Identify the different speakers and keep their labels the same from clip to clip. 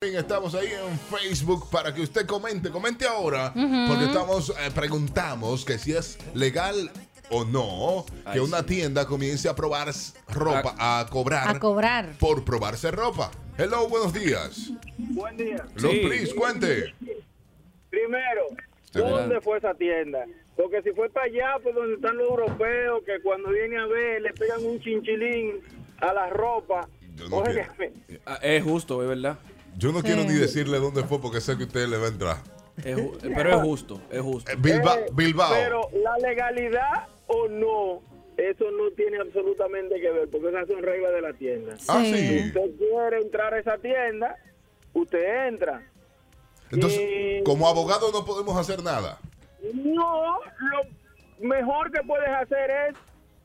Speaker 1: Bien, Estamos ahí en Facebook para que usted comente, comente ahora, porque estamos eh, preguntamos que si es legal o no
Speaker 2: Ay,
Speaker 1: que una tienda comience a probar s- ropa, a, cobrar
Speaker 3: A cobrar.
Speaker 1: por probarse ropa. Hello, buenos días.
Speaker 4: Buen día.
Speaker 1: Los
Speaker 2: Sí.
Speaker 1: please, cuente.
Speaker 4: Primero,
Speaker 2: Adelante.
Speaker 4: ¿dónde fue esa tienda? Porque si fue para allá, por donde están los europeos, que cuando vienen a ver le pegan un chinchilín a la ropa. eh,
Speaker 1: Yo no
Speaker 4: Óyeme,
Speaker 2: Ah, Es justo, es verdad.
Speaker 1: Yo no quiero
Speaker 3: Sí.
Speaker 1: ni decirle dónde fue porque sé que usted le va a entrar.
Speaker 2: Es ju- pero es justo, es justo.
Speaker 1: Eh, Bilba-
Speaker 4: eh,
Speaker 1: Bilbao.
Speaker 4: Pero la legalidad o no, eso no tiene absolutamente que ver, porque esas son reglas de la tienda.
Speaker 1: Ah,
Speaker 3: Sí.
Speaker 1: sí.
Speaker 4: Usted quiere entrar a esa tienda, usted entra.
Speaker 1: Entonces,
Speaker 4: Eh,
Speaker 1: como abogado no podemos hacer nada.
Speaker 4: No, lo mejor que puedes hacer es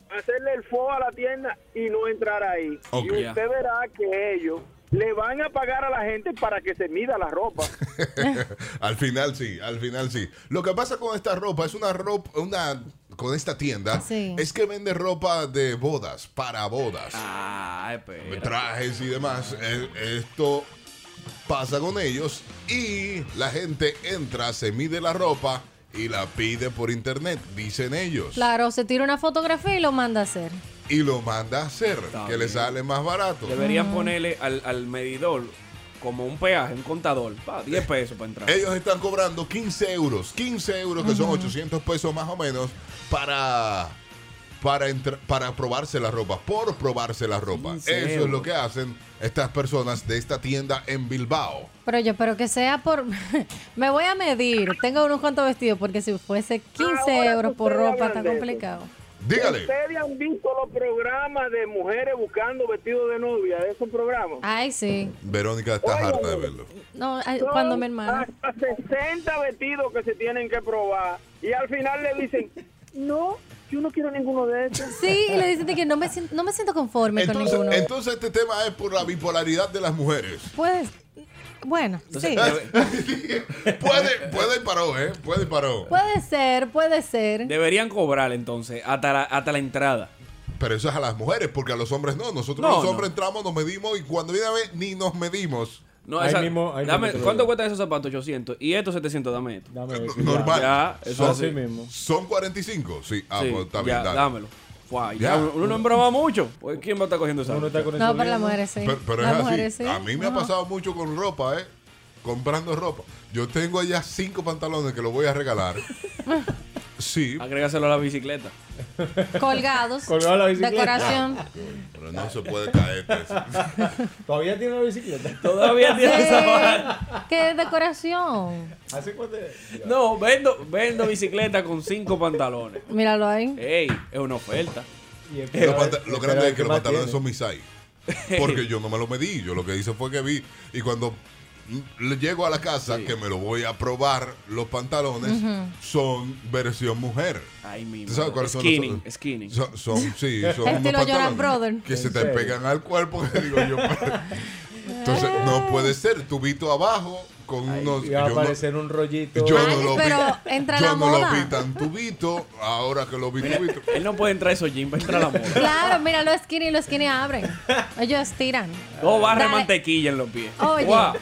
Speaker 4: hacerle el fo a la tienda y no entrar ahí.
Speaker 1: Ok.
Speaker 4: Y usted verá que ellos le van a pagar a la gente para que se mida la ropa.
Speaker 1: al final sí, al final sí. Lo que pasa con esta ropa es una ropa, una con esta tienda
Speaker 3: Sí.
Speaker 1: es que vende ropa de bodas, para bodas,
Speaker 2: Ah, espera.
Speaker 1: trajes y demás. Eh, Esto pasa con ellos y la gente entra, se mide la ropa y la pide por internet, dicen ellos,
Speaker 3: Claro, se tira una fotografía y lo manda a hacer.
Speaker 1: y lo manda a hacer,
Speaker 2: Está
Speaker 1: que le
Speaker 2: bien.
Speaker 1: sale más barato.
Speaker 2: Deberían
Speaker 5: Ah.
Speaker 2: ponerle al, al medidor como un peaje, un contador. Pa, 10 pesos para entrar.
Speaker 1: Eh. Ellos están cobrando 15 euros, 15 euros que son 800 pesos más o menos para para entr- para probarse la ropa, por probarse la ropa.
Speaker 2: 15
Speaker 1: Eso es
Speaker 2: euros.
Speaker 1: lo que hacen estas personas de esta tienda en Bilbao.
Speaker 3: Pero yo espero que sea por... Me voy a medir. Tengo unos cuantos vestidos porque si fuese
Speaker 4: Ah,
Speaker 3: 15
Speaker 4: Ahora
Speaker 3: euros
Speaker 4: que
Speaker 3: por
Speaker 4: ustedes
Speaker 3: ropa
Speaker 4: hablan
Speaker 3: está
Speaker 4: de eso.
Speaker 3: complicado.
Speaker 1: Dígale.
Speaker 4: Ustedes han visto los programas de mujeres buscando vestidos de novia, esos programas.
Speaker 3: Ay, sí.
Speaker 1: Verónica está
Speaker 4: Oye,
Speaker 1: harta de verlo.
Speaker 3: No, ay,
Speaker 4: Son
Speaker 3: cuando mi hermana...
Speaker 4: Hasta 60 vestidos que se tienen que probar. Y al final le dicen, no, yo no quiero ninguno de esos.
Speaker 3: Sí, y le dicen de que no me, sien- no me siento conforme
Speaker 1: Entonces,
Speaker 3: con ninguno.
Speaker 1: entonces este tema es por la bipolaridad de las mujeres.
Speaker 3: Puedes... Bueno,
Speaker 2: Entonces,
Speaker 3: sí.
Speaker 2: debe-
Speaker 1: puede, puede y paró, ¿eh? Puede y paró.
Speaker 3: Puede ser, puede ser.
Speaker 2: deberían cobrar entonces hasta la, hasta la entrada.
Speaker 1: Pero eso es a las mujeres, porque a los hombres no. Nosotros
Speaker 2: No,
Speaker 1: los
Speaker 2: no.
Speaker 1: hombres entramos, nos medimos y cuando viene a ver, ni nos medimos.
Speaker 2: No,
Speaker 5: Ahí
Speaker 2: esa-
Speaker 5: mismo- ahí mismo
Speaker 2: dame-
Speaker 5: te lo
Speaker 2: ¿Cuánto
Speaker 5: digo.
Speaker 2: cuesta esos zapatos? 800. Y estos 700, dame esto.
Speaker 5: Dame eso,
Speaker 1: normal.
Speaker 2: Ya, eso
Speaker 5: ya.
Speaker 2: así.
Speaker 5: Así mismo.
Speaker 1: ¿Son 45? Sí. Ah,
Speaker 2: Sí,
Speaker 1: pues está bien.
Speaker 2: ya,
Speaker 1: dale.
Speaker 2: dámelo. Fua,
Speaker 1: Ya.
Speaker 2: ya, Uno, uno no embroma mucho. Oye, ¿Quién va a estar cogiendo esa?
Speaker 5: Uno está con el
Speaker 3: No, para
Speaker 5: sobrino.
Speaker 3: las mujeres sí.
Speaker 1: Pero, pero es
Speaker 3: las
Speaker 1: así.
Speaker 3: mujeres sí.
Speaker 1: A mí me ha
Speaker 3: No.
Speaker 1: pasado mucho con ropa, ¿eh? Comprando ropa. Yo tengo allá cinco pantalones que los voy a regalar. Sí.
Speaker 2: Agrégaselo a la bicicleta.
Speaker 3: Colgados.
Speaker 5: Colgado a la bicicleta.
Speaker 3: Decoración.
Speaker 1: Pero no se puede caer. pues.
Speaker 5: Todavía tiene la bicicleta.
Speaker 2: Todavía tiene esa vaina.
Speaker 1: Ah.
Speaker 3: Sí. Eh, ¿Qué decoración?
Speaker 5: ¿Hace cuánto?
Speaker 2: No, vendo, vendo bicicleta con cinco pantalones.
Speaker 3: Míralo ahí.
Speaker 1: Eh,
Speaker 2: Ey, es una oferta.
Speaker 5: Y espera,
Speaker 1: Lo, panta- lo
Speaker 5: espera,
Speaker 1: grande es
Speaker 5: ¿qué
Speaker 1: que los
Speaker 5: más
Speaker 1: pantalones
Speaker 5: tiene?
Speaker 1: son mis size. Porque yo no me lo medí. Yo lo que hice fue que vi. Y cuando mm, le llego a la casa, que me lo voy a probar, los pantalones son versión mujer.
Speaker 2: Ay, mi
Speaker 1: ¿Tú sabes
Speaker 2: madre.
Speaker 1: cuáles son
Speaker 2: Skinning,
Speaker 1: los-
Speaker 2: skinning.
Speaker 1: Son, son- sí, son
Speaker 3: Estilo
Speaker 1: unos pantalones
Speaker 3: Jonas Brothers.
Speaker 1: Que se
Speaker 5: ¿En
Speaker 1: te
Speaker 5: serio?
Speaker 1: pegan al cuerpo, que digo yo. Entonces, no puede ser. Tubito abajo con unos.
Speaker 5: Y va a
Speaker 1: yo no-
Speaker 5: aparecer un rollito.
Speaker 1: yo no,
Speaker 3: Ay,
Speaker 1: lo vi.
Speaker 3: Ah, pero entra
Speaker 1: yo
Speaker 3: la
Speaker 1: no
Speaker 3: moda.
Speaker 1: lo vi tan tubito. Ahora que lo vi tubito.
Speaker 2: Él no puede entrar a esos jeans, va a entrar a la moda.
Speaker 3: Claro, mira, los skinny, los skinny abren. Ellos tiran.
Speaker 2: Dos barras de
Speaker 3: Dale.
Speaker 2: mantequilla en los pies.
Speaker 3: Oye.
Speaker 2: Guau,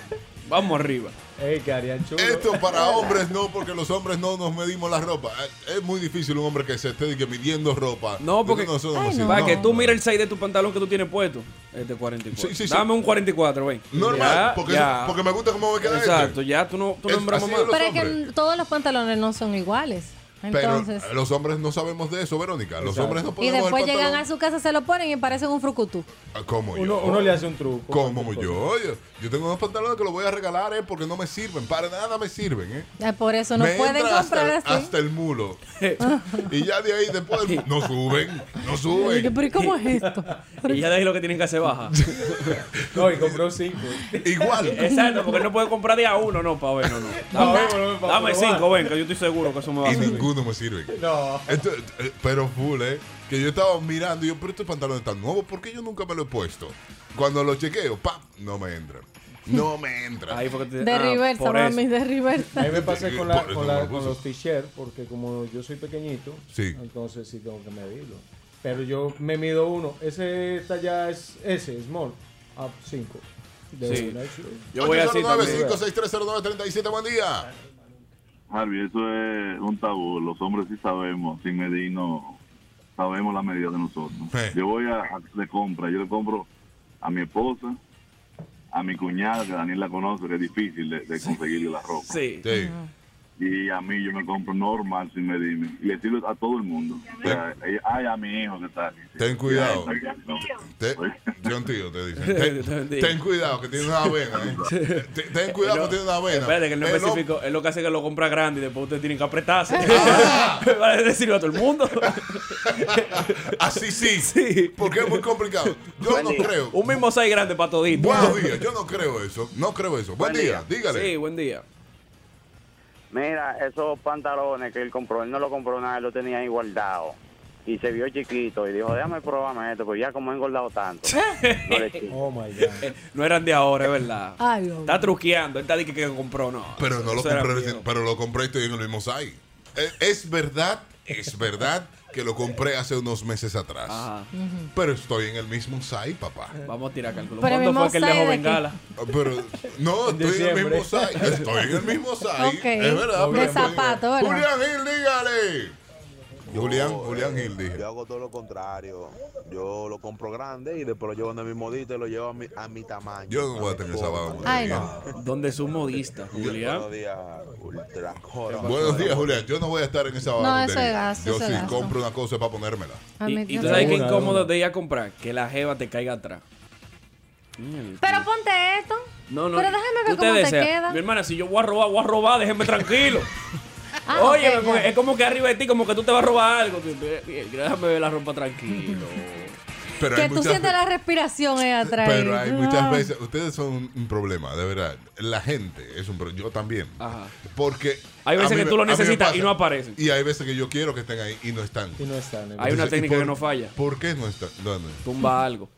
Speaker 2: Vamos arriba.
Speaker 5: Ey, que harían chulo.
Speaker 1: Esto para hombres no, porque los hombres no nos medimos la ropa. Eh, Es muy difícil un hombre que se esté dique, midiendo ropa.
Speaker 2: No, porque-
Speaker 3: Ay,
Speaker 1: Nosotros no
Speaker 3: no.
Speaker 1: hacemos
Speaker 2: Para
Speaker 1: así.
Speaker 2: que tú mires el 6 de tu pantalón que tú tienes puesto. Este 44.
Speaker 1: Sí, sí, sí.
Speaker 2: Dame un 44, ven.
Speaker 1: Normal,
Speaker 2: Ya,
Speaker 1: porque,
Speaker 2: ya.
Speaker 1: porque me gusta cómo me queda este.
Speaker 2: Exacto, ya tú no, tú no
Speaker 1: Es-
Speaker 2: embromas
Speaker 1: así
Speaker 2: más.
Speaker 1: es lo-
Speaker 3: Pero es que
Speaker 1: hombres.
Speaker 3: todos los pantalones no son iguales.
Speaker 1: Pero
Speaker 3: Entonces.
Speaker 1: eh, los hombres no sabemos de eso, Verónica. Los
Speaker 5: Exacto.
Speaker 1: hombres no
Speaker 3: y
Speaker 1: podemos
Speaker 3: después llegan a su casa, se lo ponen y parecen un frucutú.
Speaker 1: Como Ah, yo.
Speaker 5: Uno, uno le hace un truco.
Speaker 1: Como
Speaker 5: Cualquier
Speaker 1: yo. yo. Yo tengo unos pantalones que los voy a regalar, eh, porque no me sirven. Para nada me sirven, eh.
Speaker 3: Ay, Por eso no
Speaker 1: Me
Speaker 3: pueden
Speaker 1: entra
Speaker 3: comprar
Speaker 1: hasta,
Speaker 3: así.
Speaker 1: hasta el mulo. y ya de ahí después del mu- no suben, no
Speaker 3: Y que,
Speaker 1: suben.
Speaker 3: Pero ¿y cómo es esto?
Speaker 2: Y ya de ahí lo que tienen que hacer baja.
Speaker 5: cosa. No, y compró cinco.
Speaker 1: Igual.
Speaker 2: Exacto, porque él no puede comprar de a uno, no, pa' ver, no, no.
Speaker 5: No,
Speaker 2: Dame,
Speaker 5: bueno, pa'
Speaker 2: dame
Speaker 5: probar.
Speaker 2: cinco, ven, que yo estoy seguro que eso me va a
Speaker 1: Y
Speaker 2: servir.
Speaker 1: ninguno me sirve.
Speaker 5: No.
Speaker 1: Esto- eh, pero full, eh. Que yo estaba mirando y yo, pero estos pantalones están nuevos, ¿por qué yo nunca me los he puesto? Cuando los chequeo, ¡pam! No me entran. No me entran.
Speaker 2: Ahí fue que te-
Speaker 3: De
Speaker 2: ah,
Speaker 3: reversa,
Speaker 2: por eso.
Speaker 3: mami, de
Speaker 5: A
Speaker 3: reversa.
Speaker 5: mí me pasé con, la,
Speaker 1: Por eso
Speaker 5: con,
Speaker 1: no
Speaker 5: la-
Speaker 1: me
Speaker 5: con
Speaker 1: puso.
Speaker 5: los t-shirts, porque como yo soy pequeñito,
Speaker 1: Sí.
Speaker 5: entonces sí tengo que medirlo. Pero yo me mido uno. Ese talla es S, small, a 5. De
Speaker 2: Sí.
Speaker 5: una, sí.
Speaker 2: Yo voy así también.
Speaker 1: 5630937, buen día.
Speaker 6: Harvey, eso es un tabú. Los hombres sí sabemos, sin medirnos, sabemos la medida de nosotros.
Speaker 1: Sí.
Speaker 6: Yo voy a, a- de compra, yo le compro a mi esposa, a mi cuñada, que Daniel la conoce, que es difícil de, de conseguirle la ropa.
Speaker 2: Sí.
Speaker 1: Sí.
Speaker 6: Y a mí yo me compro normal, sin medirme. Y le sirve a todo el mundo. O sea, ella- ay, a mi hijo que está aquí.
Speaker 1: Ten cuidado.
Speaker 6: Ay, no.
Speaker 1: Te- John Tío te dice. Ten,
Speaker 2: Tío.
Speaker 1: ten cuidado que tiene una avena. ¿eh? Te- Ten cuidado que tiene una avena.
Speaker 2: Espérate, que él no
Speaker 1: Eh,
Speaker 2: especificó. Es lo que hace que lo compra grande y después ustedes tienen que apretarse.
Speaker 1: Ah.
Speaker 2: Para decirlo a todo el mundo.
Speaker 1: Así sí.
Speaker 2: Sí.
Speaker 1: Porque es muy complicado. Yo
Speaker 7: Buen
Speaker 1: no
Speaker 7: día.
Speaker 1: creo.
Speaker 2: Un mismo 6 grande para todito.
Speaker 1: Buenos días. Yo no creo eso. No creo eso. Buen,
Speaker 7: Buen
Speaker 1: día.
Speaker 7: día.
Speaker 1: Dígale.
Speaker 2: Sí, buen día.
Speaker 7: Mira, esos pantalones que él compró, él no lo compró nada, él lo tenía ahí guardado. Y se vio chiquito y dijo, déjame probarme esto, pues ya como he engordado tanto. No le eché.
Speaker 5: Oh my God.
Speaker 2: Eh, No eran de ahora, es verdad.
Speaker 3: Ay, Dios.
Speaker 2: Está truqueando. Él está diciendo que compró, no.
Speaker 1: Pero no lo
Speaker 2: Eso era
Speaker 1: compré,
Speaker 2: mío.
Speaker 1: recién- pero lo compré y estoy en el mismo site. Es, es verdad, es verdad que lo compré hace unos meses atrás.
Speaker 2: Ajá.
Speaker 1: Pero estoy en el mismo site, papá. Ah,
Speaker 2: Vamos a tirar cálculo.
Speaker 3: Pero
Speaker 2: ¿Cuándo fue
Speaker 3: vimos
Speaker 2: que él
Speaker 3: seis
Speaker 2: dejó
Speaker 3: de aquí.
Speaker 2: Bengala?
Speaker 1: Pero no,
Speaker 5: En
Speaker 1: estoy en el mismo
Speaker 5: diciembre.
Speaker 1: site. Estoy en el mismo site.
Speaker 3: Ok,
Speaker 1: Es verdad.
Speaker 3: de
Speaker 1: pero estoy en-
Speaker 3: zapato, ¿verdad?
Speaker 1: Julián Gil, dígale. Julián, Julián Gil, dije.
Speaker 8: Yo hago todo lo contrario. Yo lo compro grande y después lo llevo en el mismo dito y lo llevo a mi, a mi tamaño.
Speaker 1: Yo no voy a tener esa baba.
Speaker 3: Ay,
Speaker 1: Julián.
Speaker 3: no.
Speaker 2: ¿Dónde es un modista, Julián?
Speaker 8: Buenos días, ultra.
Speaker 1: Buenos días, Julián. Yo no voy a estar en esa baba.
Speaker 3: No, eso es gasto,
Speaker 1: Yo
Speaker 3: eso
Speaker 1: si
Speaker 3: es gasto.
Speaker 1: compro una cosa es para ponérmela.
Speaker 3: A
Speaker 2: Y,
Speaker 3: mí
Speaker 2: y
Speaker 3: no
Speaker 2: tú
Speaker 3: Ah, me
Speaker 2: sabes qué
Speaker 3: gusta.
Speaker 5: Una,
Speaker 2: incómodo
Speaker 5: una.
Speaker 2: de ir a comprar, que la jeva te caiga atrás. Mierda.
Speaker 3: Pero ponte esto.
Speaker 2: No, no.
Speaker 3: Pero déjame ver
Speaker 2: Usted
Speaker 3: cómo te
Speaker 2: desea.
Speaker 3: queda.
Speaker 2: Mi hermana, si yo voy a robar, voy a robar, déjeme tranquilo.
Speaker 3: Ah,
Speaker 2: Oye,
Speaker 3: ok,
Speaker 2: porque
Speaker 3: ya.
Speaker 2: es como que arriba de ti, como que tú te vas a robar algo. Déjame ver la ropa tranquilo.
Speaker 1: Pero hay
Speaker 3: Que tú
Speaker 1: muchas
Speaker 3: sientes
Speaker 1: veces-
Speaker 3: la respiración ahí atrás.
Speaker 1: Pero hay muchas
Speaker 3: Ah.
Speaker 1: veces, ustedes son un, un problema, de verdad. La gente es un problema, yo también.
Speaker 2: Ajá.
Speaker 1: Porque...
Speaker 2: Hay veces
Speaker 1: a mí
Speaker 2: que
Speaker 1: me-
Speaker 2: tú lo
Speaker 1: a mí me
Speaker 2: necesitas
Speaker 1: pasa.
Speaker 2: y no aparecen.
Speaker 1: Y hay veces que yo quiero que estén ahí y no están.
Speaker 5: Y no están.
Speaker 2: Hay una
Speaker 1: Entonces,
Speaker 2: técnica
Speaker 1: ¿y por-
Speaker 2: que no falla.
Speaker 1: ¿Por qué no están? No, no.
Speaker 2: Tumba algo.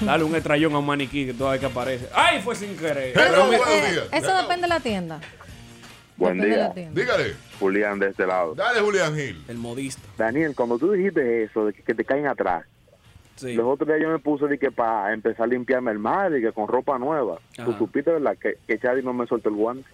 Speaker 2: Dale un estrellón a un maniquí que toda vez que aparece. ¡Ay! Fue sin querer.
Speaker 1: Hello,
Speaker 3: Pero,
Speaker 1: buenos
Speaker 3: eh,
Speaker 1: días.
Speaker 3: Eso depende de la tienda.
Speaker 6: Buen
Speaker 3: Depende de la
Speaker 6: día,
Speaker 3: tienda.
Speaker 1: Dígale,
Speaker 6: Julián, de este lado.
Speaker 1: dale Julián Gil.
Speaker 2: El modista.
Speaker 7: Daniel, cuando tú dijiste eh, eso, de que, que te caen atrás,
Speaker 2: Sí.
Speaker 7: los otros días yo me puse de que para empezar a limpiarme el mar y que con ropa nueva. Tú
Speaker 2: Ajá.
Speaker 7: supiste, ¿verdad? Que, que Chadi no me soltó el guante.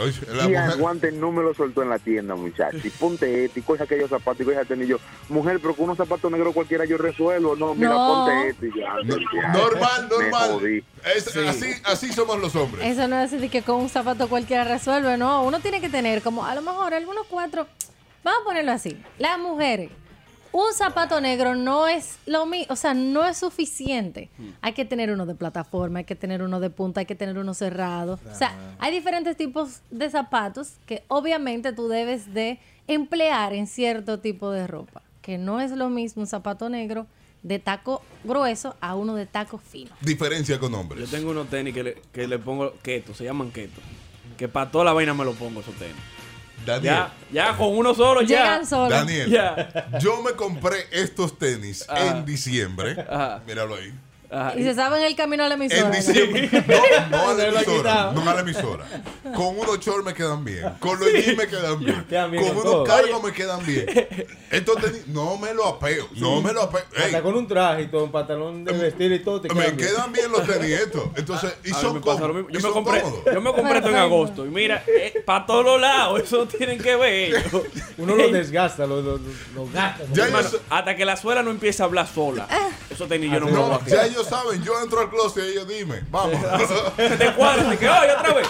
Speaker 1: Oye, la
Speaker 7: Y
Speaker 1: mujer-
Speaker 7: el guante no me lo soltó en la tienda, muchachos. Y ponte este, y coge aquellos zapatos, y coge aquellos yo, Mujer, pero con unos zapatos negros cualquiera yo resuelvo. No, mira,
Speaker 3: No.
Speaker 7: ponte este. y ya,
Speaker 1: No-
Speaker 7: ya.
Speaker 1: normal,
Speaker 7: Me
Speaker 1: normal.
Speaker 7: jodí.
Speaker 1: Es- así, así somos los hombres.
Speaker 3: Eso no es decir que con un zapato cualquiera resuelve, no. Uno tiene que tener como a lo mejor algunos cuatro. Vamos a ponerlo así. Las mujeres, un zapato negro no es lo mismo, o sea, no es suficiente. Hay que tener uno de plataforma, hay que tener uno de punta, hay que tener uno cerrado. O sea, hay diferentes tipos de zapatos que obviamente tú debes de emplear en cierto tipo de ropa. Que no es lo mismo un zapato negro de taco grueso a uno de taco fino.
Speaker 1: Diferencia con
Speaker 2: Yo
Speaker 1: hombres.
Speaker 2: tengo unos tenis que le, que le pongo keto, se llaman keto. Que para toda la vaina me lo pongo esos tenis.
Speaker 1: Daniel,
Speaker 2: Ya, ya con uno solo, ya.
Speaker 3: Llegan solos.
Speaker 1: Daniel,
Speaker 2: Ya.
Speaker 1: yo me compré estos tenis en diciembre.
Speaker 2: Ajá.
Speaker 1: Míralo ahí.
Speaker 2: Ajá.
Speaker 3: Y se saben el camino a la emisora.
Speaker 1: Ah, En
Speaker 3: ¿no?
Speaker 1: diciembre. No, no a la
Speaker 5: Se lo ha
Speaker 1: emisora.
Speaker 5: quitado.
Speaker 1: No a la emisora. Con unos shorts me quedan bien. Con los jeans me quedan bien.
Speaker 5: Quedan bien
Speaker 1: con
Speaker 5: con
Speaker 1: unos
Speaker 5: todo.
Speaker 1: cargos me quedan bien. Estos tenis, no me lo apeo. No me lo apeo. Ey,
Speaker 5: Hasta con un traje y todo, un pantalón de vestir y todo. Te
Speaker 1: me
Speaker 5: quedan bien.
Speaker 1: quedan bien los tenis estos. Entonces, y
Speaker 2: A mí
Speaker 1: son
Speaker 2: me pasa lo
Speaker 1: cómodos.
Speaker 2: mismo.
Speaker 1: y
Speaker 2: Yo me
Speaker 1: son
Speaker 2: compré,
Speaker 1: cómodos.
Speaker 2: yo me compré esto en
Speaker 3: Perfecto.
Speaker 2: agosto. Y mira, para todos los lados, eso tienen que ver. ellos.
Speaker 5: Uno lo desgasta, lo, lo, lo- lo gasta.
Speaker 1: Ya
Speaker 2: Hermano,
Speaker 1: ellos,
Speaker 2: hasta que la suela no empiece a hablar sola.
Speaker 3: Ah.
Speaker 2: Eso tenis yo no me lo voy
Speaker 1: Ah, no,
Speaker 2: a
Speaker 1: ya
Speaker 2: quedar.
Speaker 1: ellos saben. Yo entro al closet y ellos dime. Vamos.
Speaker 2: Se te cuadra, te que "Ay, otra vez.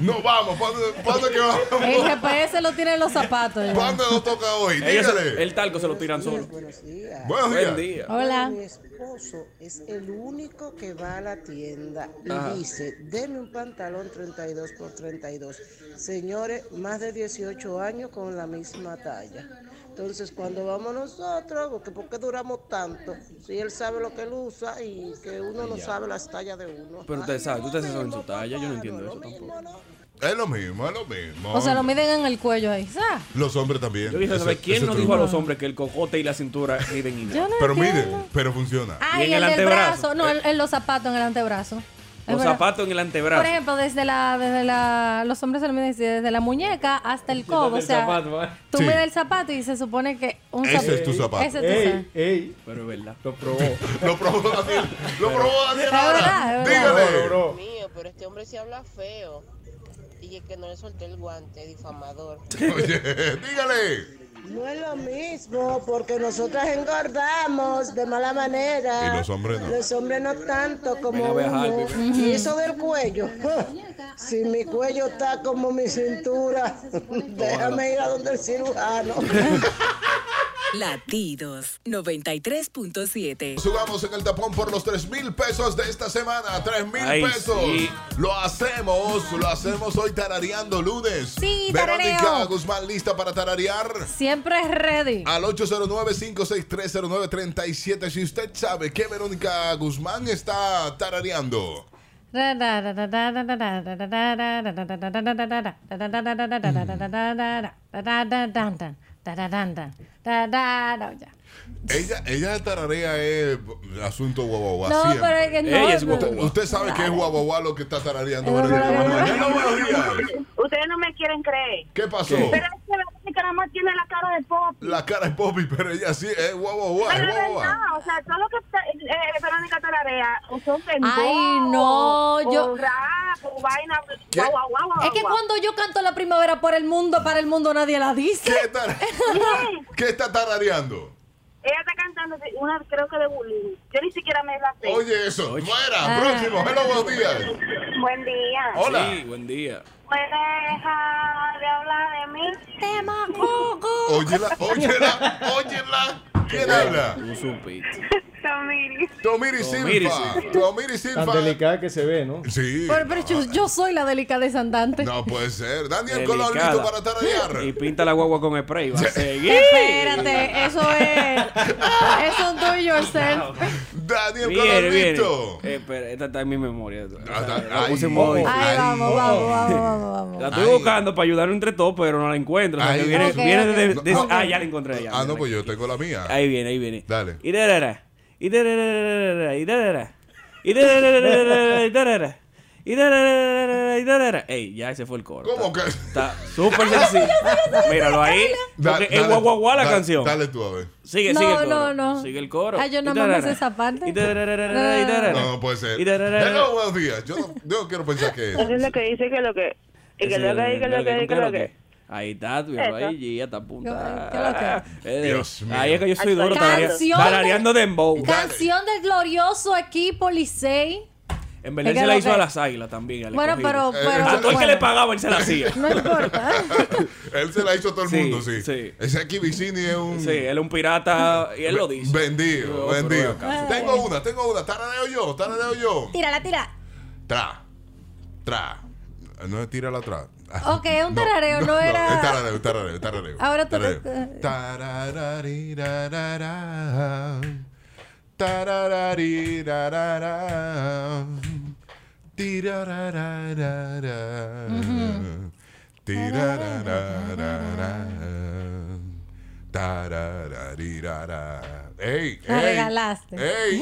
Speaker 1: no, vamos. ¿Cuándo, cuándo que
Speaker 3: El
Speaker 1: vamos?
Speaker 3: GPS lo tienen los zapatos. ya.
Speaker 1: ¿Cuándo nos toca hoy?
Speaker 2: Ellos se-
Speaker 1: Dígale.
Speaker 2: el talco se lo tiran solo.
Speaker 9: Buenos días.
Speaker 1: Buenos
Speaker 2: Buen
Speaker 1: días.
Speaker 2: día.
Speaker 3: Hola.
Speaker 9: Mi esposo es el único que va a la tienda y
Speaker 2: Ajá.
Speaker 9: dice, deme un pantalón 32 por 32. Señores, más de 18 años con la misma talla. Entonces, cuando vamos nosotros, porque ¿por qué duramos tanto? Si él sabe lo que él usa y que uno no sabe las tallas de uno.
Speaker 2: Pero ustedes
Speaker 9: Ay,
Speaker 2: saben,
Speaker 9: no
Speaker 2: ustedes
Speaker 9: lo
Speaker 2: saben
Speaker 9: mismo,
Speaker 2: su talla, yo no
Speaker 9: papá,
Speaker 2: entiendo
Speaker 9: lo
Speaker 2: eso
Speaker 9: mismo,
Speaker 2: tampoco.
Speaker 9: ¿no?
Speaker 1: Es lo mismo, es lo mismo.
Speaker 3: O sea, lo miden en el cuello ahí. Ah, ¿sabes?
Speaker 1: Los hombres también.
Speaker 2: Yo dije,
Speaker 1: Ese-
Speaker 2: ¿sabes quién
Speaker 1: ese
Speaker 2: no
Speaker 1: truco.
Speaker 2: dijo a los hombres que el cojote y la cintura miden igual?
Speaker 3: Yo no
Speaker 1: Pero
Speaker 3: entiendo.
Speaker 1: miren, pero funciona.
Speaker 3: Ay,
Speaker 2: Y en
Speaker 3: el,
Speaker 2: el
Speaker 3: del
Speaker 2: antebrazo.
Speaker 3: brazo. No, en, en los zapatos, en el antebrazo. Es
Speaker 2: Los
Speaker 3: verdad.
Speaker 2: zapatos en el antebrazo.
Speaker 3: Por ejemplo, desde la, desde la, los hombres se lo miden desde la muñeca hasta el codo. O
Speaker 5: Del
Speaker 3: sea,
Speaker 5: zapato, ¿eh?
Speaker 3: tú
Speaker 1: Sí.
Speaker 3: me das el zapato y se supone que un
Speaker 1: Ese
Speaker 3: zapato-
Speaker 1: es tu zapato.
Speaker 3: Ese es tu zapato.
Speaker 5: Ey, ey,
Speaker 2: Pero es verdad.
Speaker 5: lo probó.
Speaker 1: Lo probó Daniel. Lo probó Daniel ahora.
Speaker 3: verdad, es verdad.
Speaker 5: Lo
Speaker 1: Dígale.
Speaker 5: logró.
Speaker 10: Mío, pero este hombre se habla feo. Y es que no le solté el guante, difamador.
Speaker 1: Oye, dígale.
Speaker 9: No es lo mismo, porque nosotras engordamos de mala manera.
Speaker 1: Y los hombres no.
Speaker 9: Los hombres no tanto como
Speaker 2: Ven a ver a
Speaker 9: uno.
Speaker 2: Harvey.
Speaker 9: Y eso del cuello. Si mi cuello está como mi cintura, déjame ir a donde el cirujano.
Speaker 11: Latidos 93.7.
Speaker 1: Subamos en el tapón por los 3 mil pesos de esta semana.
Speaker 2: Ay,
Speaker 1: 3 mil pesos.
Speaker 2: sí.
Speaker 1: Lo hacemos. Lo hacemos hoy tarareando lunes.
Speaker 3: Sí,
Speaker 1: Verónica
Speaker 3: tarareo.
Speaker 1: Guzmán, lista para tararear.
Speaker 3: Siempre es ready.
Speaker 1: Al 809-56309-37. Si usted sabe que Verónica Guzmán está tarareando.
Speaker 3: Ah,
Speaker 1: Ella, ella tararea es asunto guaguaguá.
Speaker 3: No,
Speaker 1: siempre.
Speaker 3: pero es que no.
Speaker 2: Ella es
Speaker 3: no.
Speaker 1: Usted,
Speaker 2: guaguaguá.
Speaker 1: usted sabe que es guaguaguá lo que está tarareando.
Speaker 3: No,
Speaker 1: Verónica.
Speaker 3: no, no, no.
Speaker 1: Mañana, buenos días.
Speaker 12: Ustedes no me quieren creer.
Speaker 1: ¿Qué pasó?
Speaker 12: Pero es que Verónica nada más tiene la cara de pop.
Speaker 1: La cara es Poppy, pero ella sí es guaguaguá.
Speaker 12: Pero
Speaker 1: Es
Speaker 12: de
Speaker 1: guaguaguá.
Speaker 12: verdad, o sea, todo lo que está- eh, eh, Verónica Talarea, o son tembos,
Speaker 3: Ay, no,
Speaker 12: o
Speaker 3: yo-
Speaker 12: rap, o vaina,
Speaker 1: ¿Qué?
Speaker 12: guau, guau, guau, guau,
Speaker 3: Es que
Speaker 12: guau.
Speaker 3: cuando yo canto la primavera por el mundo, para el mundo nadie la dice.
Speaker 1: ¿Qué, tar-
Speaker 12: Sí,
Speaker 1: ¿Qué está tarareando?
Speaker 12: ella está cantando de- una, creo que de bullying. Yo ni siquiera me la sé.
Speaker 1: Oye, eso.
Speaker 2: Oye.
Speaker 1: Fuera,
Speaker 3: Ah.
Speaker 1: próximo. Hello, buenos días.
Speaker 12: Buen día.
Speaker 1: Hola.
Speaker 2: Sí, buen día.
Speaker 12: Me deja de hablar de mí.
Speaker 3: Tema coco.
Speaker 1: Óyela, óyela, óyela. ¿Quién habla?
Speaker 2: Tú supiste.
Speaker 12: Tomiri.
Speaker 1: Tomiri
Speaker 2: Tomiri
Speaker 1: Silva.
Speaker 2: Silva.
Speaker 1: Tomiri
Speaker 5: Tan
Speaker 1: Silva.
Speaker 5: delicada que se ve, ¿no?
Speaker 1: Sí.
Speaker 3: Pero, pero yo, yo soy la delicadeza andante.
Speaker 1: No pues. puede ser. Daniel Colón,
Speaker 2: Delicada.
Speaker 1: listo para tararear.
Speaker 2: Y pinta la guagua con spray. Va a seguir.
Speaker 3: Espérate, eso es. Eso es do it
Speaker 2: Ah,
Speaker 3: yourself.
Speaker 1: Daniel
Speaker 2: Viene,
Speaker 1: Colón,
Speaker 2: viene.
Speaker 1: listo.
Speaker 2: Eh, espera, esta está en mi memoria. O sea,
Speaker 1: Ah, está-
Speaker 2: la
Speaker 1: ahí.
Speaker 2: puse en modo-
Speaker 1: Ay.
Speaker 3: Ahí vamos, vamos, vamos, vamos, vamos.
Speaker 2: La estoy
Speaker 1: Ay.
Speaker 2: buscando para ayudar entre todos, pero no la encuentro. O sea,
Speaker 1: Ay,
Speaker 2: que viene,
Speaker 1: ok,
Speaker 2: viene
Speaker 3: ok.
Speaker 2: de- de-
Speaker 1: No,
Speaker 2: Ah,
Speaker 1: ok.
Speaker 2: ya la encontré. Ya,
Speaker 1: Ah, no,
Speaker 2: mira.
Speaker 1: pues yo tengo la mía.
Speaker 2: Ahí viene, ahí viene.
Speaker 1: Dale.
Speaker 2: Y darara, y darara, y darara, y darara, y darara, y darara, y darara. Ey, ya ese fue el coro.
Speaker 1: ¿Cómo
Speaker 2: Está-
Speaker 1: que?
Speaker 2: Está súper sencillo. Míralo ahí.
Speaker 1: Da-
Speaker 2: Porque es
Speaker 1: dale-
Speaker 2: guau, guau, guau la
Speaker 1: da-
Speaker 2: canción.
Speaker 1: Dale tú a ver.
Speaker 2: Sigue,
Speaker 3: No,
Speaker 2: sigue el coro.
Speaker 3: no, no.
Speaker 2: Sigue el coro.
Speaker 3: Ah, yo
Speaker 2: Y
Speaker 3: nada más me
Speaker 2: darara,
Speaker 3: sé esa parte.
Speaker 2: Y darara, y darara.
Speaker 1: No, no puede ser.
Speaker 2: Y darara.
Speaker 1: Hello, buenos días. Yo no, yo no quiero pensar que es.
Speaker 12: Pues es lo que dice que lo que. Y que
Speaker 2: Ese
Speaker 12: lo que,
Speaker 2: es
Speaker 12: y que
Speaker 2: el-
Speaker 12: lo que,
Speaker 2: el-
Speaker 12: y que lo que.
Speaker 2: Ahí está, tú míralo
Speaker 12: Eso.
Speaker 2: ahí, Gia,
Speaker 3: Yo- ¿qué
Speaker 2: está
Speaker 3: es
Speaker 2: apuntada. Eh,
Speaker 1: Dios mío.
Speaker 2: Ahí es que yo soy duro,
Speaker 3: Canción de-
Speaker 2: tarareando dembow.
Speaker 1: Dale.
Speaker 3: Canción del glorioso equipo Licey.
Speaker 2: En Belén
Speaker 3: Es que
Speaker 2: se la
Speaker 3: lo
Speaker 2: hizo
Speaker 3: que-
Speaker 2: a las águilas también. al
Speaker 3: Bueno,
Speaker 2: escogido.
Speaker 3: pero,
Speaker 1: Eh,
Speaker 3: pero.
Speaker 2: A todo el que
Speaker 3: bueno,
Speaker 2: le pagaba, él se la hacía.
Speaker 3: No importa.
Speaker 1: él se la hizo a todo el
Speaker 2: Sí,
Speaker 1: mundo, sí.
Speaker 2: sí.
Speaker 1: Ese aquí Vicini es un.
Speaker 2: Sí, él es un pirata y él lo dice.
Speaker 1: Vendido,
Speaker 2: No,
Speaker 1: vendido.
Speaker 2: pero
Speaker 3: Ah,
Speaker 2: acá-
Speaker 1: Tengo una, tengo una. Taraneo yo, taraneo yo.
Speaker 3: Tírala, tírala.
Speaker 1: Tra, tra. No tira la otra.
Speaker 3: Ok, un tarareo, no era-
Speaker 1: Es tarareo, es tarareo, es tarareo.
Speaker 3: Ahora tú-
Speaker 1: tarareo. Tarararirarara. Tarararirarara. Tirarararara. Tirarararara. Tarararirara. ¡Ey!
Speaker 3: La
Speaker 1: ey,
Speaker 3: regalaste.
Speaker 1: ¡Ey!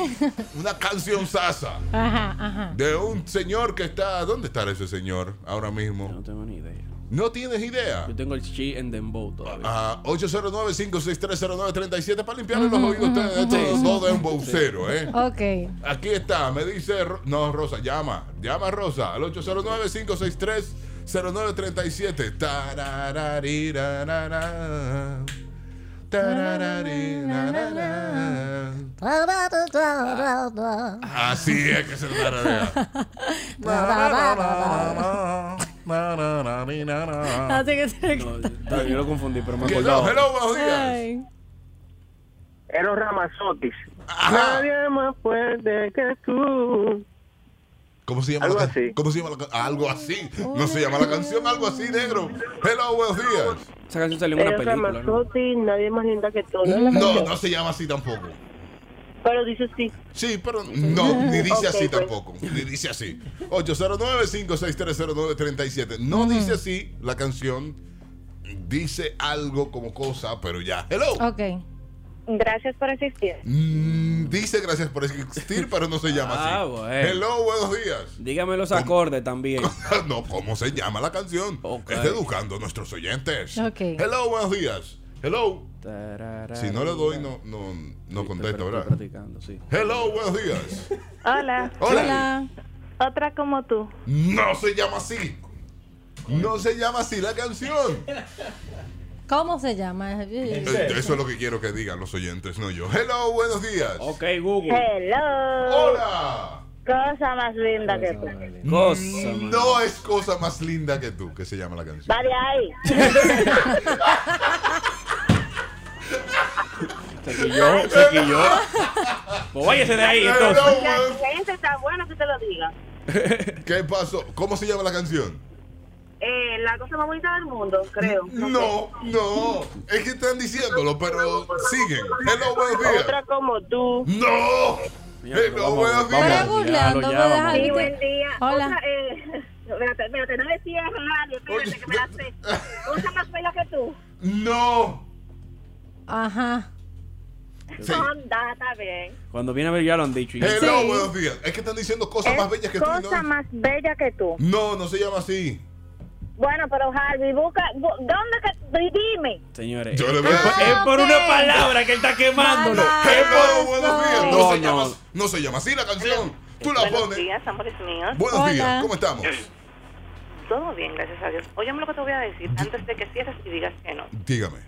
Speaker 1: Una canción sasa.
Speaker 3: Ajá, ajá.
Speaker 1: De un señor que está. ¿Dónde estará ese señor ahora mismo?
Speaker 2: No tengo ni idea.
Speaker 1: ¿No tienes idea?
Speaker 2: Yo tengo el chi en dembow todavía.
Speaker 1: Ah, 809-56309-37 para limpiarle los oídos a ustedes de estos dos de un boucero, ¿eh?
Speaker 3: Ok.
Speaker 1: Aquí está, me dice. Ro- No, Rosa, llama. Llama Rosa al 809-563-0937. Tarararirarara. Tarararirarara. Así es que se tararea.
Speaker 3: Así que se
Speaker 2: No, está- yo lo confundí, pero me
Speaker 1: Que no,
Speaker 2: acordaba.
Speaker 1: hello, buenos días.
Speaker 3: Ay.
Speaker 7: Eros Ramazotis.
Speaker 1: Ajá.
Speaker 7: más fuerte que tú.
Speaker 1: ¿Cómo se llama
Speaker 7: Algo
Speaker 1: la can-
Speaker 7: así.
Speaker 1: ¿Cómo se llama la can- Algo así. No
Speaker 12: Oh.
Speaker 1: se llama la canción, algo así, negro. Hello, buenos días.
Speaker 2: Esa canción salió en una película, ¿no?
Speaker 12: nadie más linda que tú.
Speaker 1: No, no se llama así tampoco.
Speaker 12: Pero dice sí.
Speaker 1: Sí, pero no, ni dice
Speaker 12: Ok,
Speaker 1: así
Speaker 12: pues.
Speaker 1: tampoco. Ni dice así. 809-56309-37. No dice así la canción. Dice algo como cosa, pero ya. Hello.
Speaker 3: Ok.
Speaker 12: Gracias por asistir.
Speaker 1: Mm, dice gracias por existir, pero no se llama
Speaker 2: Ah,
Speaker 1: así.
Speaker 2: bueno.
Speaker 1: Hello, buenos días.
Speaker 2: Dígame los acordes también.
Speaker 1: no, ¿cómo se llama la canción? Es educando a nuestros oyentes.
Speaker 3: Ok.
Speaker 1: Hello, buenos días. Hello. Si no le doy, no, no, no contesta, ¿verdad? Hello, buenos días.
Speaker 12: Hola.
Speaker 1: Hola.
Speaker 12: Otra como tú.
Speaker 1: No se llama así. No se llama así la canción.
Speaker 3: ¿Cómo se llama? Eh,
Speaker 1: Eh, Eso es lo que quiero que digan los oyentes, no yo. Hello, buenos días.
Speaker 2: Ok, Google.
Speaker 12: Hello.
Speaker 1: Hola.
Speaker 12: Cosa más linda que tú.
Speaker 2: Cosa.
Speaker 1: No es cosa más linda que tú, que se llama la canción.
Speaker 12: Va de ahí.
Speaker 2: Chiquillo, chiquillo. Pues váyase de ahí, entonces.
Speaker 12: La experiencia está buena que te lo diga.
Speaker 1: ¿Qué pasó? ¿Cómo se llama la canción?
Speaker 12: Eh, la cosa más bonita del mundo, creo.
Speaker 1: No, no. Es que están diciéndolo, pero siguen. Hello, buenos días.
Speaker 12: Otra como tú.
Speaker 1: No. Hello, buenos días.
Speaker 12: Sí, buen día. Hola. Otra, eh, espérate, espérate, no me cierres radio, espérate que me la sé. Cosa más bella que tú.
Speaker 1: No.
Speaker 3: Ajá.
Speaker 12: Anda, está bien.
Speaker 2: Cuando viene a ver, ya lo han dicho.
Speaker 1: Hello, buenos días. Es que están diciendo cosas más bellas que tú. y
Speaker 12: Cosa más bella que tú.
Speaker 1: No, no, no se llama así.
Speaker 12: Bueno, pero Harvey, busca, bu- ¿dónde que di- dime?
Speaker 2: Señores.
Speaker 1: Yo le voy a-
Speaker 2: es, por- es por una palabra que él está quemándolo.
Speaker 1: Hello, buenos días. No,
Speaker 2: No,
Speaker 1: se llama,
Speaker 2: no.
Speaker 1: no se llama así la canción. Tú la
Speaker 12: Buenos
Speaker 1: pones.
Speaker 12: días, amores míos.
Speaker 1: Buenos días, ¿cómo estamos?
Speaker 12: Todo bien, gracias a Dios. Óyeme lo que te voy a decir antes de que cierres y digas que no.
Speaker 1: Dígame.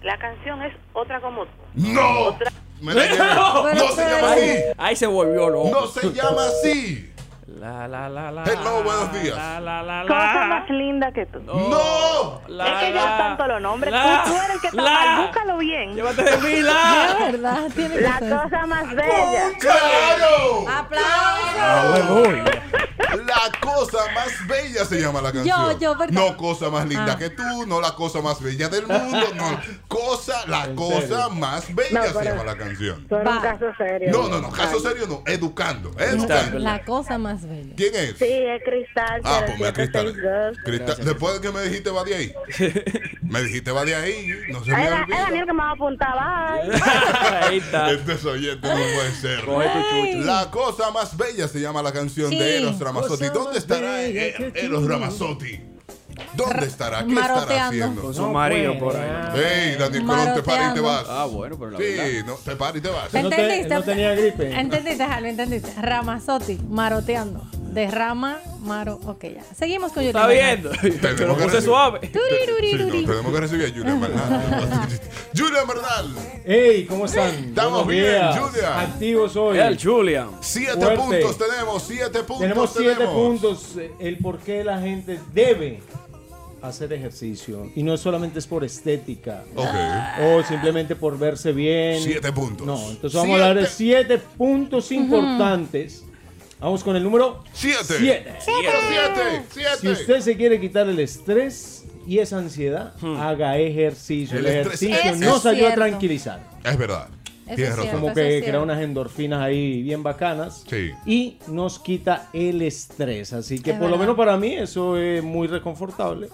Speaker 12: La canción es otra como tú.
Speaker 1: ¡No!
Speaker 12: Otra-
Speaker 1: Me la llevo. No se llama así.
Speaker 2: Ahí se volvió loco.
Speaker 1: No se llama así.
Speaker 2: La, la, la, la.
Speaker 1: Hello, buenos días.
Speaker 2: La, la, la,
Speaker 12: Cosa
Speaker 2: la.
Speaker 12: más linda que tú.
Speaker 1: ¡No!
Speaker 2: La,
Speaker 12: es que yo
Speaker 2: la,
Speaker 12: tanto los nombres.
Speaker 2: la,
Speaker 12: tú, tú eres el que está
Speaker 2: la.
Speaker 12: mal. Búscalo bien.
Speaker 2: Llévate de mí, la.
Speaker 3: De verdad, tiene que
Speaker 12: La
Speaker 3: ser. Ah.
Speaker 12: cosa más bella.
Speaker 1: Oh, ¡Claro!
Speaker 3: ¡Aplausos!
Speaker 1: La cosa más bella se llama la canción.
Speaker 3: Yo, yo, perdón.
Speaker 1: No cosa más linda
Speaker 3: Ah.
Speaker 1: que tú, no la cosa más bella del mundo, no. Cosa, la cosa más bella se llama la canción.
Speaker 12: Son
Speaker 3: Va.
Speaker 12: un caso serio.
Speaker 1: No, no, no, caso serio no, educando, educando.
Speaker 3: La cosa más bella.
Speaker 1: ¿Quién es?
Speaker 12: Sí, es Cristal.
Speaker 1: Ah,
Speaker 12: pero
Speaker 1: pues me
Speaker 12: siempre
Speaker 1: Cristal.
Speaker 12: soy yo.
Speaker 1: Cristal, después de que me dijiste va de ahí. Me dijiste va de ahí, no se
Speaker 12: Ay,
Speaker 1: me
Speaker 12: da- Es
Speaker 1: olvida.
Speaker 12: Daniel que me va a apuntar. Bye.
Speaker 2: Ahí está.
Speaker 1: Este es oyente, no puede ser.
Speaker 2: Coge tu chucho.
Speaker 1: La cosa más bella se llama la canción
Speaker 3: Sí.
Speaker 1: de Eros Ramazzotti. ¿Dónde estará eh, Eros Ramazzotti? ¿Dónde estará? ¿Qué estará
Speaker 3: Maroteando.
Speaker 1: haciendo?
Speaker 2: Con su marido por ahí.
Speaker 1: Ey, Daniel Colón, te para y te
Speaker 3: Maroteando.
Speaker 1: vas.
Speaker 2: Ah, bueno, pero la verdad.
Speaker 1: sí, no, te para y te vas.
Speaker 5: No, te- no tenía gripe.
Speaker 3: Entendiste, Jalo, entendiste. Ramazotti, maroteando. Derrama, maro. Ok, ya. Seguimos con YouTube.
Speaker 2: Está viendo. Te lo
Speaker 1: que
Speaker 2: puse
Speaker 1: recibir-
Speaker 2: suave.
Speaker 1: Sí, no,
Speaker 3: Turirurirurí.
Speaker 1: tenemos que recibir a Julia Bernal. Julia Bernal,
Speaker 5: Hey, ¿cómo están?
Speaker 1: Estamos
Speaker 5: Buenos
Speaker 1: bien,
Speaker 5: días.
Speaker 1: Julia.
Speaker 5: Activos hoy.
Speaker 2: El Julian.
Speaker 1: siete
Speaker 5: Fuerte.
Speaker 1: puntos tenemos, siete puntos
Speaker 5: Tenemos siete
Speaker 1: tenemos.
Speaker 5: puntos. eh, El por qué la gente debe hacer ejercicio. Y no solamente es por estética.
Speaker 1: Ok,
Speaker 5: O simplemente por verse bien.
Speaker 1: siete puntos.
Speaker 5: No, entonces vamos a hablar de siete puntos importantes. Vamos con el número
Speaker 1: Siete.
Speaker 5: siete.
Speaker 1: Número siete, siete.
Speaker 5: Si usted se quiere quitar el estrés y esa ansiedad, haga ejercicio. El,
Speaker 1: El estrés-
Speaker 5: ejercicio
Speaker 3: Eso es
Speaker 5: nos ayuda a
Speaker 3: cierto.
Speaker 5: tranquilizar.
Speaker 1: Es verdad.
Speaker 3: Eso
Speaker 1: Tienes
Speaker 3: es
Speaker 1: razón.
Speaker 3: cierto.
Speaker 5: Como
Speaker 3: eso
Speaker 5: que
Speaker 3: es
Speaker 5: crea
Speaker 3: cierto.
Speaker 5: unas endorfinas ahí bien bacanas.
Speaker 1: Sí.
Speaker 5: Y nos quita el estrés. Así que
Speaker 3: Es
Speaker 5: por lo
Speaker 3: verdad.
Speaker 5: menos para mí eso es muy reconfortable.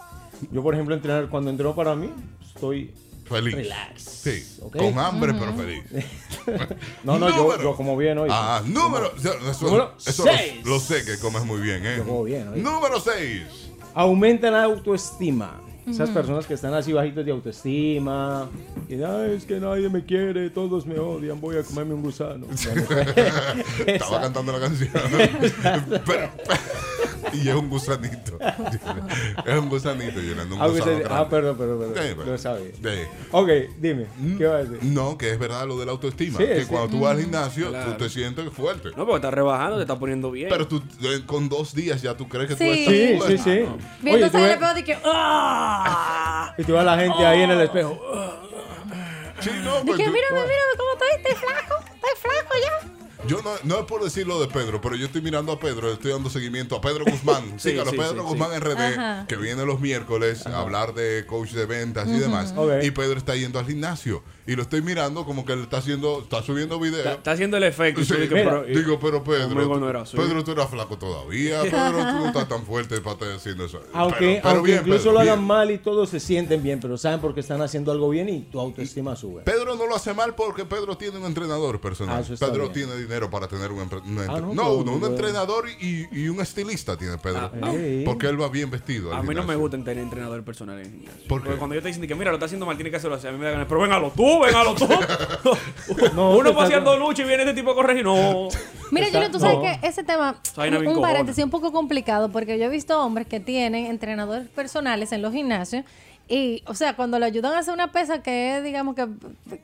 Speaker 5: Yo, por ejemplo, entrenar, cuando entreno para mí, estoy
Speaker 1: Feliz.
Speaker 5: Relax.
Speaker 1: Sí.
Speaker 5: Ok.
Speaker 1: Con hambre, pero feliz.
Speaker 5: No, no, yo,
Speaker 1: Número.
Speaker 5: yo como bien hoy.
Speaker 1: Ah, número. Eso,
Speaker 5: Número
Speaker 1: eso lo-
Speaker 5: seis.
Speaker 1: Lo, sé que comes muy bien, ¿eh?
Speaker 5: Yo como bien, oye.
Speaker 1: Número 6.
Speaker 5: Aumenta la autoestima. Esas personas que están así bajitos de autoestima. Y "Ay, es que nadie me quiere, todos me odian, voy a comerme un gusano. Bueno,
Speaker 1: Estaba cantando la canción. Pero- y es un gusanito. es un gusanito, Yolanda. Un
Speaker 5: ah,
Speaker 1: gusano
Speaker 5: usted- ah,
Speaker 1: grande.
Speaker 5: perdón, perdón,
Speaker 1: Sí,
Speaker 5: perdón.
Speaker 1: bueno.
Speaker 5: Lo sabía.
Speaker 1: Sí.
Speaker 5: Ok, dime, ¿qué va a decir?
Speaker 1: No, que es verdad lo de la autoestima.
Speaker 5: Sí, Mm,
Speaker 1: que
Speaker 5: sí.
Speaker 1: cuando tú vas al gimnasio,
Speaker 2: Claro.
Speaker 1: tú te sientes fuerte.
Speaker 2: No, porque está rebajando, te está poniendo bien.
Speaker 1: Pero tú, eh, con dos días ya tú crees que tú
Speaker 3: Sí.
Speaker 1: estás
Speaker 5: Sí, sí,
Speaker 1: fuerte.
Speaker 5: sí. Oye,
Speaker 3: Viéndose
Speaker 5: tú
Speaker 3: en
Speaker 5: ves-
Speaker 3: el pedo y que. ¡Ah!
Speaker 5: y tú ves a la gente ahí
Speaker 3: Oh.
Speaker 5: en el espejo.
Speaker 1: Sí, no,
Speaker 3: Dije,
Speaker 1: pues tú-
Speaker 3: mírame, mírame cómo estoy, estoy flaco, estoy flaco ya.
Speaker 1: yo no, no es por decirlo de Pedro, pero yo estoy mirando a Pedro, le estoy dando seguimiento a Pedro Guzmán.
Speaker 2: Sí,
Speaker 1: Sígalo,
Speaker 2: sí,
Speaker 1: Pedro
Speaker 2: sí,
Speaker 1: Guzmán
Speaker 2: sí.
Speaker 1: RD,
Speaker 2: Ajá.
Speaker 1: que viene los miércoles a hablar de coach de ventas y
Speaker 2: Ujú.
Speaker 1: demás.
Speaker 2: Ok.
Speaker 1: Y Pedro está yendo al gimnasio. Y lo estoy mirando como que le está haciendo, está subiendo videos.
Speaker 2: Está, está haciendo el efecto.
Speaker 1: Sí,
Speaker 2: tú dices,
Speaker 1: mira,
Speaker 2: pero-
Speaker 1: digo, pero Pedro,
Speaker 2: Muy bueno
Speaker 1: tú-
Speaker 2: era, sí.
Speaker 1: Pedro, tú eras flaco todavía. Pedro, tú no estás tan fuerte para estar diciendo eso.
Speaker 5: Aunque, aunque incluso
Speaker 1: Pedro,
Speaker 5: lo
Speaker 1: bien.
Speaker 5: hagan mal y todos se sienten bien, pero saben porque están haciendo algo bien y tu autoestima sube.
Speaker 1: Pedro no lo hace mal porque Pedro tiene un entrenador
Speaker 5: Ah,
Speaker 1: personal.
Speaker 5: eso está
Speaker 1: Pedro
Speaker 5: bien.
Speaker 1: tiene dinero para tener un empre- un
Speaker 5: Ah, no,
Speaker 1: entre- No,
Speaker 5: pero
Speaker 1: uno, un
Speaker 5: bueno.
Speaker 1: entrenador y, y un estilista tiene Pedro.
Speaker 2: Ah, ah.
Speaker 1: Porque él va bien vestido.
Speaker 2: A
Speaker 1: al
Speaker 2: mí no me
Speaker 1: gimnasio.
Speaker 2: gusta tener entrenador personal en el gimnasio.
Speaker 1: ¿Por qué?
Speaker 2: Porque cuando yo te dicen que mira, lo está haciendo mal, tiene que hacerlo así. A mí me da ganas. Pero véngalo tú, véngalo tú.
Speaker 5: No,
Speaker 2: Uno
Speaker 5: te
Speaker 2: va
Speaker 5: está-
Speaker 2: haciendo lucha y viene este tipo a corregir. No.
Speaker 3: Mira,
Speaker 2: Está-
Speaker 3: Julio, tú sabes
Speaker 2: no.
Speaker 3: que ese tema,
Speaker 2: Esa vaina me
Speaker 3: un
Speaker 2: encojona.
Speaker 3: paréntesis un poco complicado, porque yo he visto hombres que tienen entrenadores personales en los gimnasios. Y, o sea, cuando le ayudan a hacer una pesa que es, digamos, que,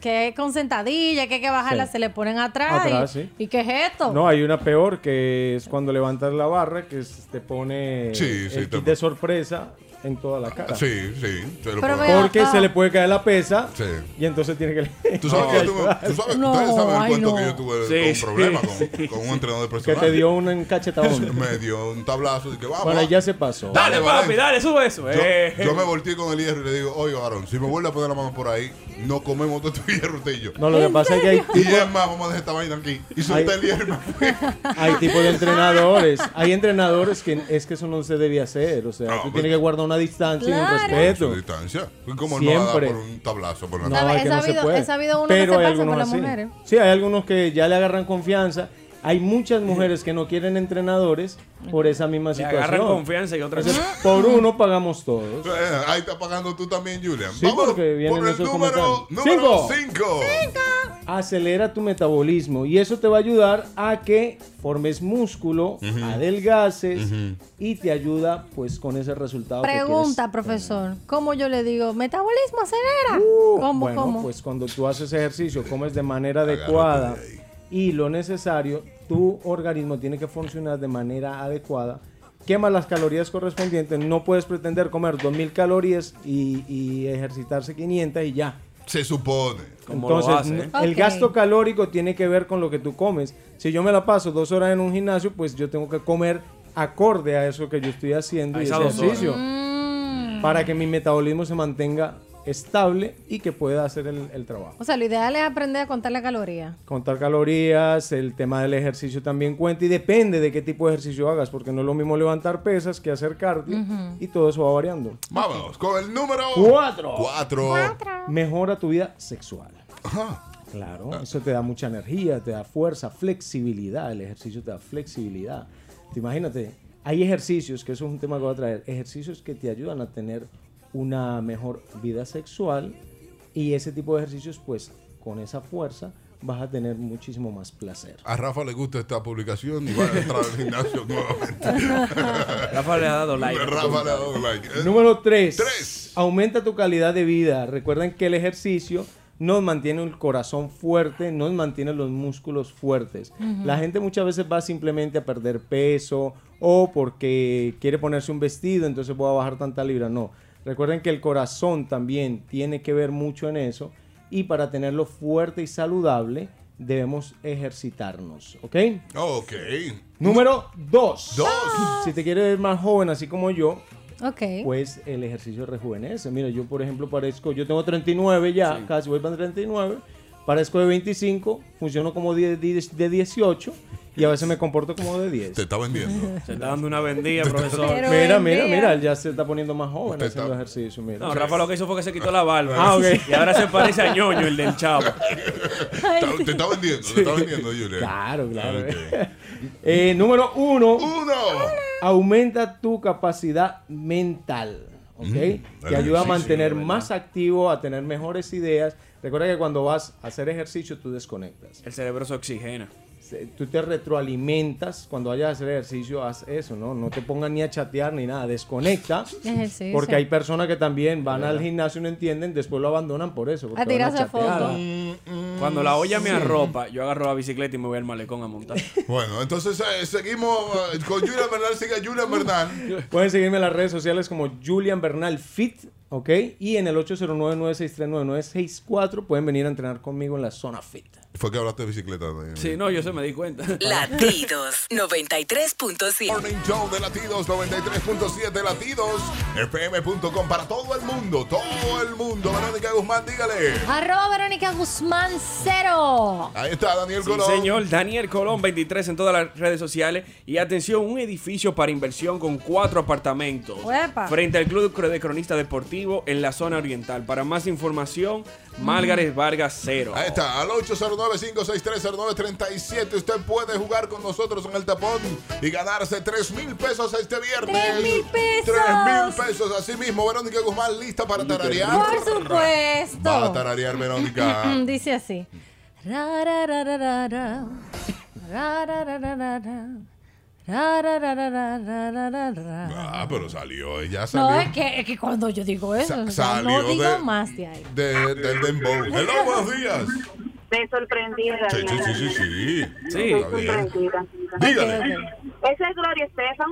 Speaker 3: que es con sentadilla, que hay que bajarla,
Speaker 5: Sí.
Speaker 3: se le ponen atrás.
Speaker 5: Atrás,
Speaker 3: y,
Speaker 5: sí.
Speaker 3: ¿y qué es esto?
Speaker 5: No, hay una peor que es cuando levantas la barra que es- te pone
Speaker 1: Sí, sí,
Speaker 5: el
Speaker 1: te-
Speaker 5: kit de sorpresa en toda la cara.
Speaker 1: Sí, sí. se
Speaker 3: Pero
Speaker 1: lo puedo-
Speaker 3: vea-
Speaker 5: Porque
Speaker 3: acá.
Speaker 5: se le puede caer la pesa
Speaker 1: Sí.
Speaker 5: y entonces tiene que...
Speaker 1: Tú sabes que yo tuve- tú sabes- ustedes saben
Speaker 3: ay,
Speaker 1: cuánto
Speaker 3: no.
Speaker 1: que yo tuve
Speaker 5: Sí,
Speaker 1: con
Speaker 5: sí,
Speaker 1: problemas
Speaker 5: sí,
Speaker 1: con, con un entrenador
Speaker 5: que
Speaker 1: personal.
Speaker 5: te dio un cachetadón.
Speaker 1: Me dio un tablazo y que vamos.
Speaker 5: bueno, ya se pasó.
Speaker 2: Dale, papi, dale, sube eso.
Speaker 1: Yo,
Speaker 2: Eh.
Speaker 1: yo me volteé con el hierro y le digo, oye, varón, si me vuelve a poner la mano por ahí, no comemos todo tu hierro, usted y yo.
Speaker 5: No, lo que pasa es que hay
Speaker 1: Y
Speaker 5: tipos,
Speaker 1: es más, vamos a dejar esta vaina aquí. Y solté el hierro y me fui.
Speaker 5: hay tipos de entrenadores. Hay entrenadores que es que eso no se debe hacer. O sea, tú tienes que guardar una distancia y un respeto.
Speaker 1: Su pues distancia. Y como no va a dar
Speaker 5: Siempre.
Speaker 1: por un tablazo por la
Speaker 5: No,
Speaker 1: nariz.
Speaker 5: es
Speaker 3: he
Speaker 5: que no se
Speaker 3: sabido-
Speaker 5: puede.
Speaker 3: he sabido uno que
Speaker 5: Pero
Speaker 3: se
Speaker 5: hay
Speaker 3: pasa con
Speaker 5: algunos
Speaker 3: las
Speaker 5: así.
Speaker 3: mujeres.
Speaker 5: Sí, hay algunos que ya le agarran confianza. Hay muchas mujeres que no quieren entrenadores por esa misma
Speaker 2: Le
Speaker 5: situación.
Speaker 2: agarran confianza y otras.
Speaker 5: Entonces, por uno pagamos todos.
Speaker 1: Eh, ahí está pagando tú también, Julian.
Speaker 5: Sí,
Speaker 1: vamos
Speaker 5: porque vienen
Speaker 1: por el
Speaker 5: esos
Speaker 1: número
Speaker 5: comentarios.
Speaker 1: 5.
Speaker 5: Cinco.
Speaker 1: Cinco.
Speaker 5: Acelera tu metabolismo y eso te va a ayudar a que formes músculo, adelgaces y te ayuda pues con ese resultado. que quieres.
Speaker 3: Pregunta, profesor. ¿Cómo yo le digo? ¿Metabolismo acelera? ¿Cómo,
Speaker 5: bueno,
Speaker 3: cómo?
Speaker 5: pues cuando tú haces ejercicio, comes de manera adecuada y lo necesario, tu organismo tiene que funcionar de manera adecuada. Quema las calorías correspondientes. No puedes pretender comer 2.000 calorías y, y ejercitarse 500 y ya.
Speaker 1: Se supone.
Speaker 2: Como lo
Speaker 5: Entonces,
Speaker 2: hace,
Speaker 5: n- el
Speaker 3: Ok.
Speaker 5: gasto calórico tiene que ver con lo que tú comes. Si yo me la paso dos horas en un gimnasio, pues yo tengo que comer acorde a eso que yo estoy haciendo
Speaker 2: A
Speaker 5: y ese
Speaker 2: esas dos
Speaker 5: ejercicio.
Speaker 3: Mm.
Speaker 5: Para que mi metabolismo se mantenga estable y que pueda hacer el, el trabajo.
Speaker 3: O sea, lo ideal es aprender a contar la caloría.
Speaker 5: Contar calorías, el tema del ejercicio también cuenta y depende de qué tipo de ejercicio hagas, porque no es lo mismo levantar pesas que hacer cardio y todo eso va variando.
Speaker 1: Vámonos con el número
Speaker 5: Cuatro.
Speaker 1: 4.
Speaker 5: Mejora tu vida sexual.
Speaker 1: Ajá. Ah.
Speaker 5: Claro, eso te da mucha energía, te da fuerza, flexibilidad. El ejercicio te da flexibilidad. Te imagínate, hay ejercicios, que eso es un tema que voy a traer, ejercicios que te ayudan a tener una mejor vida sexual y ese tipo de ejercicios, pues con esa fuerza vas a tener muchísimo más placer.
Speaker 1: A Rafa le gusta esta publicación y va a entrar al gimnasio nuevamente.
Speaker 2: Rafa le ha dado like.
Speaker 1: Rafa le ha dado un like. Eh,
Speaker 5: Número 3.
Speaker 1: Tres.
Speaker 5: Aumenta tu calidad de vida. Recuerden que el ejercicio nos mantiene el corazón fuerte, nos mantiene los músculos fuertes. La gente muchas veces va simplemente a perder peso o porque quiere ponerse un vestido, entonces voy a bajar tanta libra. No. Recuerden que el corazón también tiene que ver mucho en eso y para tenerlo fuerte y saludable debemos ejercitarnos, ¿ok?
Speaker 1: Ok.
Speaker 5: Número 2.
Speaker 1: Dos.
Speaker 5: Si te quieres ver más joven así como yo,
Speaker 3: Ok.
Speaker 5: pues el ejercicio rejuvenece. Mira, yo por ejemplo parezco, yo tengo 39 ya, casi voy para 39, parezco de 25, funciono como de, de- de 18 y a veces me comporto como de 10.
Speaker 1: Te está vendiendo.
Speaker 2: Se está dando una vendida, profesor.
Speaker 3: Pero
Speaker 5: mira,
Speaker 3: buen
Speaker 5: mira,
Speaker 3: día.
Speaker 5: mira, él ya se está poniendo más joven
Speaker 1: Usted
Speaker 5: haciendo
Speaker 1: está-
Speaker 5: ejercicio, mira.
Speaker 2: No, Rafa lo que hizo fue que se quitó la barba.
Speaker 5: Ah, ok.
Speaker 2: Y ahora se parece a ñoño, el del chavo.
Speaker 1: Está- te está vendiendo, te está vendiendo, Julian.
Speaker 5: Claro, claro.
Speaker 1: Ok.
Speaker 5: Eh, número uno,
Speaker 1: Uno.
Speaker 5: aumenta tu capacidad mental. ¿Ok?
Speaker 1: el
Speaker 5: Te ayuda a
Speaker 1: ejercicio,
Speaker 5: mantener más activo, a tener mejores ideas. Recuerda que cuando vas a hacer ejercicio, tú desconectas.
Speaker 2: El cerebro se oxigena.
Speaker 5: se- tú te retroalimentas cuando vayas a hacer ejercicio, haz eso, ¿no? No te pongas ni a chatear ni nada, desconecta.
Speaker 3: Ejercicio.
Speaker 5: Porque hay personas que también van al gimnasio, no entienden, después lo abandonan por eso. porque
Speaker 3: A
Speaker 5: van
Speaker 3: tirarse
Speaker 5: chatear.
Speaker 3: fotos.
Speaker 2: Cuando la olla me arropa, yo agarro la bicicleta y me voy al malecón a montar.
Speaker 1: Bueno, entonces eh, seguimos eh, con Julian Bernal. Siga Julian Bernal.
Speaker 5: Pueden seguirme en las redes sociales como Julian Bernal Fit, ¿ok? Y en el 809-963-9964 pueden venir a entrenar conmigo en la zona fit.
Speaker 1: Fue que hablaste de bicicleta. Daniel.
Speaker 2: Sí, no, yo se me di cuenta.
Speaker 11: Latidos 93.7.
Speaker 1: Morning Show de Latidos 93.7 Latidos FM.com para todo el mundo, todo el mundo. Verónica Guzmán, dígale.
Speaker 3: Arroba Verónica Guzmán cero.
Speaker 1: Ahí está Daniel
Speaker 2: Sí,
Speaker 1: Colón.
Speaker 2: señor. Daniel Colón, 23 en todas las redes sociales. Y atención, un edificio para inversión con cuatro apartamentos.
Speaker 3: Uepa.
Speaker 2: Frente al Club de Cronista Deportivo en la zona oriental. Para más información, Márgaret Vargas Cero.
Speaker 1: Ahí está, al 809-563-0937. Usted puede jugar con nosotros en el tapón y ganarse 3 mil pesos este viernes.
Speaker 3: 3 mil pesos.
Speaker 1: 3 mil pesos. Así mismo, Verónica Guzmán, lista para tararear.
Speaker 3: Por supuesto.
Speaker 1: Va a tararear, Verónica.
Speaker 3: Mm, Dice así. Ra, ra, ra, ra, ra, ra. Ra, ra, ra, ra, ra, ra. Ra, ra, ra, ra, ra, ra, ra, ra, ra.
Speaker 1: Ah, pero salió, ya salió.
Speaker 3: No, es que, es que cuando yo digo eso, o sea,
Speaker 1: salió
Speaker 3: no digo
Speaker 1: de-
Speaker 3: más de ahí.
Speaker 1: de, del Dembow. Hello, buenos días.
Speaker 12: Me sorprendí.
Speaker 1: Sí, sí, sí, sí. Sí,
Speaker 2: Sí.
Speaker 1: Está bien.
Speaker 3: Dígale.
Speaker 12: Esa es Gloria Estefan.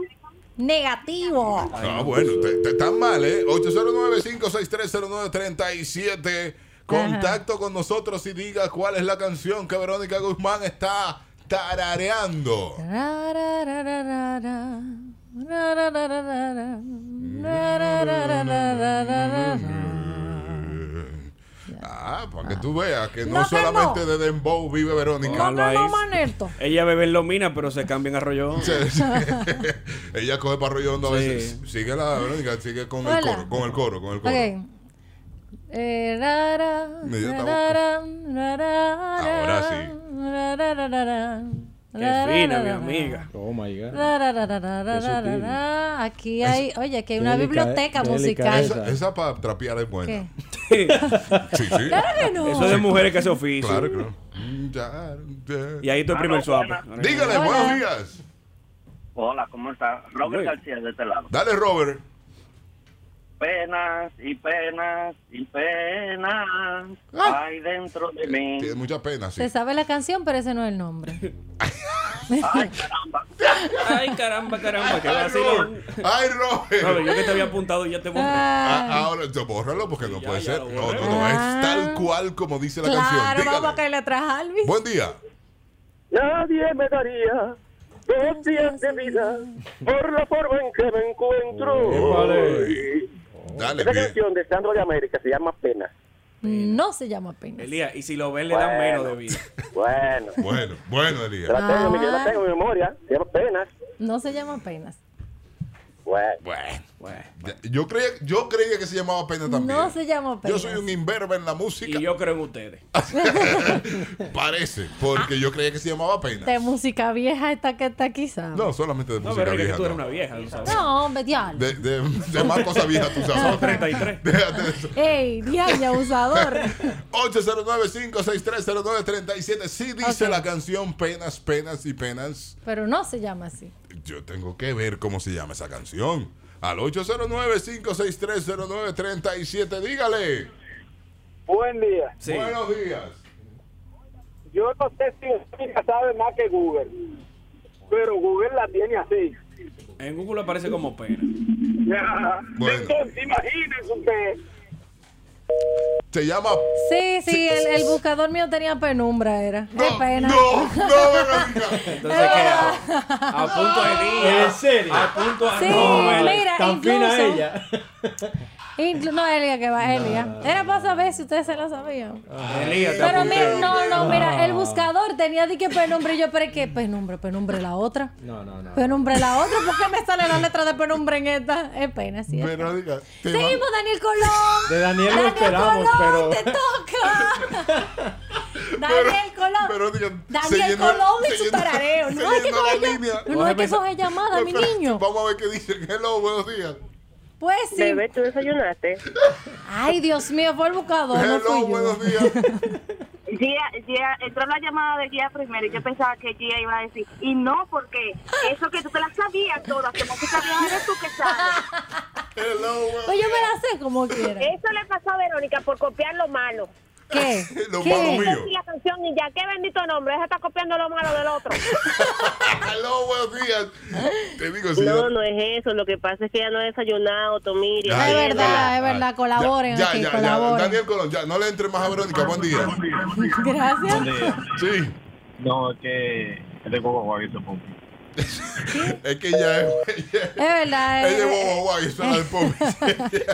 Speaker 3: Negativo.
Speaker 1: Ah, bueno, te, te- están mal, ¿eh? 809-56309-37. Contacto con nosotros y diga cuál es la canción que Verónica Guzmán está tarareando.
Speaker 3: Ra, ra, ra, ra, ra, ra. Ra, ra, ra, ra, ra, ra. Ra, ra, ra, ra, ra, ra, ra, ra,
Speaker 1: Ah, para que tú veas que no
Speaker 3: Nos
Speaker 1: solamente de Dembow vive Verónica.
Speaker 2: Déjalo ahí.
Speaker 3: Manerto.
Speaker 2: Ella bebe en Lomina, pero se cambia en Arroyo.
Speaker 1: Ella coge para rollo hondo a veces. Sigue la Verónica, sigue con el
Speaker 3: Hola.
Speaker 1: coro, con el coro, con el coro.
Speaker 3: Ok. Eh, ra, ra,
Speaker 1: Me dio
Speaker 3: ra,
Speaker 1: esta
Speaker 3: ra, ra, ra, ra,
Speaker 1: pues. Ahora sí.
Speaker 3: ra, ra, ra, ra, ra.
Speaker 2: Qué
Speaker 3: Ra, ra,
Speaker 2: fina,
Speaker 3: ra,
Speaker 2: mi
Speaker 3: ra,
Speaker 2: amiga.
Speaker 5: Oh my God.
Speaker 3: ra, ra, ra, ra, ra, ra,
Speaker 5: Qué
Speaker 3: ra,
Speaker 5: sutil.
Speaker 3: ra. Ah, Aquí hay, oye, aquí hay una
Speaker 5: Delicade-
Speaker 3: biblioteca
Speaker 1: Esa,
Speaker 3: musical.
Speaker 1: esa para trapear es buena.
Speaker 3: ¿Qué?
Speaker 1: Sí, sí.
Speaker 3: Claro que no.
Speaker 2: Eso es de mujeres que se oficio.
Speaker 1: Claro, claro. Mm, ya, ya.
Speaker 2: Y ahí tu primer swap.
Speaker 1: Dígale,
Speaker 3: Hola.
Speaker 1: buenos días.
Speaker 13: Hola, ¿cómo está? Robert García de este lado.
Speaker 1: Dale, Robert.
Speaker 13: Penas y penas y penas hay dentro de mí.
Speaker 1: Tiene mucha pena, sí.
Speaker 3: Se sabe la canción, pero ese no es el nombre.
Speaker 2: Ay, caramba, caramba. Qué
Speaker 1: Ay,
Speaker 2: vacilón.
Speaker 1: Robert. Ay, Robert.
Speaker 2: Robert, yo que te había apuntado y ya te borré.
Speaker 1: Ah, ahora, yo, bórralo porque no puede
Speaker 2: ya
Speaker 1: ser.
Speaker 2: lo
Speaker 1: No,
Speaker 2: borré.
Speaker 1: no, no, es tal cual como dice la canción.
Speaker 3: Claro,
Speaker 1: Dígale.
Speaker 3: vamos a caer atrás, Alvis.
Speaker 1: Buen día.
Speaker 4: Nadie me daría dos días de vida por la forma en que me encuentro.
Speaker 1: Dale,
Speaker 4: Esa
Speaker 1: bien.
Speaker 4: canción de Sandro de América se llama Pena.
Speaker 3: No se llama Pena.
Speaker 2: Elías, y si lo ven, le dan menos de vida.
Speaker 4: Bueno,
Speaker 1: Bueno, bueno,
Speaker 4: yo la
Speaker 1: Elías.
Speaker 4: tengo, mi- yo la tengo en memoria. Se llama Penas.
Speaker 3: No se llama Penas.
Speaker 4: Bueno.
Speaker 1: Ya, Yo creía, yo creía que se llamaba pena también.
Speaker 3: No se llama
Speaker 1: yo
Speaker 3: Penas.
Speaker 1: soy un imberbe en la música.
Speaker 2: Y yo creo en ustedes.
Speaker 1: Parece, porque yo creía que se llamaba pena.
Speaker 3: De música vieja esta que está aquí, ¿sabes?
Speaker 1: No, solamente de
Speaker 2: No,
Speaker 1: música
Speaker 2: pero es que
Speaker 1: vieja.
Speaker 2: tú eres
Speaker 1: no.
Speaker 2: una vieja, tú sabes.
Speaker 3: No, hombre, diablo.
Speaker 1: De, de, de más cosas viejas, tú sabes.
Speaker 2: 33.
Speaker 3: ¡Ey, diablo, abusador!
Speaker 1: 809-56309-37. Sí dice la canción Penas, Penas y Penas.
Speaker 3: Pero no se llama así.
Speaker 1: Yo tengo que ver cómo se llama esa canción. Al 809-56309-37, dígale.
Speaker 4: Buen día.
Speaker 2: Sí.
Speaker 1: Buenos días.
Speaker 4: Yo no sé si usted sabe más que Google, pero Google la tiene así.
Speaker 2: En Google aparece como pena.
Speaker 1: Bueno.
Speaker 4: Entonces, imagínense usted.
Speaker 1: Se llama.
Speaker 3: Sí, sí, el, el buscador mío tenía penumbra, era. ¡Qué pena!
Speaker 1: Oh, No, no, Verónica.
Speaker 2: Entonces, ¿qué hago? A punto de día.
Speaker 5: ¿En serio?
Speaker 2: A punto a
Speaker 3: Sí,
Speaker 2: Robert.
Speaker 3: mira,
Speaker 5: Tan fina
Speaker 3: incluso-
Speaker 5: ella.
Speaker 3: Inclu- no, Elia, que va, Elia. Era para saber si ustedes se lo sabían.
Speaker 2: Elías, te
Speaker 3: Pero
Speaker 2: apunté.
Speaker 3: mira, no, no, mira, el buscador tenía de que penumbra y yo, pero es que penumbra, penumbra la otra.
Speaker 5: No, no, no.
Speaker 3: Penumbra la otra, ¿por qué me sale la letra de penumbra en esta? Es pena, sí. es pena.
Speaker 1: Verónica. te
Speaker 3: Seguimos, Daniel Colón.
Speaker 5: De Daniel lo esperamos, pero.
Speaker 3: Colón, te toca. Daniel Colón.
Speaker 1: Verónica, se
Speaker 3: Daniel
Speaker 1: llenó-
Speaker 3: Colón
Speaker 1: se
Speaker 3: y su
Speaker 1: llenó-
Speaker 3: tarareo.
Speaker 1: se
Speaker 3: No hay que
Speaker 1: llenó la
Speaker 3: coger
Speaker 1: línea.
Speaker 3: no hay que coger llamada, mi
Speaker 1: Espérate,
Speaker 3: niño.
Speaker 1: Vamos a ver qué dicen. Hello, buenos días.
Speaker 3: Pues sí.
Speaker 12: Bebé, tú desayunaste.
Speaker 3: Ay, Dios mío, fue el buscador, no fui
Speaker 1: Hello,
Speaker 3: yo.
Speaker 1: buenos días.
Speaker 12: Gia, Gia, entró la llamada de Gia primero y yo pensaba que Gia iba a decir, y no, porque eso que tú te la sabías todas, que música vieja eres tú que sabes.
Speaker 1: Hello, buenos
Speaker 3: Pues yo me la sé como quiera.
Speaker 12: Eso le pasó a Verónica por copiar lo malo.
Speaker 3: ¿Qué?
Speaker 1: Lo
Speaker 3: ¿Qué?
Speaker 1: malo
Speaker 12: Esa
Speaker 1: mío.
Speaker 12: sí la canción y ya, qué bendito nombre, ella está copiando lo malo del otro.
Speaker 1: Aló, buenos días. Te digo, si
Speaker 12: No,
Speaker 1: yo-
Speaker 12: no es eso, lo que pasa es que ella no ha desayunado, Tomiri.
Speaker 1: Ay,
Speaker 3: Es verdad,
Speaker 1: ya,
Speaker 3: es verdad, colaboren
Speaker 1: Ya,
Speaker 3: aquí,
Speaker 1: ya, ya.
Speaker 3: colaboren.
Speaker 1: Daniel Colón, ya, no le entre más a Verónica. Buen día.
Speaker 3: Gracias.
Speaker 1: Sí.
Speaker 13: No, es que es de Coco Guay ese punto.
Speaker 1: Es que ya es.
Speaker 3: Es verdad, es-
Speaker 1: Ella es bobo guay, suena al pop.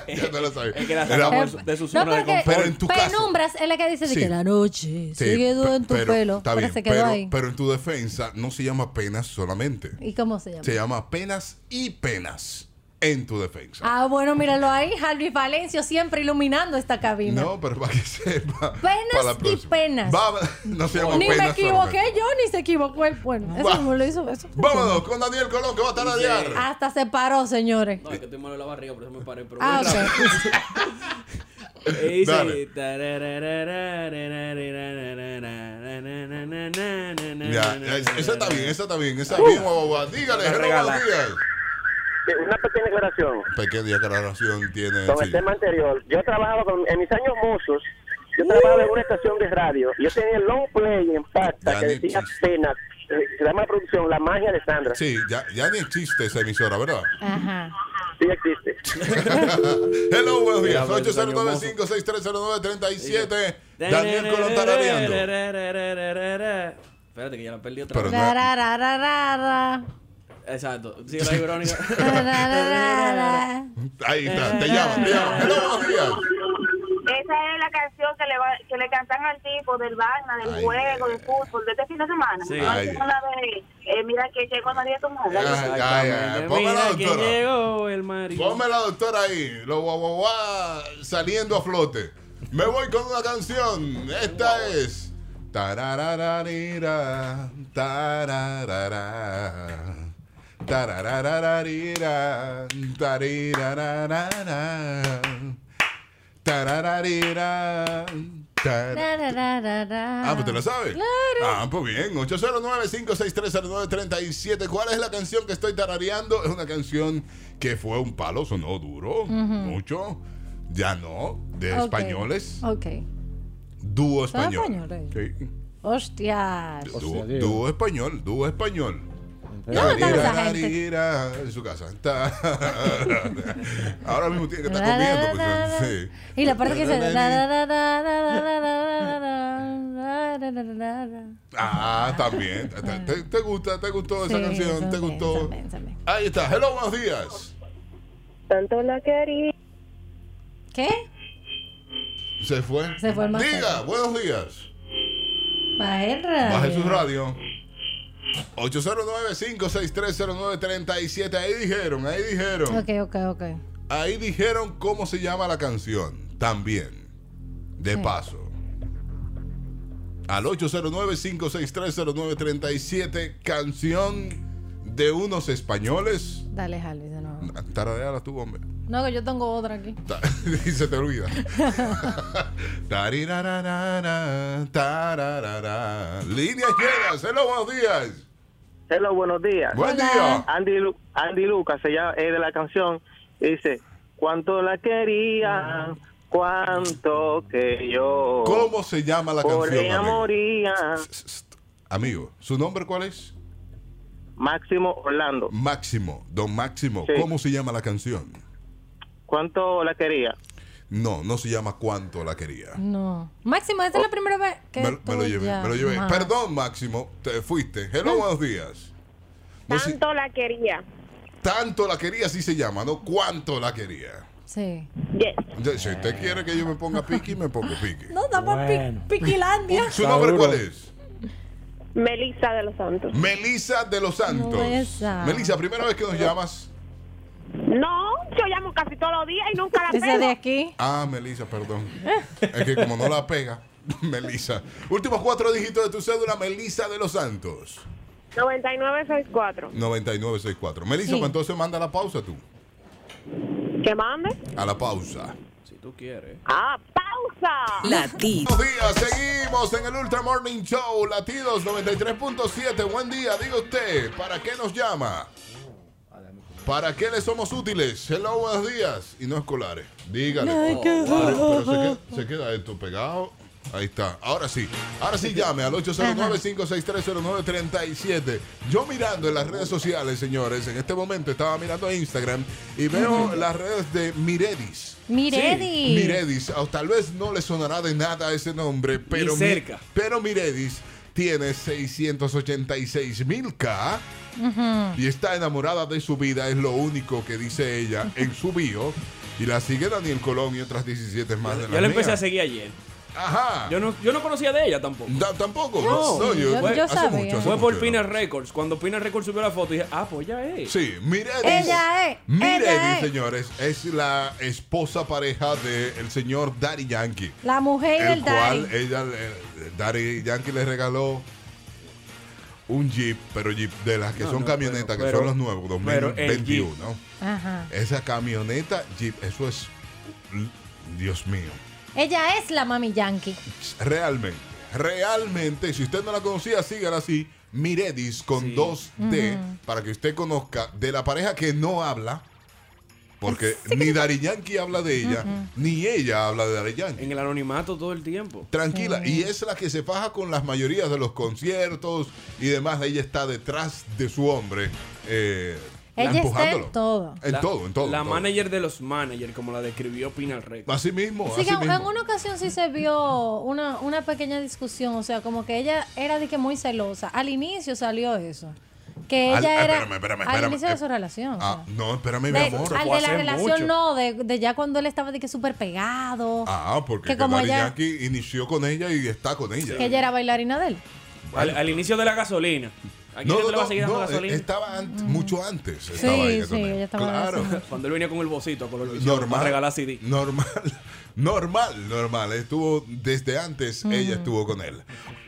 Speaker 1: Ya ya no lo sabes.
Speaker 2: Es que la
Speaker 1: Era-
Speaker 2: sacamos de su
Speaker 3: No,
Speaker 2: zona de
Speaker 3: porque
Speaker 2: confort.
Speaker 1: Pero en tu caso-
Speaker 3: penumbras es la que dice de
Speaker 1: Sí.
Speaker 3: que la noche
Speaker 1: Sí,
Speaker 3: se quedó
Speaker 1: pe-
Speaker 3: en tu
Speaker 1: pero-
Speaker 3: pelo,
Speaker 1: Está
Speaker 3: pero
Speaker 1: bien,
Speaker 3: se quedó
Speaker 1: pero-
Speaker 3: ahí.
Speaker 1: pero en tu defensa no se llama penas solamente.
Speaker 3: ¿Y cómo se llama?
Speaker 1: Se llama penas y penas en tu defensa.
Speaker 3: Ah, bueno, míralo ahí, Harvey Valencio siempre iluminando esta cabina.
Speaker 1: No, pero para que sepa. para la
Speaker 3: penas y
Speaker 1: próxima.
Speaker 3: penas.
Speaker 1: Va- no se llama
Speaker 3: ni me
Speaker 1: penas
Speaker 3: equivoqué
Speaker 1: solamente.
Speaker 3: yo, ni se equivocó el bueno. Eso
Speaker 1: Va.
Speaker 3: no lo hizo. Eso.
Speaker 1: Vámonos con Daniel Colón, que va a estar a diar.
Speaker 3: Hasta se paró, señores.
Speaker 2: No, es que estoy malo de la barriga, por eso me paré. Pero
Speaker 3: Ah,
Speaker 2: bueno. Eh,
Speaker 1: Dale.
Speaker 2: dice,
Speaker 1: Ya, es- esa está bien, esa está bien, esa está bien, guau, guau. Dígale,
Speaker 4: Lo
Speaker 1: hello,
Speaker 4: regala.
Speaker 1: buenos días.
Speaker 4: Una pequeña aclaración.
Speaker 1: Pequeña aclaración Pues, tiene.
Speaker 4: Con este
Speaker 1: sí.
Speaker 4: el tema anterior, yo trabajaba con, en mis años mozos, yo trabajaba en una estación de radio. Yo tenía el long play en pasta que decía apenas, eh, se llama la producción La Magia de Sandra.
Speaker 1: Sí, ya, ya ni existe esa emisora, ¿verdad?
Speaker 3: Ajá.
Speaker 4: Sí existe.
Speaker 3: Ah.
Speaker 1: Hello, buenos días.
Speaker 4: Mira, pues,
Speaker 1: 809-56309-37. Daniel Colón tarareando.
Speaker 2: Espérate que ya la perdí otra vez.
Speaker 3: Tararararara.
Speaker 2: Exacto. Sigue la Verónica.
Speaker 3: Tarararara.
Speaker 1: Ahí está,
Speaker 2: Eh,
Speaker 1: te llaman, te llaman. Hello, buenos días.
Speaker 12: Esa es la canción que le, va, que le cantan al tipo del Barna, del
Speaker 1: Ay,
Speaker 12: juego, del fútbol, de este fin de semana.
Speaker 1: Sí.
Speaker 12: No,
Speaker 1: Ay.
Speaker 12: es una de, eh, mira que llegó María tu mujer.
Speaker 1: Ay, ay, ay. Pónmela,
Speaker 2: Mira quién
Speaker 1: doctora.
Speaker 2: llegó, el marido.
Speaker 1: Pónmela, doctora, ahí. Los guau, guau, guau, saliendo a flote. Me voy con una canción. Esta es. Tararararira, tararara, tararararira, tarirararara, tarararira, tar-
Speaker 3: Tarararara.
Speaker 1: Ah, pues te lo sabes. Ah, pues bien. 809-56309-37. ¿Cuál es la canción que estoy tarareando? Es una canción que fue un palo, sonó duro,
Speaker 3: Ujú.
Speaker 1: mucho. Ya no, de
Speaker 3: Ok.
Speaker 1: españoles.
Speaker 3: Ok.
Speaker 1: Dúo
Speaker 3: Son
Speaker 1: español.
Speaker 3: españoles.
Speaker 1: Sí.
Speaker 3: Hostias.
Speaker 1: Dúo, dúo español, dúo español.
Speaker 3: ¿Dónde están esa gente?
Speaker 1: Tararira, En su casa. Ta- Ahora mismo tiene que estar comiendo. pues, sí.
Speaker 3: Y la parte que se.
Speaker 1: Ah, también. ¿Te, te- te gusta? ¿Te gustó esa
Speaker 3: Sí,
Speaker 1: canción? ¿Te
Speaker 3: también,
Speaker 1: gustó? Ahí está. Hello, buenos días.
Speaker 12: Tanto la quería.
Speaker 3: ¿Qué?
Speaker 1: ¿Se fue?
Speaker 3: Se fue el más
Speaker 1: Diga,
Speaker 3: cerca.
Speaker 1: buenos días.
Speaker 3: Baja el radio.
Speaker 1: Baje su radio. 809-56309-37. Ahí dijeron, ahí dijeron.
Speaker 3: Ok, ok, ok.
Speaker 1: Ahí dijeron cómo se llama la canción. También. De paso. Al 809-56309-37. Canción de unos españoles.
Speaker 3: Dale, Jalvis, de nuevo.
Speaker 1: Taradeala tú, hombre.
Speaker 3: No, que yo tengo otra aquí.
Speaker 1: Ta- y se te olvida. Tarirararara, tararara. Líneas llegas. Hello, buenos días.
Speaker 14: Hello, buenos días.
Speaker 1: Buen Hola. día.
Speaker 14: Andy, Lu- Andy Lucas, se llama, es de la canción, dice, cuánto la quería, cuánto que yo...
Speaker 1: ¿Cómo se llama la
Speaker 14: por
Speaker 1: canción,
Speaker 14: ella
Speaker 1: amigo?
Speaker 14: moría.
Speaker 12: ah.
Speaker 1: Amigo, ¿su nombre cuál es?
Speaker 14: Máximo Orlando.
Speaker 1: Máximo, don Máximo.
Speaker 14: Sí.
Speaker 1: ¿Cómo se llama la canción?
Speaker 14: ¿Cuánto la quería?
Speaker 1: No, no se llama Cuánto la quería.
Speaker 3: No. Máximo, esta es la primera vez que.
Speaker 1: Oh. Me, me lo
Speaker 3: tú
Speaker 1: llevé,
Speaker 3: Pues ya
Speaker 1: me lo llevé.
Speaker 3: más.
Speaker 1: Perdón, Máximo, te fuiste. Hello, buenos días. No sé-
Speaker 12: Tanto la quería.
Speaker 1: tanto la quería, sí se llama, ¿no? ¿Cuánto la quería?
Speaker 3: Sí.
Speaker 1: Ya, Si usted quiere que yo me ponga piqui, me pongo piqui.
Speaker 3: No, está por
Speaker 1: Bueno.
Speaker 3: pi- Piquilandia.
Speaker 1: ¿Su nombre cuál es?
Speaker 12: Melissa de los Santos.
Speaker 1: Melisa de los Santos.
Speaker 12: No, esa.
Speaker 1: Melisa, primera vez que nos llamas.
Speaker 12: No, yo llamo casi todos los días y nunca la
Speaker 3: Esa
Speaker 12: pego.
Speaker 3: de aquí.
Speaker 1: Ah, Melisa, perdón. es que como no la pega, Melisa. Últimos cuatro dígitos de tu cédula, Melisa de los Santos.
Speaker 12: 9964.
Speaker 1: 9964. Melisa,
Speaker 12: Sí.
Speaker 1: pues entonces manda a la pausa tú.
Speaker 12: Que mande.
Speaker 1: A la pausa.
Speaker 2: Si tú quieres.
Speaker 12: Ah, pausa.
Speaker 1: Buenos días, seguimos en el Ultra Morning Show, Latidos 93.7. Buen día, diga usted, ¿para qué nos llama? ¿Para qué le somos útiles? Hello, buenos días. Y no escolares. Dígale.
Speaker 4: Ay, qué
Speaker 1: Pero- pero se
Speaker 4: horror.
Speaker 1: queda- se queda esto pegado. Ahí está. Ahora sí. Ahora sí llame al 809-56309-37. Yo mirando en las redes sociales, señores, en este momento estaba mirando Instagram y veo
Speaker 3: Ujú.
Speaker 1: las redes de Miredis.
Speaker 3: Miredis.
Speaker 1: Sí, Miredis. O tal vez no le sonará de nada ese nombre, pero,
Speaker 2: Ni cerca.
Speaker 1: Mi- pero Miredis tiene 686 mil K y está enamorada de su vida, es lo único que dice ella en su bio. Y la sigue Daniel Colón y otras 17 más de
Speaker 2: Yo
Speaker 1: la
Speaker 2: la empecé
Speaker 1: mía.
Speaker 2: a seguir ayer.
Speaker 1: Ajá.
Speaker 2: Yo no, yo no conocía de ella tampoco.
Speaker 1: tampoco.
Speaker 2: No,
Speaker 1: No, yo- Yo-
Speaker 2: fue,
Speaker 1: yo hace sabía. mucho, hace
Speaker 2: Fue por
Speaker 1: mucho,
Speaker 2: Pina Records. Cuando Pina Records subió la foto, dije, ah, pues ya es.
Speaker 1: Sí, mire.
Speaker 3: Ella es. ella
Speaker 1: Miredis,
Speaker 3: es.
Speaker 1: señores, es la esposa pareja del señor Daddy Yankee.
Speaker 3: La mujer del
Speaker 1: el cual
Speaker 3: Daddy.
Speaker 1: ella, le- Daddy Yankee le regaló un Jeep, pero Jeep de las que
Speaker 2: No,
Speaker 1: son
Speaker 2: no,
Speaker 1: camionetas,
Speaker 2: pero-
Speaker 1: que
Speaker 2: pero-
Speaker 1: son los nuevos,
Speaker 2: pero el Jeep.
Speaker 1: 2021.
Speaker 3: Ajá.
Speaker 1: Esa camioneta Jeep, eso es, Dios mío,
Speaker 3: Ella es la mami yankee.
Speaker 1: realmente, realmente, si usted no la conocía, sígala así, Miredis con dos D,
Speaker 3: Ujú.
Speaker 1: para que usted conozca de la pareja que no habla, porque ni Dari Yankee habla de ella,
Speaker 2: Ujú.
Speaker 1: ni ella habla de Dari Yankee.
Speaker 2: En el anonimato todo el tiempo.
Speaker 1: Tranquila, y es la que se faja con las mayorías de los conciertos y demás. Ella está detrás de su hombre, eh,
Speaker 3: Ella está
Speaker 1: empujándolo.
Speaker 3: en todo.
Speaker 1: En todo, en todo,
Speaker 2: La
Speaker 1: en todo.
Speaker 2: manager de los managers, como la describió Pina Records.
Speaker 1: Así mismo,
Speaker 3: Sí, que en, en una ocasión sí se vio una, una pequeña discusión, o sea, como que ella era de que muy celosa. Al inicio salió eso. Que
Speaker 1: Al-
Speaker 3: ella
Speaker 1: ah,
Speaker 3: era
Speaker 1: espérame, espérame,
Speaker 3: al
Speaker 1: espérame,
Speaker 3: inicio de
Speaker 1: eh,
Speaker 3: su relación. o sea.
Speaker 1: Ah, no, espérame, mi
Speaker 3: De-
Speaker 1: amor.
Speaker 3: al de la relación no, de, de ya cuando él estaba de que súper pegado,
Speaker 1: Ah, porque
Speaker 3: Que
Speaker 1: que
Speaker 3: como
Speaker 1: Daddy
Speaker 3: ella-
Speaker 1: Yankee inició con ella y está con ella.
Speaker 3: que ella era bailarina de él.
Speaker 2: Al, al inicio de la gasolina. Aquí
Speaker 1: No,
Speaker 2: no,
Speaker 1: no,
Speaker 2: le va a seguir dando
Speaker 1: no, eh,
Speaker 2: gasolina.
Speaker 1: Estaba antes- mucho antes. estaba ella con él. Claro.
Speaker 2: Cuando él venía con el bocito, con los
Speaker 1: normal.
Speaker 2: Para regalar CD.
Speaker 1: Normal. Normal, normal. Estuvo desde antes, ella estuvo con él.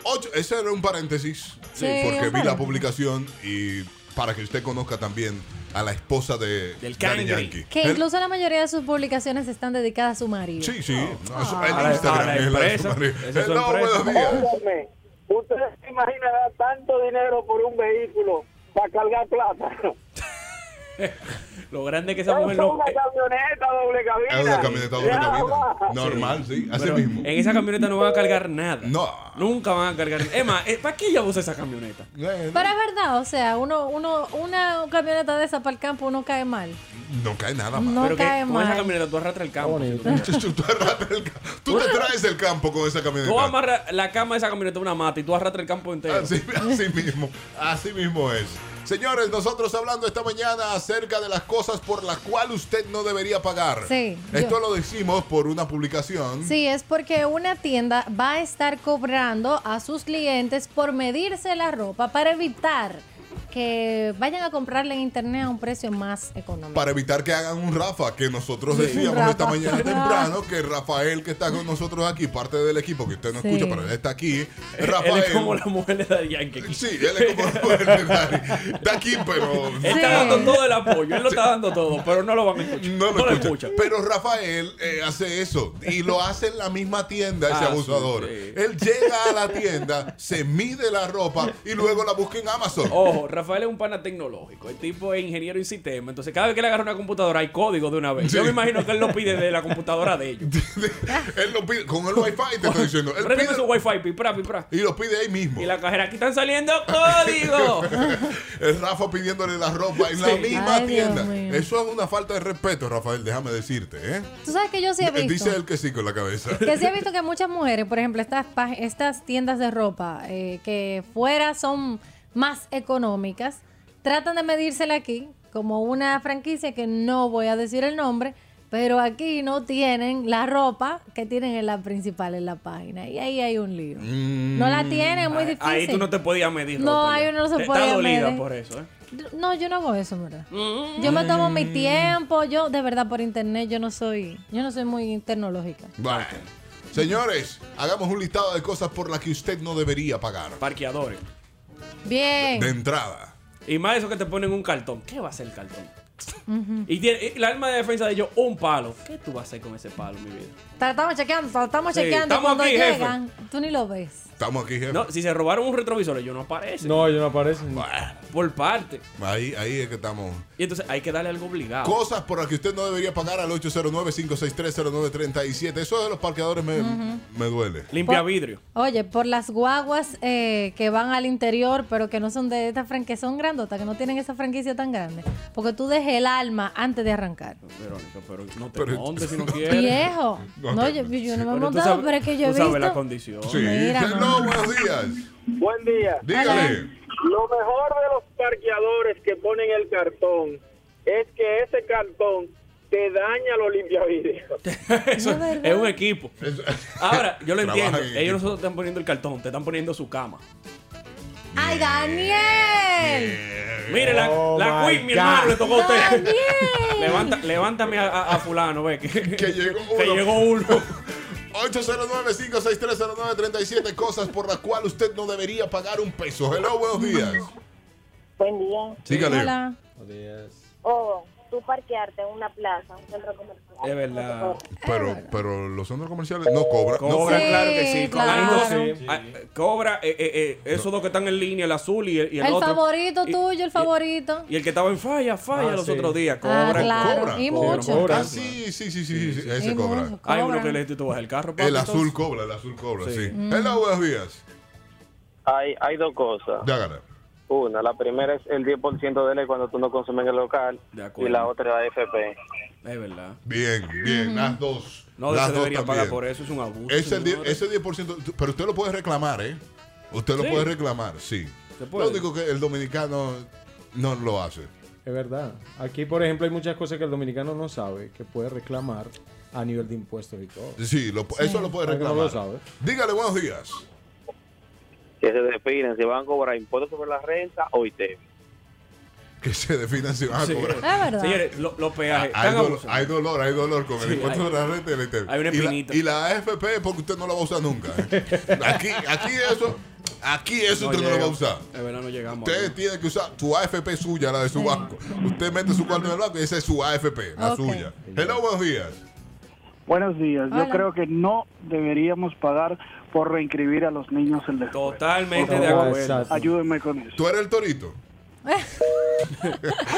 Speaker 1: Ocho, ese era un paréntesis. eh,
Speaker 2: Sí, un
Speaker 1: porque vi
Speaker 2: paréntesis.
Speaker 1: la publicación y para que usted conozca también a la esposa de Del
Speaker 2: Cangri.
Speaker 1: Yankee.
Speaker 3: Que
Speaker 1: El-
Speaker 3: incluso la mayoría de sus publicaciones están dedicadas a su marido.
Speaker 1: Sí, sí. no, eso-
Speaker 3: Ah.
Speaker 1: el
Speaker 2: A la-
Speaker 1: Instagram
Speaker 2: a la
Speaker 1: es la de
Speaker 2: empresa.
Speaker 1: su marido.
Speaker 2: Esa es su
Speaker 1: Hello,
Speaker 2: empresa.
Speaker 1: buenos días.
Speaker 15: Óigame, ¿ustedes se imaginan dar tanto dinero por un vehículo para cargar plata?
Speaker 2: Lo grande que esa
Speaker 15: Eso
Speaker 2: mujer
Speaker 15: Es
Speaker 2: no.
Speaker 15: una camioneta doble cabina.
Speaker 1: Es una camioneta doble
Speaker 15: Ya
Speaker 1: cabina.
Speaker 15: va.
Speaker 1: Normal, sí, así
Speaker 2: Pero
Speaker 1: mismo.
Speaker 2: En esa camioneta no van a cargar nada. No. Nunca van a cargar. Es más, eh, ¿para qué ella usa esa camioneta?
Speaker 1: Eh,
Speaker 3: Pero es verdad, o sea, uno, uno, una camioneta de esa para el campo uno cae mal.
Speaker 1: No cae nada más.
Speaker 3: No Pero que cae con mal. esa
Speaker 2: camioneta tú arrastras el campo.
Speaker 1: tú, tú arrastras el
Speaker 2: Oh.
Speaker 1: campo. Tú te traes el campo con esa camioneta.
Speaker 2: Tú amarras la cama de esa camioneta a una mata y tú arrastras el campo entero.
Speaker 1: Así, así mismo, así mismo es. Pues, Señores, nosotros hablando esta mañana acerca de las cosas por las cuales usted no debería pagar.
Speaker 3: Sí,
Speaker 1: Esto
Speaker 3: yo-
Speaker 1: lo decimos por una publicación.
Speaker 3: Sí, es porque una tienda va a estar cobrando a sus clientes por medirse la ropa para evitar que vayan a comprarla en internet a un precio más económico.
Speaker 1: Para evitar que hagan un Rafa, que nosotros
Speaker 3: Sí.
Speaker 1: decíamos
Speaker 3: Rafa.
Speaker 1: esta mañana temprano, que Rafael, que está con nosotros aquí, parte del equipo que usted no
Speaker 2: Sí.
Speaker 1: escucha, pero él está aquí.
Speaker 2: Él
Speaker 1: Rafael.
Speaker 2: es como la mujer de Daddy Yankee.
Speaker 1: Sí, él es como la mujer de Daddy. Está aquí, pero.
Speaker 2: Él está dando todo el apoyo, él lo está dando todo, pero no lo van a escuchar. No lo escuchan.
Speaker 1: Pero Rafael eh, hace eso y lo hace en la misma tienda ese
Speaker 2: Ah, sí,
Speaker 1: abusador.
Speaker 2: sí.
Speaker 1: Él llega a la tienda, se mide la ropa y luego la busca en Amazon.
Speaker 2: Ojo, Rafael es un pana tecnológico. El tipo es ingeniero en sistema. Entonces, cada vez que le agarra una computadora, hay código de una vez. Yo me imagino que él lo pide de la computadora de ellos.
Speaker 1: él lo pide con el wifi, te estoy diciendo. Él
Speaker 2: Préndeme su wifi, pipra, pipra.
Speaker 1: Y lo pide ahí mismo.
Speaker 2: Y la cajera, aquí están saliendo códigos.
Speaker 1: El Rafa pidiéndole la ropa en la
Speaker 2: Sí.
Speaker 1: misma
Speaker 3: Ay, Dios
Speaker 1: tienda.
Speaker 3: mío.
Speaker 1: Eso es una falta de respeto, Rafael, déjame decirte, ¿eh?
Speaker 3: Tú sabes que yo sí he
Speaker 1: Eh,
Speaker 3: visto.
Speaker 1: Dice él que sí con la cabeza.
Speaker 3: Que sí he visto que muchas mujeres, por ejemplo, estas, pag- estas tiendas de ropa eh, que fuera son más económicas, tratan de medírsela aquí como una franquicia que no voy a decir el nombre, pero aquí no tienen la ropa que tienen en la principal en la página. Y ahí hay un lío. No la tiene, es muy difícil.
Speaker 2: Mm. Ahí tú no te podías medir.
Speaker 3: No,
Speaker 2: ropa ya.
Speaker 3: ahí uno no se
Speaker 2: Está
Speaker 3: podía
Speaker 2: dolida
Speaker 3: medir.
Speaker 2: por eso, ¿eh?
Speaker 3: No, yo no hago eso, en ¿verdad?
Speaker 2: Mm.
Speaker 3: Yo me tomo mi tiempo, yo de verdad por internet yo no soy, yo no soy muy tecnológica.
Speaker 1: Bueno. Señores, hagamos un listado de cosas por las que usted no debería pagar.
Speaker 2: Parqueadores.
Speaker 3: Bien.
Speaker 1: De entrada.
Speaker 2: Y más eso que te ponen un cartón. ¿Qué va a ser el cartón? Y tiene, y la arma de defensa de ellos, un palo. ¿Qué tú vas a hacer con ese palo, mi vida?
Speaker 3: Ta- Estamos chequeando, ta- estamos
Speaker 2: Sí,
Speaker 3: chequeando.
Speaker 2: estamos
Speaker 3: Cuando
Speaker 2: aquí, jefe.
Speaker 3: llegan, tú ni lo ves.
Speaker 1: Estamos aquí, jefe.
Speaker 2: No, si se robaron un retrovisor, ellos no aparecen.
Speaker 5: No, ellos no aparecen.
Speaker 2: Por parte.
Speaker 1: Ahí, ahí es que estamos.
Speaker 2: Y entonces hay que darle algo obligado.
Speaker 1: Cosas por las que usted no debería pagar al 809-563-0937. Eso de los parqueadores me,
Speaker 3: Ujú. Pues,
Speaker 1: me duele.
Speaker 2: Limpia vidrio.
Speaker 3: Oye, por las guaguas eh, que van al interior, pero que no son de esta franquicia, son grandotas, que no tienen esa franquicia tan grande. Porque tú dejes el alma antes de arrancar.
Speaker 2: Verónica, pero no te
Speaker 1: Pero-
Speaker 2: montes si no quieres.
Speaker 3: Viejo. No, yo, yo no me he montado, pero es que yo he
Speaker 2: tú sabes
Speaker 3: visto.
Speaker 2: la condición.
Speaker 1: Sí.
Speaker 3: Mira,
Speaker 1: Hello, buenos días.
Speaker 15: Buen día.
Speaker 1: Dígale.
Speaker 15: Lo mejor de los parqueadores que ponen el cartón es que ese cartón te daña los limpiavidrios.
Speaker 2: Eso es un equipo. Ahora, yo lo
Speaker 1: Trabajan
Speaker 2: entiendo.
Speaker 1: en
Speaker 2: Ellos no solo están poniendo el cartón, te están poniendo su cama.
Speaker 3: ¡Ay, Daniel!
Speaker 1: Eh,
Speaker 2: Mire, la,
Speaker 5: Oh
Speaker 2: la
Speaker 5: my
Speaker 2: Queen, mi
Speaker 5: God.
Speaker 2: hermano, le tocó a usted.
Speaker 3: Daniel.
Speaker 2: Levanta, levántame a, a- a fulano, ve. Que,
Speaker 1: que llegó uno.
Speaker 2: Que llegó uno.
Speaker 1: 809-563-0937. Cosas por las cuales usted no debería pagar un peso. Hello, buenos días.
Speaker 12: Buen día.
Speaker 1: Dígale.
Speaker 3: Hola.
Speaker 12: O tú parquearte en una plaza, un centro comercial.
Speaker 2: Es verdad.
Speaker 1: Pero, pero los centros comerciales no cobran. no
Speaker 2: Cobra,
Speaker 1: cobran.
Speaker 2: claro que sí. Cobra,
Speaker 3: claro.
Speaker 2: Entonces, ah, cobra eh, eh, eh, esos dos que están en línea, el azul y el, y el
Speaker 3: El
Speaker 2: otro.
Speaker 3: favorito
Speaker 2: Y-
Speaker 3: tuyo, el favorito.
Speaker 2: Y el que estaba en falla, falla
Speaker 5: Ah,
Speaker 2: los
Speaker 5: sí.
Speaker 2: otros días.
Speaker 3: Ah,
Speaker 2: Cobra,
Speaker 3: claro.
Speaker 1: cobra,
Speaker 3: y
Speaker 2: cobra,
Speaker 3: mucho.
Speaker 2: cobra.
Speaker 1: Ah, sí, sí, sí, sí, sí, sí, ese
Speaker 3: Y
Speaker 1: cobra.
Speaker 3: mucho,
Speaker 2: Hay uno
Speaker 3: cobran.
Speaker 2: que le dice, tú vas el carro. papi,
Speaker 1: El azul
Speaker 2: entonces.
Speaker 1: cobra, el azul cobra, sí.
Speaker 2: Sí.
Speaker 1: Hello, buenos días.
Speaker 14: Hay, hay dos cosas.
Speaker 1: Dígale.
Speaker 14: Una, la primera es el 10% de ley cuando tú no consumes en el local.
Speaker 2: De acuerdo.
Speaker 14: Y la otra, la FP.
Speaker 2: Es verdad.
Speaker 1: Bien, bien, las dos.
Speaker 2: No
Speaker 1: las
Speaker 2: se
Speaker 1: dos
Speaker 2: debería pagar
Speaker 1: también.
Speaker 2: por eso, es un abuso.
Speaker 1: Ese, die-
Speaker 2: señores.
Speaker 1: ese 10%, tú- pero usted lo puede reclamar, ¿eh? Usted lo
Speaker 2: Sí.
Speaker 1: puede reclamar, sí.
Speaker 2: Se puede.
Speaker 1: Lo único que el dominicano no lo hace.
Speaker 5: Es verdad. Aquí, por ejemplo, hay muchas cosas que el dominicano no sabe que puede reclamar a nivel de impuestos y todo.
Speaker 1: Sí, lo pu- eso lo puede
Speaker 5: Algo no
Speaker 1: reclamar.
Speaker 5: lo sabe.
Speaker 1: Dígale buenos días.
Speaker 14: Que se definen si van a cobrar impuestos sobre la renta o ITV.
Speaker 1: Que se definan si van a
Speaker 2: Sí.
Speaker 1: cobrar.
Speaker 3: Es verdad.
Speaker 2: Señores, lo- los peajes.
Speaker 1: Hay
Speaker 2: están
Speaker 1: dolor,
Speaker 2: abusando.
Speaker 1: hay dolor, hay dolor con Ah, el
Speaker 2: Sí,
Speaker 1: impuesto
Speaker 2: hay-
Speaker 1: de la renta y el ITV.
Speaker 2: hay una
Speaker 1: Y la-
Speaker 2: espinita.
Speaker 1: Y la, AFP porque usted no la va a usar nunca. ¿eh? Aquí, aquí eso, aquí eso usted no lo va a
Speaker 2: llegamos.
Speaker 1: usar.
Speaker 2: Es verdad, no llegamos.
Speaker 1: Usted
Speaker 2: ¿no?
Speaker 1: tiene que usar su AFP suya, la de su banco. Usted mete su cuarto en el banco y esa es su AFP, la
Speaker 3: Ok.
Speaker 1: suya. Hello, buenos días.
Speaker 16: Buenos días.
Speaker 3: Hola.
Speaker 16: Yo creo que no deberíamos pagar por reinscribir a los niños en la escuela.
Speaker 2: Totalmente
Speaker 16: Por
Speaker 2: de
Speaker 16: favor,
Speaker 2: acuerdo.
Speaker 16: Ayúdenme con eso.
Speaker 1: ¿Tú eres el torito?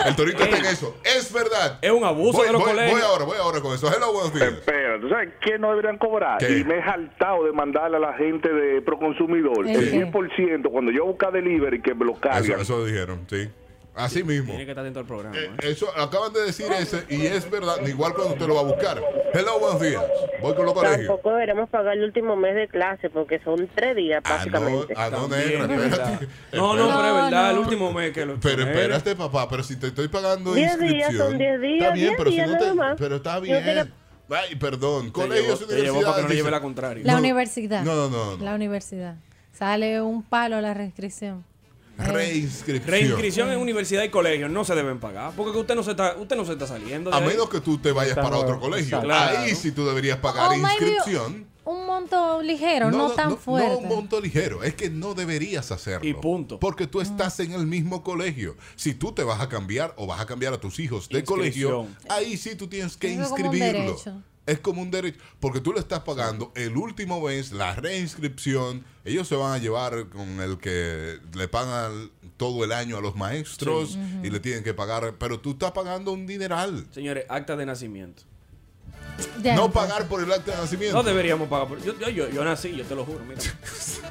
Speaker 1: el torito está en eso. Es verdad.
Speaker 2: Eh. Es un abuso
Speaker 1: Voy,
Speaker 2: de los
Speaker 1: voy-
Speaker 2: colegios.
Speaker 1: voy ahora, voy ahora con eso. Hello, buenos días.
Speaker 15: Pero, ¿tú sabes qué no deberían cobrar?
Speaker 1: ¿Qué?
Speaker 15: Y me he jaltado de mandarle a la gente de Proconsumidor
Speaker 3: ¿El
Speaker 15: el
Speaker 3: qué?
Speaker 15: 10% cuando yo busca delivery que me lo
Speaker 1: Eso,
Speaker 15: cargan.
Speaker 1: eso lo dijeron, sí. Así mismo.
Speaker 2: Tiene que estar dentro del programa.
Speaker 1: Eh,
Speaker 2: ¿eh?
Speaker 1: Eso acaban de decir ese y es verdad, igual cuando usted lo va a buscar. Hello, buenos días. Voy con los colegios.
Speaker 12: Tampoco deberíamos pagar el último mes de clase porque son tres días
Speaker 1: Ah, no,
Speaker 12: básicamente.
Speaker 1: ah, no,
Speaker 2: También,
Speaker 1: negra,
Speaker 2: es verdad.
Speaker 1: espérate.
Speaker 2: No, no,
Speaker 1: Espérate.
Speaker 2: pero es verdad, el
Speaker 3: no.
Speaker 2: último mes que lo.
Speaker 1: Pero espérate, papá, pero si te estoy pagando
Speaker 12: Diez
Speaker 1: inscripción.
Speaker 12: días son diez días,
Speaker 1: Está bien,
Speaker 12: diez
Speaker 1: pero
Speaker 12: días
Speaker 1: si no
Speaker 12: nada
Speaker 1: te,
Speaker 12: más.
Speaker 1: pero está
Speaker 12: Yo
Speaker 1: bien.
Speaker 12: tengo-
Speaker 1: Ay, perdón,
Speaker 2: Te llevó,
Speaker 1: colegios y
Speaker 2: te llevó
Speaker 1: universidades.
Speaker 2: para que no le lleve
Speaker 1: dicen-
Speaker 2: la contraria.
Speaker 1: No,
Speaker 3: La universidad. Eh.
Speaker 1: No, no, no, no.
Speaker 3: La universidad. Sale un palo la reinscripción. Eh,
Speaker 1: Reinscripción.
Speaker 2: Reinscripción en universidad y colegio no se deben pagar porque usted no se está, usted no se está saliendo. de
Speaker 1: A
Speaker 2: ahí.
Speaker 1: menos que tú te vayas
Speaker 5: Está
Speaker 1: para otro
Speaker 5: nuevo,
Speaker 1: colegio.
Speaker 5: exacto.
Speaker 1: Ahí
Speaker 2: Claro.
Speaker 1: sí tú deberías pagar
Speaker 3: o Oh, maybe
Speaker 1: inscripción.
Speaker 3: Un monto ligero, no, tan
Speaker 1: No
Speaker 3: fuerte.
Speaker 1: un monto ligero, es que no deberías hacerlo.
Speaker 2: Y punto.
Speaker 1: Porque
Speaker 3: Mm.
Speaker 1: tú estás en el mismo colegio. Si tú te vas a cambiar o vas a cambiar a tus hijos de colegio,
Speaker 2: Inscripción.
Speaker 1: ahí sí tú tienes que
Speaker 3: Eso es como un
Speaker 1: inscribirlo.
Speaker 3: derecho.
Speaker 1: Es como un derecho, porque tú le estás pagando el último mes, la reinscripción. Ellos se van a llevar con el que le pagan todo el año a los maestros y le tienen que pagar, pero tú estás pagando un dineral.
Speaker 2: Señores, acta de nacimiento.
Speaker 3: Ya,
Speaker 1: No
Speaker 3: entonces,
Speaker 1: pagar por el acta de nacimiento.
Speaker 2: No deberíamos pagar por. Yo, yo, yo, yo nací, yo te lo juro. Mira.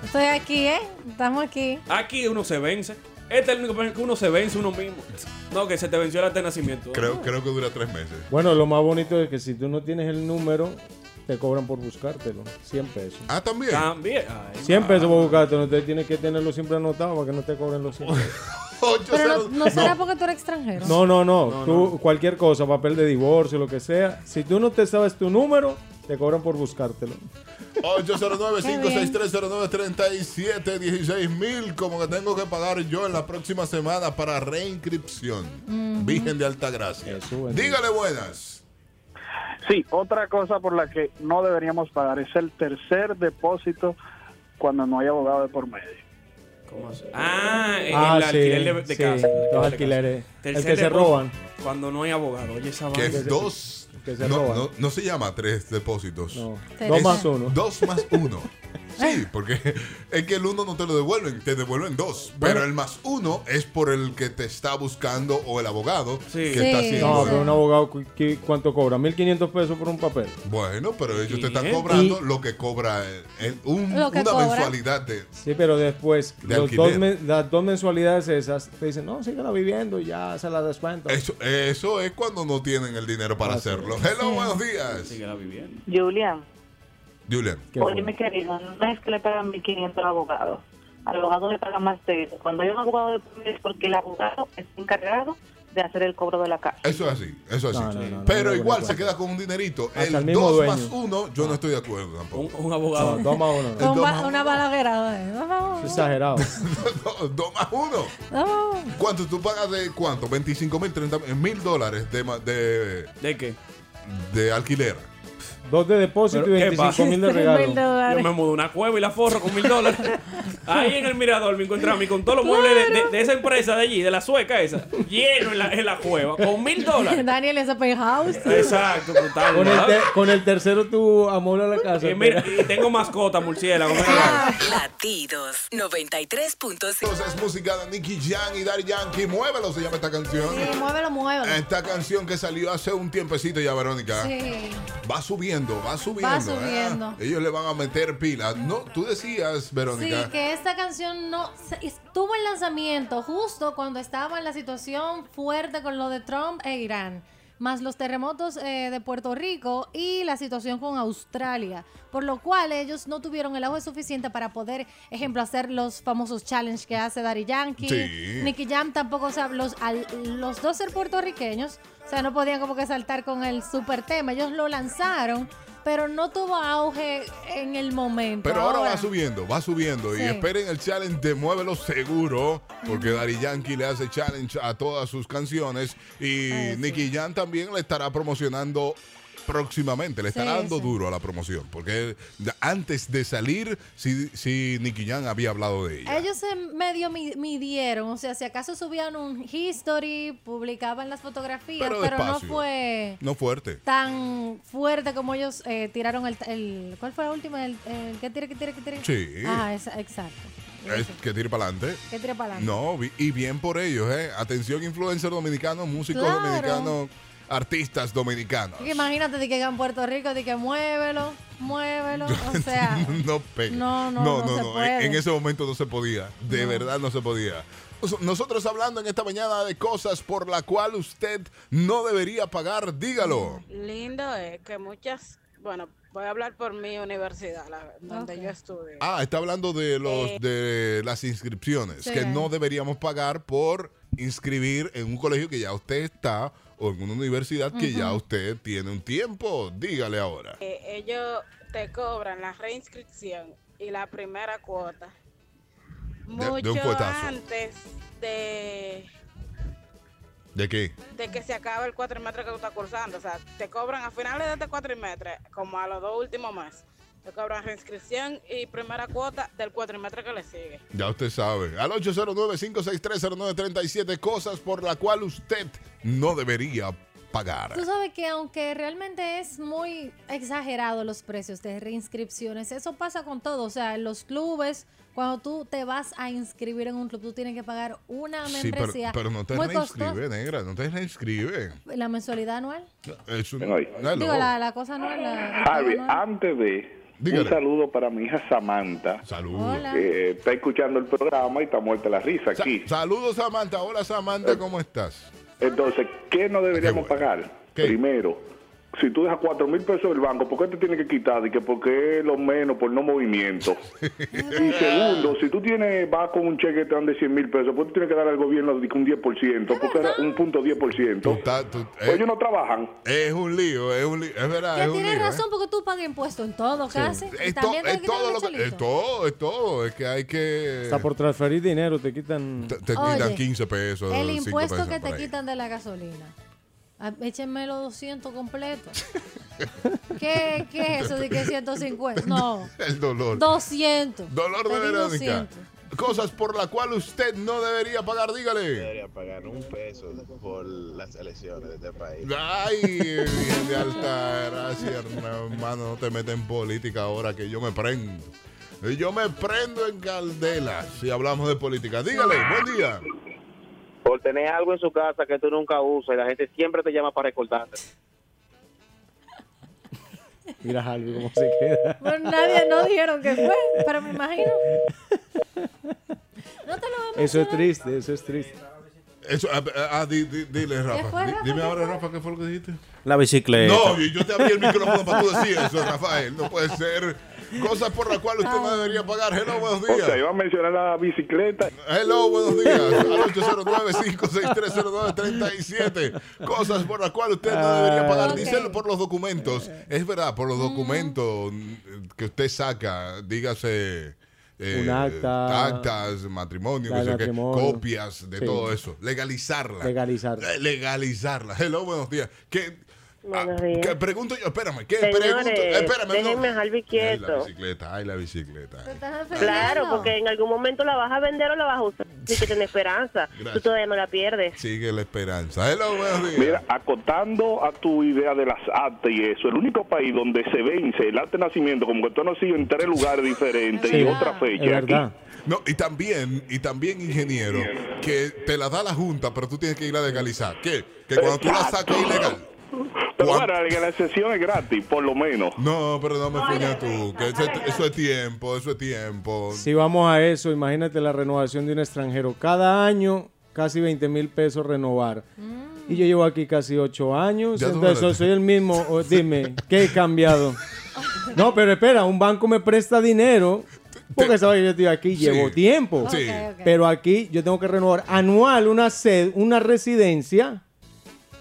Speaker 3: Estoy aquí, ¿eh? Estamos aquí.
Speaker 2: Aquí uno se vence. Este es el único problema que uno se vence uno mismo. No, que se te venció el acta de nacimiento.
Speaker 1: creo, creo que dura tres meses.
Speaker 5: Bueno, lo más bonito es que si tú no tienes el número, te cobran por buscártelo. 100 pesos.
Speaker 1: Ah, también.
Speaker 2: También. Ay,
Speaker 5: 100
Speaker 2: ma-
Speaker 5: pesos por buscártelo. Entonces tienes que tenerlo siempre anotado para que no te cobren los 100 pesos.
Speaker 1: Ocho
Speaker 3: Pero no,
Speaker 1: ceros-
Speaker 3: no será porque tú eres extranjero.
Speaker 5: No, no, no. tú, cualquier cosa, papel de divorcio, lo que sea. Si tú no te sabes tu número, te cobran por buscártelo.
Speaker 1: 809-563-0937-16 mil como que tengo que pagar yo en la próxima semana para reinscripción. Virgen de Altagracia.
Speaker 5: Jesús,
Speaker 1: Dígale buenas.
Speaker 16: Sí, otra cosa por la que no deberíamos pagar es el tercer depósito cuando no hay abogado de por medio.
Speaker 2: ¿Cómo así? Ah, en
Speaker 5: Ah,
Speaker 2: el
Speaker 5: sí,
Speaker 2: alquiler de, de
Speaker 5: Ah, sí,
Speaker 2: casa.
Speaker 5: los alquileres. El
Speaker 2: Tercer
Speaker 5: que se
Speaker 2: depósito.
Speaker 5: roban.
Speaker 2: Cuando no hay abogado. Oye, esa
Speaker 1: Que
Speaker 2: vaina.
Speaker 1: es dos.
Speaker 5: que se
Speaker 1: no,
Speaker 5: roban.
Speaker 1: no, no se llama tres depósitos.
Speaker 2: Tres. Dos
Speaker 1: Es
Speaker 2: más uno.
Speaker 1: Dos más uno. Sí, porque es que el uno no te lo devuelven, te devuelven dos. Pero el más uno es por el que te está buscando o el abogado que está haciendo.
Speaker 5: No,
Speaker 1: el-
Speaker 5: pero un abogado, ¿cu- qué- ¿cuánto cobra? ¿1.500 pesos por un papel?
Speaker 1: Bueno, pero ellos te están cobrando lo que cobra el- el- un-
Speaker 3: Lo que
Speaker 1: una
Speaker 3: cobra.
Speaker 1: mensualidad de.
Speaker 5: Sí, pero después,
Speaker 1: De
Speaker 5: los dos
Speaker 1: alquiler.
Speaker 5: men- las dos mensualidades esas, te dicen, no, sígala viviendo y ya se la descuento.
Speaker 1: Eso, eso es cuando no tienen el dinero
Speaker 5: Ah,
Speaker 1: para hacerlo. Hello, buenos días.
Speaker 17: Julian,
Speaker 1: Julian.
Speaker 17: oye, mi querido, no es que le pagan 1.500 al abogado. Al abogado le pagan más de eso. Cuando hay un abogado de por medio es porque el abogado es encargado de hacer el cobro de la casa.
Speaker 1: Eso es así, eso es
Speaker 5: No,
Speaker 1: así.
Speaker 5: no, no, no,
Speaker 1: pero
Speaker 5: no me
Speaker 1: igual
Speaker 5: acuerdo.
Speaker 1: se queda con un dinerito.
Speaker 5: Hasta el
Speaker 1: el
Speaker 5: mismo
Speaker 1: 2
Speaker 5: dueño. Ah.
Speaker 1: más 1, yo no estoy de acuerdo tampoco.
Speaker 2: Un, abogado.
Speaker 5: No, dos más uno, no.
Speaker 1: El
Speaker 3: Con
Speaker 1: dos
Speaker 3: ba-
Speaker 1: más
Speaker 3: una balaguerada. eh. Vamos,
Speaker 5: Exagerado.
Speaker 1: Dos más uno.
Speaker 3: vamos.
Speaker 1: ¿Cuánto tú pagas de cuánto? 25 mil, 30 mil dólares de, ma- de.
Speaker 2: ¿De qué?
Speaker 1: De alquiler.
Speaker 5: Dos de depósito
Speaker 2: Pero,
Speaker 5: y
Speaker 2: ¿qué
Speaker 5: 25 mil de
Speaker 2: pasa?
Speaker 5: regalo.
Speaker 2: Yo me mudo a una cueva y la forro con mil dólares. Ahí en el mirador me encontré a mí con todos los muebles de, de- de esa empresa de allí, de la sueca esa, lleno en la, en la cueva, con mil dólares.
Speaker 3: Daniel es a penthouse.
Speaker 5: Eh.
Speaker 2: Exacto, total.
Speaker 5: Con el,
Speaker 2: ¿verdad?
Speaker 5: te- con el tercero tú amor a la casa.
Speaker 3: Eh,
Speaker 2: Y mira, y tengo mascota, murciélago. mira.
Speaker 11: Latidos 93.5.
Speaker 1: Es música de Nicky Jam y Daddy Yankee. Muévelo, se llama esta canción. Ah,
Speaker 3: Sí, muévelo, muévelo.
Speaker 1: Esta canción que salió hace un tiempecito ya, Verónica.
Speaker 3: Sí.
Speaker 1: Va subiendo, va subiendo. ¿eh?
Speaker 3: subiendo.
Speaker 1: Ellos le van a meter pilas. No, tú decías, Verónica.
Speaker 3: Sí, que esta canción no se- estuvo en lanzamiento justo cuando estaba en la situación fuerte con lo de Trump e Irán, más los terremotos eh, de Puerto Rico y la situación con Australia, por lo cual ellos no tuvieron el auge suficiente para poder, ejemplo, hacer los famosos challenge que hace Daddy Yankee,
Speaker 18: Sí.
Speaker 3: Nicky Jam tampoco, o sea, los, al- los dos ser puertorriqueños, o sea, no podían como que saltar con el super tema, ellos lo lanzaron. Pero no tuvo auge en el momento.
Speaker 1: Pero ahora va subiendo, va subiendo.
Speaker 3: Sí.
Speaker 1: Y esperen el challenge de Muévelo Seguro, porque Dari Yankee le hace challenge a todas sus canciones. Y Nicky Jam también le estará promocionando próximamente. Le
Speaker 3: Sí,
Speaker 1: estará dando
Speaker 3: sí.
Speaker 1: duro a la promoción, porque da- antes de salir, sí, sí, Nicky Jam había hablado de ella.
Speaker 3: Ellos se medio mi- midieron, o sea, si acaso subían un history, publicaban las fotografías,
Speaker 1: Pero
Speaker 3: pero, no
Speaker 1: despacio.
Speaker 3: fue
Speaker 1: No fuerte.
Speaker 3: tan fuerte como ellos eh, tiraron el, el- ¿Cuál fue la última? El, el que tira, que tira, que tira.
Speaker 1: Sí.
Speaker 3: Ah, esa- exacto.
Speaker 1: Es que tire para adelante.
Speaker 3: Que tira para adelante.
Speaker 1: No, vi- y bien por ellos, ¿eh? Atención, influencers dominicanos, músicos
Speaker 3: Claro.
Speaker 1: dominicanos, artistas dominicanos.
Speaker 3: Imagínate de que en Puerto Rico, de que muévelo, muévelo, o sea...
Speaker 1: No pega.
Speaker 3: No, no, no se
Speaker 1: En,
Speaker 3: puede.
Speaker 1: en ese momento no se podía. De verdad no se podía. Nos- Nosotros hablando en esta mañana de cosas por la cual usted no debería pagar, dígalo.
Speaker 18: Lindo es que muchas, bueno, voy a hablar por mi universidad, la- donde yo estudio.
Speaker 1: Ah, está hablando de los
Speaker 3: Eh.
Speaker 1: de las inscripciones
Speaker 18: Sí.
Speaker 1: que no deberíamos pagar por inscribir en un colegio que ya usted está o en una universidad que ya
Speaker 18: Ujú.
Speaker 1: usted tiene un tiempo. Dígale ahora.
Speaker 18: Eh, ellos te cobran la reinscripción y la primera cuota.
Speaker 1: de un
Speaker 18: Mucho
Speaker 1: fuetazo.
Speaker 18: antes de,
Speaker 1: ¿De qué?
Speaker 18: de que se acabe el cuatrimestre que tú estás cursando. O sea, te cobran a finales de este cuatrimestre, como a los dos últimos meses. Te cobran reinscripción y primera cuota del cuatrimestre que le sigue.
Speaker 1: Ya usted sabe. Al 809-5630937, cosas por la cual usted no debería pagar.
Speaker 3: Tú sabes que aunque realmente es muy exagerado los precios de reinscripciones, eso pasa con todo. O sea, en los clubes, cuando tú te vas a inscribir en un club, tú tienes que pagar una
Speaker 1: Sí, pero,
Speaker 3: membresía.
Speaker 1: pero no te
Speaker 3: muy
Speaker 1: reinscribe,
Speaker 3: costosa.
Speaker 1: negra, no te reinscribe.
Speaker 3: La mensualidad anual.
Speaker 1: Es un-
Speaker 19: Ven ahí.
Speaker 1: Hello.
Speaker 3: Digo, la, la cosa anual. la- el
Speaker 19: Harry,
Speaker 3: pago anual.
Speaker 19: antes de un saludo para mi hija Samantha.
Speaker 1: Saludos.
Speaker 3: Hola.
Speaker 19: está escuchando el programa y está muerta la risa aquí.
Speaker 1: Saludos, Samantha. Hola, Samantha, ¿cómo estás?
Speaker 19: Entonces, ¿qué no deberíamos pagar? Primero, si tú dejas cuatro mil pesos del banco, ¿por qué te tiene que quitar? Y que porque es lo menos por no movimiento. y segundo, si tú tienes vas con un cheque que te dan de 100 mil pesos, ¿por qué tú tienes que dar al gobierno de que un 10%? Porque era un punto 10%. Pues
Speaker 1: eh.
Speaker 19: Ellos no trabajan.
Speaker 1: Es un lío, es un lío. Es verdad,
Speaker 3: Que
Speaker 1: es un
Speaker 3: tienes
Speaker 1: lío. ¿eh?
Speaker 3: razón porque tú pagas impuestos en todo casi. Y
Speaker 1: Es, to-
Speaker 3: también te
Speaker 1: es
Speaker 3: quitan
Speaker 1: todo
Speaker 3: el
Speaker 1: lo que- es
Speaker 3: chelito.
Speaker 1: todo, es todo. Es que hay que.
Speaker 5: Hasta por transferir dinero te quitan...
Speaker 1: Te quitan
Speaker 3: Oye,
Speaker 1: 15 pesos.
Speaker 3: El
Speaker 1: 5
Speaker 3: impuesto
Speaker 1: pesos
Speaker 3: que
Speaker 1: por
Speaker 3: te
Speaker 1: ahí.
Speaker 3: quitan de la gasolina. A- Échenme los 200 completos. ¿Qué, ¿Qué es eso de que 150? No.
Speaker 1: El dolor.
Speaker 3: 200.
Speaker 1: Dolor de
Speaker 3: Te di
Speaker 1: Verónica.
Speaker 3: 200.
Speaker 1: cosas por las cuales usted no debería pagar, dígale.
Speaker 8: Debería pagar un peso por las elecciones de este país.
Speaker 1: Ay, bien de alta gracia, hermano. No te metas en política ahora que yo me prendo. Yo me prendo en candela si hablamos de política. Dígale, buen día.
Speaker 14: Por tener algo en su casa que tú nunca usas y la gente siempre te llama para recordarte.
Speaker 5: Mira a Harvey cómo se queda.
Speaker 3: Bueno, nadie, no dijeron que fue, pero me imagino.
Speaker 5: Eso es triste, eso es triste.
Speaker 1: Eso, ah, ah, di- di- dile, Rafa.
Speaker 3: fue,
Speaker 1: Di-
Speaker 3: Rafa?
Speaker 1: Dime ahora, Rafa, ¿qué fue lo que dijiste?
Speaker 20: La bicicleta.
Speaker 1: No, yo- yo te abrí el micrófono para tú decir eso, Rafael. No puede ser. Cosas por las cuales usted no debería pagar. Hello, buenos días.
Speaker 19: O sea, iba a mencionar la bicicleta.
Speaker 1: Hello, buenos días. Al 809-56309-37. Cosas por las cuales usted no debería pagar.
Speaker 19: Ah, ok.
Speaker 1: Díselo por los documentos. Es verdad, por los documentos mm, que usted saca, dígase. eh,
Speaker 5: Un acta.
Speaker 1: actas, matrimonio,
Speaker 5: La
Speaker 1: qué
Speaker 5: de
Speaker 1: sé yo qué,
Speaker 5: matrimonio.
Speaker 1: copias de
Speaker 5: Sí.
Speaker 1: todo eso. Legalizarla.
Speaker 5: Legalizarla.
Speaker 1: Le- Legalizarla. Hello, buenos días. ¿Qué, Ah,
Speaker 21: Buenos días.
Speaker 1: qué pregunto yo? Espérame. ¿Qué pregunto? eh,
Speaker 21: Señores,
Speaker 1: Espérame. no.
Speaker 21: déjenme a Harvey
Speaker 1: Ay, la
Speaker 21: quieto.
Speaker 1: bicicleta. Ay, la bicicleta.
Speaker 21: Claro, porque en algún momento la vas a vender o la vas a usar. Así que ten esperanza. Tú
Speaker 1: Gracias.
Speaker 21: todavía no la pierdes.
Speaker 1: Sigue la esperanza. Hello, buenos días.
Speaker 19: Mira, acotando a tu idea de las actas y eso, el único país donde se vence el acta de nacimiento, como que tú has nacido en tres lugares diferentes y otra fecha. aquí.
Speaker 1: No, y también, y también, ingeniero, que te la da la Junta, pero tú tienes que ir a legalizar. ¿Qué? Que cuando tú la sacas ilegal.
Speaker 19: Pero bueno, la legalización es gratis, por lo menos.
Speaker 1: No, pero no me fuñas tú. Que eso, es- eso es tiempo, eso es tiempo.
Speaker 5: Si vamos a eso, imagínate la renovación de un extranjero. Cada año, casi 20 mil pesos renovar.
Speaker 3: Mm.
Speaker 5: Y yo llevo aquí casi 8 años.
Speaker 1: Ya tú
Speaker 5: entonces
Speaker 1: hablaste.
Speaker 5: soy el mismo. O, dime, ¿qué he cambiado? No, pero espera, un banco me presta dinero. Porque sabes que yo estoy aquí, llevo tiempo.
Speaker 1: Sí.
Speaker 5: Pero aquí yo tengo que renovar anual una sed, una residencia.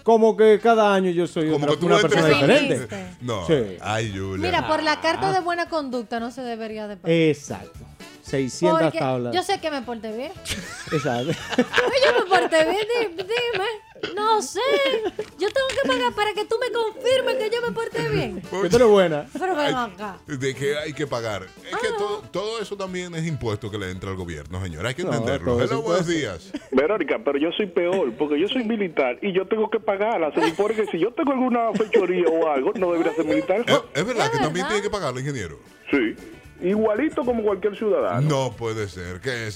Speaker 5: Como que cada año yo soy otra- una persona diferente.
Speaker 1: No.
Speaker 5: Sí.
Speaker 1: Ay, Julia.
Speaker 5: Ah,
Speaker 3: Mira, por la carta
Speaker 1: Ah.
Speaker 3: de buena conducta no se debería
Speaker 1: Eh,
Speaker 3: de pagar.
Speaker 5: Exacto. 600
Speaker 3: Porque
Speaker 5: tablas.
Speaker 3: yo sé que me porté bien.
Speaker 5: Exacto.
Speaker 3: Yo me porté bien, di- dime. No sé. Yo tengo que pagar para que tú me confirmes que yo me porté bien.
Speaker 5: Que tú eres buena.
Speaker 3: Pero ven
Speaker 1: Ay,
Speaker 3: acá. Ah.
Speaker 1: de que hay que pagar. Es que todo, todo eso también es impuesto que le entra al gobierno, señor. Hay que
Speaker 19: No,
Speaker 1: entenderlo.
Speaker 19: todo es
Speaker 1: Hello, buenos
Speaker 19: impuesto.
Speaker 1: días.
Speaker 19: Verónica, pero yo soy peor, porque yo soy militar y yo tengo que pagarla. Se supone que si yo tengo alguna fechoría o algo, no debería ser militar.
Speaker 1: Es verdad que también tiene que pagarlo, ingeniero.
Speaker 19: Sí. Igualito como cualquier ciudadano.
Speaker 1: No puede ser, que es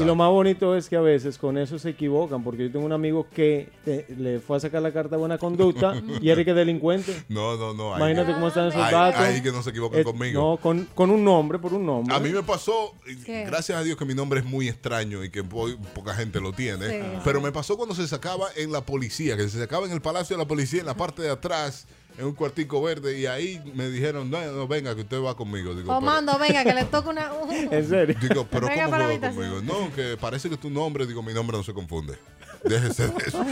Speaker 5: Y lo más bonito es que a veces con eso se equivocan, porque yo tengo un amigo que te- le fue a sacar la carta de buena conducta y era que delincuente.
Speaker 1: No, no, no. ahí-
Speaker 5: Imagínate cómo están esos
Speaker 1: ahí-
Speaker 5: datos.
Speaker 1: Ahí que no se equivoquen
Speaker 5: Eh,
Speaker 1: conmigo.
Speaker 5: No, con, con un nombre, por un nombre.
Speaker 1: A mí me pasó, y
Speaker 5: ¿Qué?
Speaker 1: gracias a Dios que mi nombre es muy extraño y que po- poca gente lo tiene,
Speaker 5: Sí.
Speaker 1: pero me pasó cuando se sacaba en la policía, que se sacaba en el Palacio de la Policía, en la parte de atrás, en un cuartico verde, y ahí me dijeron, no, no, venga, que usted va conmigo. Digo,
Speaker 3: O mando, venga, que le toque una. un-
Speaker 5: serio?
Speaker 1: Digo, pero
Speaker 3: Venga
Speaker 1: ¿cómo
Speaker 3: para la
Speaker 1: que va conmigo? No, que parece que tu nombre, digo, mi nombre no se confunde. Déjese de eso.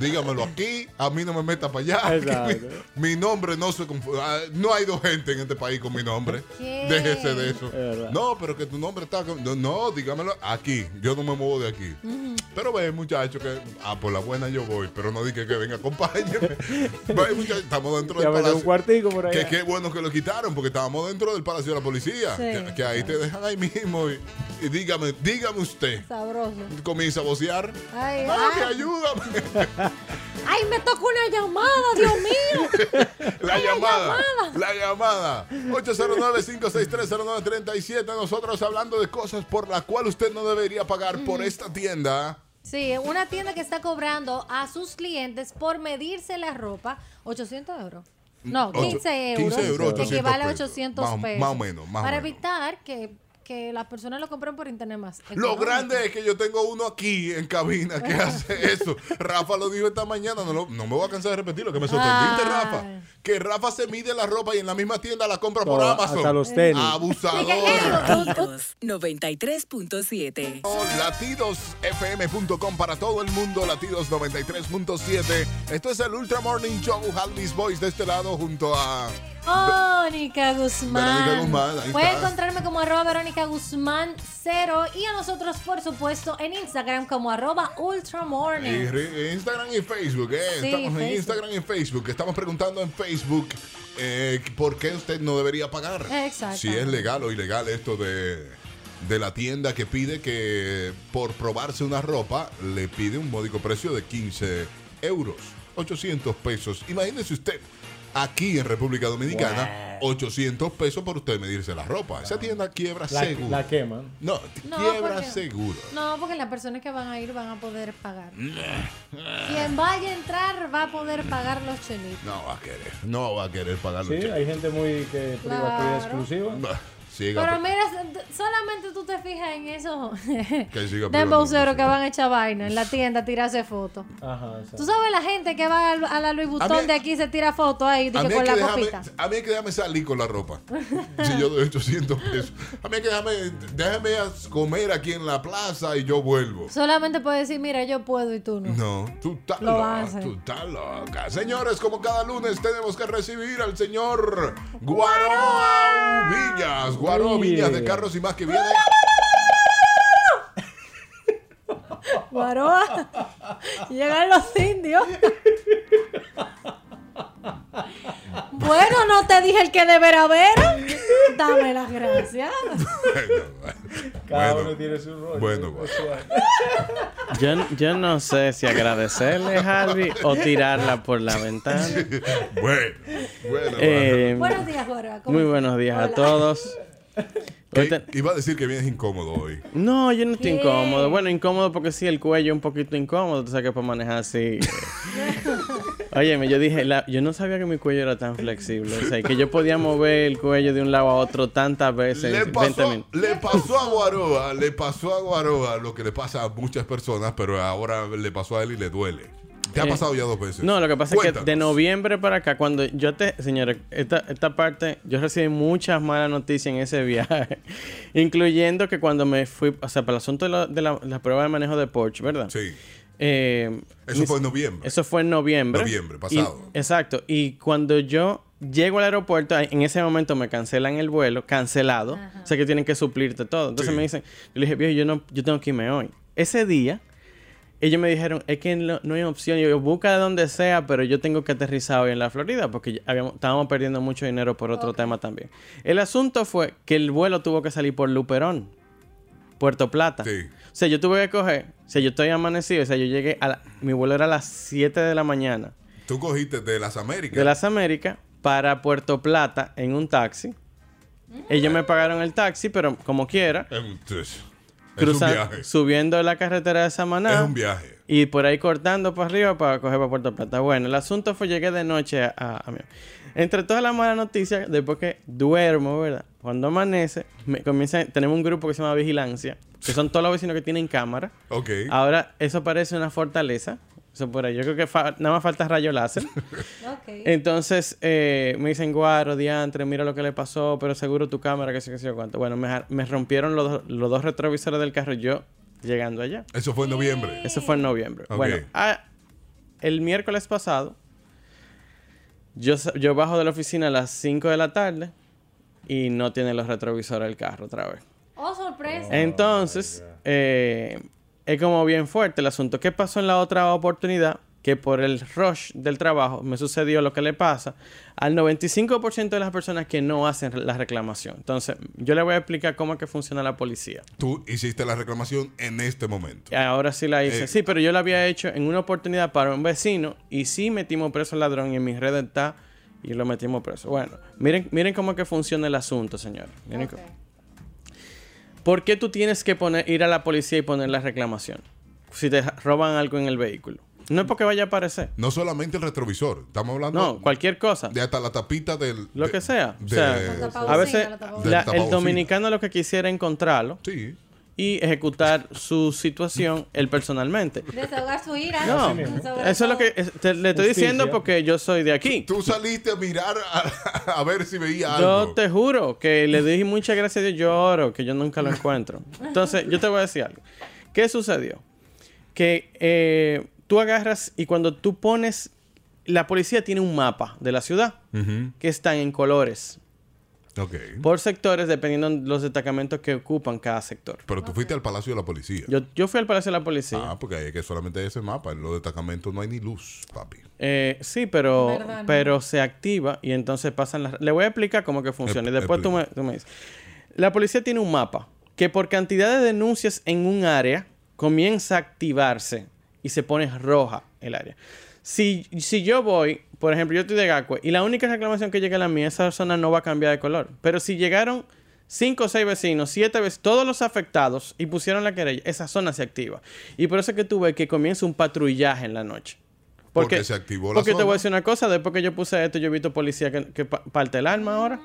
Speaker 1: Dígamelo aquí, a mí no me meta para allá. que
Speaker 5: Exacto.
Speaker 1: Mi, mi nombre no se confunde. Ah, No hay dos gente en este país con mi nombre.
Speaker 19: ¿Qué?
Speaker 1: Déjese de eso.
Speaker 19: Es verdad.
Speaker 1: no, pero que tu nombre está. con- No, no, dígamelo aquí. Yo no me muevo de aquí. Pero ve, muchacho, que. Ah, por la buena yo voy, pero no dije que venga, acompáñeme. Ve, muchacho, estamos dentro
Speaker 5: Ya
Speaker 1: del
Speaker 5: me dio un
Speaker 1: palacio.
Speaker 5: cuartico por
Speaker 1: Que
Speaker 5: allá.
Speaker 1: qué bueno que lo quitaron, porque estábamos dentro del Palacio de la Policía.
Speaker 3: Sí.
Speaker 1: Que, que ahí te dejan ahí mismo. Y, y dígame, dígame usted.
Speaker 3: Sabroso.
Speaker 1: Comienza a vocear.
Speaker 3: Ay,
Speaker 1: Ah,
Speaker 3: ay.
Speaker 1: que ayúdame.
Speaker 3: Ay, me toca una llamada, Dios mío.
Speaker 1: La llamada. La llamada. 809-56309-37. Nosotros hablando de cosas por las cuales usted no debería pagar por esta tienda.
Speaker 3: Sí, una tienda que está cobrando a sus clientes por medirse la ropa 800 euros. No,
Speaker 1: Ocho-
Speaker 3: 15 Oh, euros.
Speaker 1: 15 euros,
Speaker 3: que
Speaker 1: 800
Speaker 3: equivale a
Speaker 1: pesos.
Speaker 3: 800
Speaker 1: Más o-
Speaker 3: pesos.
Speaker 1: más o menos, más o
Speaker 3: Para
Speaker 1: menos.
Speaker 3: evitar que, que las personas lo compren por internet más.
Speaker 1: Lo
Speaker 3: económico.
Speaker 1: grande es que yo tengo uno aquí en cabina que hace eso. Rafa lo dijo esta mañana, no, lo- no me voy a cansar de repetirlo, que me sorprendiste,
Speaker 3: Ay.
Speaker 1: Rafa. Que Rafa se mide la ropa y en la misma tienda la compra por
Speaker 5: Toda-
Speaker 1: Amazon.
Speaker 5: hasta los tenis.
Speaker 1: Abusador.
Speaker 11: Latidos 93.7.
Speaker 1: Latidosfm.com para todo el mundo, Latidos 93.7. Esto es el Ultra Morning Show, Halvis Boys de este lado junto a...
Speaker 3: Verónica Guzmán.
Speaker 1: Verónica Guzmán, ahí
Speaker 3: Puede
Speaker 1: está.
Speaker 3: encontrarme como arroba Verónica Guzmán cero y a nosotros, por supuesto, en Instagram como arroba
Speaker 1: Y
Speaker 3: ultramorning.
Speaker 1: re- Instagram y Facebook, ¿eh?
Speaker 3: Sí,
Speaker 1: estamos en
Speaker 3: Facebook.
Speaker 1: Instagram y Facebook. Estamos preguntando en Facebook eh, por qué usted no debería pagar.
Speaker 3: Exacto.
Speaker 1: Si es legal o ilegal esto de, de la tienda que pide que por probarse una ropa le pide un módico precio de 15 euros, 800 pesos. Imagínese usted, aquí en República Dominicana, 800 pesos por usted medirse la ropa. Esa tienda quiebra
Speaker 5: La-
Speaker 1: seguro.
Speaker 5: la queman.
Speaker 1: No, t-
Speaker 3: No,
Speaker 1: quiebra
Speaker 3: porque-
Speaker 1: seguro.
Speaker 3: No, porque las personas que van a ir van a poder pagar. Quien vaya a entrar va a poder pagar los chelitos.
Speaker 1: No va a querer, no va a querer pagar los
Speaker 5: Sí,
Speaker 1: cheques.
Speaker 5: hay gente muy que privativa
Speaker 3: Claro.
Speaker 5: exclusiva.
Speaker 1: Bah, siga,
Speaker 3: Pero mira, solamente tú te fijas en esos
Speaker 1: que siga
Speaker 3: dembowseros que van a echar vaina en la tienda a tirarse fotos.
Speaker 5: Ajá, exacto.
Speaker 3: Tú sabes la gente que va al- a la Louis
Speaker 1: A
Speaker 3: Vuitton
Speaker 1: mí-
Speaker 3: de aquí y se tira fotos ahí
Speaker 1: A
Speaker 3: dije,
Speaker 1: mí, hay
Speaker 3: con
Speaker 1: que
Speaker 3: la
Speaker 1: dejarme,
Speaker 3: copita.
Speaker 1: a mí hay que dejarme salir con la ropa. Si yo doy 800 pesos. A mí hay que dejarme, déjame a comer aquí en la plaza y yo vuelvo.
Speaker 3: Solamente puede decir, mira, yo puedo y tú no.
Speaker 1: No, tú estás
Speaker 3: Lo
Speaker 1: loca,
Speaker 3: hace.
Speaker 1: tú estás loca. Señores, como cada lunes tenemos que recibir al señor Guaroa Villas. Guaroa Villas de Carros y más que viene.
Speaker 3: Guaroa, llegan los indios. Bueno, no te dije el que deberá haber. Dame las gracias.
Speaker 5: Cada uno tiene su rollo.
Speaker 1: Bueno,
Speaker 20: Yo, yo no sé si agradecerle, Harvey, o tirarla por la ventana.
Speaker 1: Bueno, bueno.
Speaker 20: Eh,
Speaker 3: Buenos días, Guaroa. ¿cómo
Speaker 20: Muy
Speaker 3: estás?
Speaker 20: buenos días a
Speaker 3: Hola.
Speaker 20: todos.
Speaker 1: ¿Qué? Iba a decir que vienes incómodo hoy.
Speaker 20: No, yo no estoy
Speaker 3: ¿Qué?
Speaker 20: incómodo. Bueno, incómodo porque sí, el cuello un poquito incómodo. Tú sabes que para manejar así. Óyeme, yo dije, la- yo no sabía que mi cuello era tan flexible. O sea, que yo podía mover el cuello de un lado a otro tantas veces.
Speaker 1: Le
Speaker 20: 20
Speaker 1: pasó,
Speaker 20: minutos.
Speaker 1: le pasó a Guaroa, le pasó a Guaroa lo que le pasa a muchas personas, pero ahora le pasó a él y le duele. ¿Te ha
Speaker 20: Eh,
Speaker 1: pasado ya dos veces?
Speaker 20: No, lo que pasa es
Speaker 1: Cuéntanos.
Speaker 20: que de noviembre para acá, cuando yo te. Señores, esta, esta parte, yo recibí muchas malas noticias en ese viaje, incluyendo que cuando me fui. O sea, para el asunto de la, de la- la prueba de manejo de Porsche, ¿verdad?
Speaker 1: Sí.
Speaker 20: eso
Speaker 1: fue en noviembre.
Speaker 20: Eso fue en noviembre.
Speaker 1: Noviembre
Speaker 20: Y-
Speaker 1: pasado.
Speaker 20: exacto. Y cuando yo llego al aeropuerto, ahí- en ese momento me cancelan el vuelo, cancelado. O sea que tienen que suplirte todo. Entonces me dicen, yo le dije, viejo, yo, no, yo tengo que irme hoy. Ese día. Ellos me dijeron, es que no, no hay opción. Yo, busca de donde sea, pero yo tengo que aterrizar hoy en la Florida porque ya habíamos- estábamos perdiendo mucho dinero por otro tema también. El asunto fue que el vuelo tuvo que salir por Luperón, Puerto Plata. O sea, yo tuve que coger, o sea, yo estoy amanecido, o sea, yo llegué a la- mi vuelo era a las 7 de la mañana
Speaker 1: Tú cogiste de las Américas.
Speaker 20: de las Américas para Puerto Plata en un taxi. Ellos me pagaron el taxi, pero como quiera,
Speaker 1: Entonces, es
Speaker 20: cruzan-
Speaker 1: un viaje.
Speaker 20: subiendo la carretera de Samaná.
Speaker 1: Es un viaje.
Speaker 20: Y por ahí cortando para arriba para coger para Puerto Plata. Bueno, el asunto fue llegué de noche a, a- a mi- Entre todas las malas noticias, después que duermo, ¿verdad? Cuando amanece, me comienza, tenemos un grupo que se llama Vigilancia, que son todos los vecinos que tienen cámara.
Speaker 1: Ok.
Speaker 20: Ahora, eso parece una fortaleza. Eso por ahí. Yo creo que fa- nada más falta rayo láser. Entonces, eh, me dicen, guaro, diantre, mira lo que le pasó, pero seguro tu cámara, que sé que sé yo cuánto. Bueno, me, ja- me rompieron los, do- los dos retrovisores del carro yo llegando allá.
Speaker 1: Eso fue en noviembre.
Speaker 20: Eso fue en noviembre.
Speaker 1: Ok.
Speaker 20: Bueno, ah, el miércoles pasado, yo, sa- yo bajo de la oficina a las 5 de la tarde y no tiene los retrovisores del carro otra vez.
Speaker 3: Oh, sorpresa.
Speaker 20: Entonces, eh, es como bien fuerte el asunto. ¿Qué pasó en la otra oportunidad? Que por el rush del trabajo me sucedió lo que le pasa al 95% de las personas que no hacen re- la reclamación. Entonces, yo le voy a explicar cómo es que funciona la policía.
Speaker 1: Tú hiciste la reclamación en este momento.
Speaker 20: Ahora sí la hice.
Speaker 1: Eh.
Speaker 20: Sí, pero yo la había hecho en una oportunidad para un vecino y sí metimos preso al ladrón y en mis redes está y lo metimos preso. Bueno, miren, miren cómo es que funciona el asunto, señor. Miren cómo- ¿Por qué tú tienes que poner, ir a la policía y poner la reclamación? Si te roban algo en el vehículo. No es porque vaya a aparecer.
Speaker 1: No solamente el retrovisor, estamos hablando.
Speaker 20: No, cualquier cosa.
Speaker 1: De hasta la tapita del.
Speaker 20: Lo
Speaker 1: de-
Speaker 20: que sea. O
Speaker 1: de-
Speaker 20: sea,
Speaker 1: Del
Speaker 20: a
Speaker 1: tapabocina,
Speaker 20: veces
Speaker 1: la
Speaker 20: la-
Speaker 1: tapabocina.
Speaker 20: el dominicano lo que quisiera es encontrarlo y ejecutar su situación él personalmente.
Speaker 3: Desahogar su ira.
Speaker 20: No,
Speaker 3: Desahogar-
Speaker 20: eso es lo que es- te- le estoy
Speaker 1: Justicia.
Speaker 20: diciendo porque yo soy de aquí.
Speaker 1: Tú saliste a mirar a, a ver si veía algo.
Speaker 20: Yo te juro que le dije muchas gracias a Dios, yo oro, que yo nunca lo encuentro. Entonces, yo te voy a decir algo. ¿Qué sucedió? Que eh, tú agarras y cuando tú pones, la policía tiene un mapa de la ciudad que están en colores. Por sectores, dependiendo de los destacamentos que ocupan cada sector.
Speaker 1: Pero tú fuiste al Palacio de la Policía.
Speaker 20: Yo, yo fui al Palacio de la Policía.
Speaker 1: Ah, porque ahí es que solamente hay ese mapa. En los destacamentos no hay ni luz, papi.
Speaker 20: Eh, sí, pero,
Speaker 1: ¿Verdad, no?
Speaker 20: pero se activa y entonces pasan las... Le voy a explicar cómo que funciona y después tú me, tú me dices. La policía tiene un mapa que por cantidad de denuncias en un área comienza a activarse y se pone roja el área. Si, si yo voy, por ejemplo, yo estoy de Gacue y la única reclamación que llega a la mía, esa zona no va a cambiar de color. Pero si llegaron 5 o 6 vecinos, 7 veces, todos los afectados y pusieron la querella, esa zona se activa. Y por eso es que tú ves que comienza un patrullaje en la noche.
Speaker 1: Porque se activó la
Speaker 20: Porque te
Speaker 1: zona.
Speaker 20: voy a decir una cosa, después que yo puse esto, yo he visto policía que, que pa- parte el alma ahora.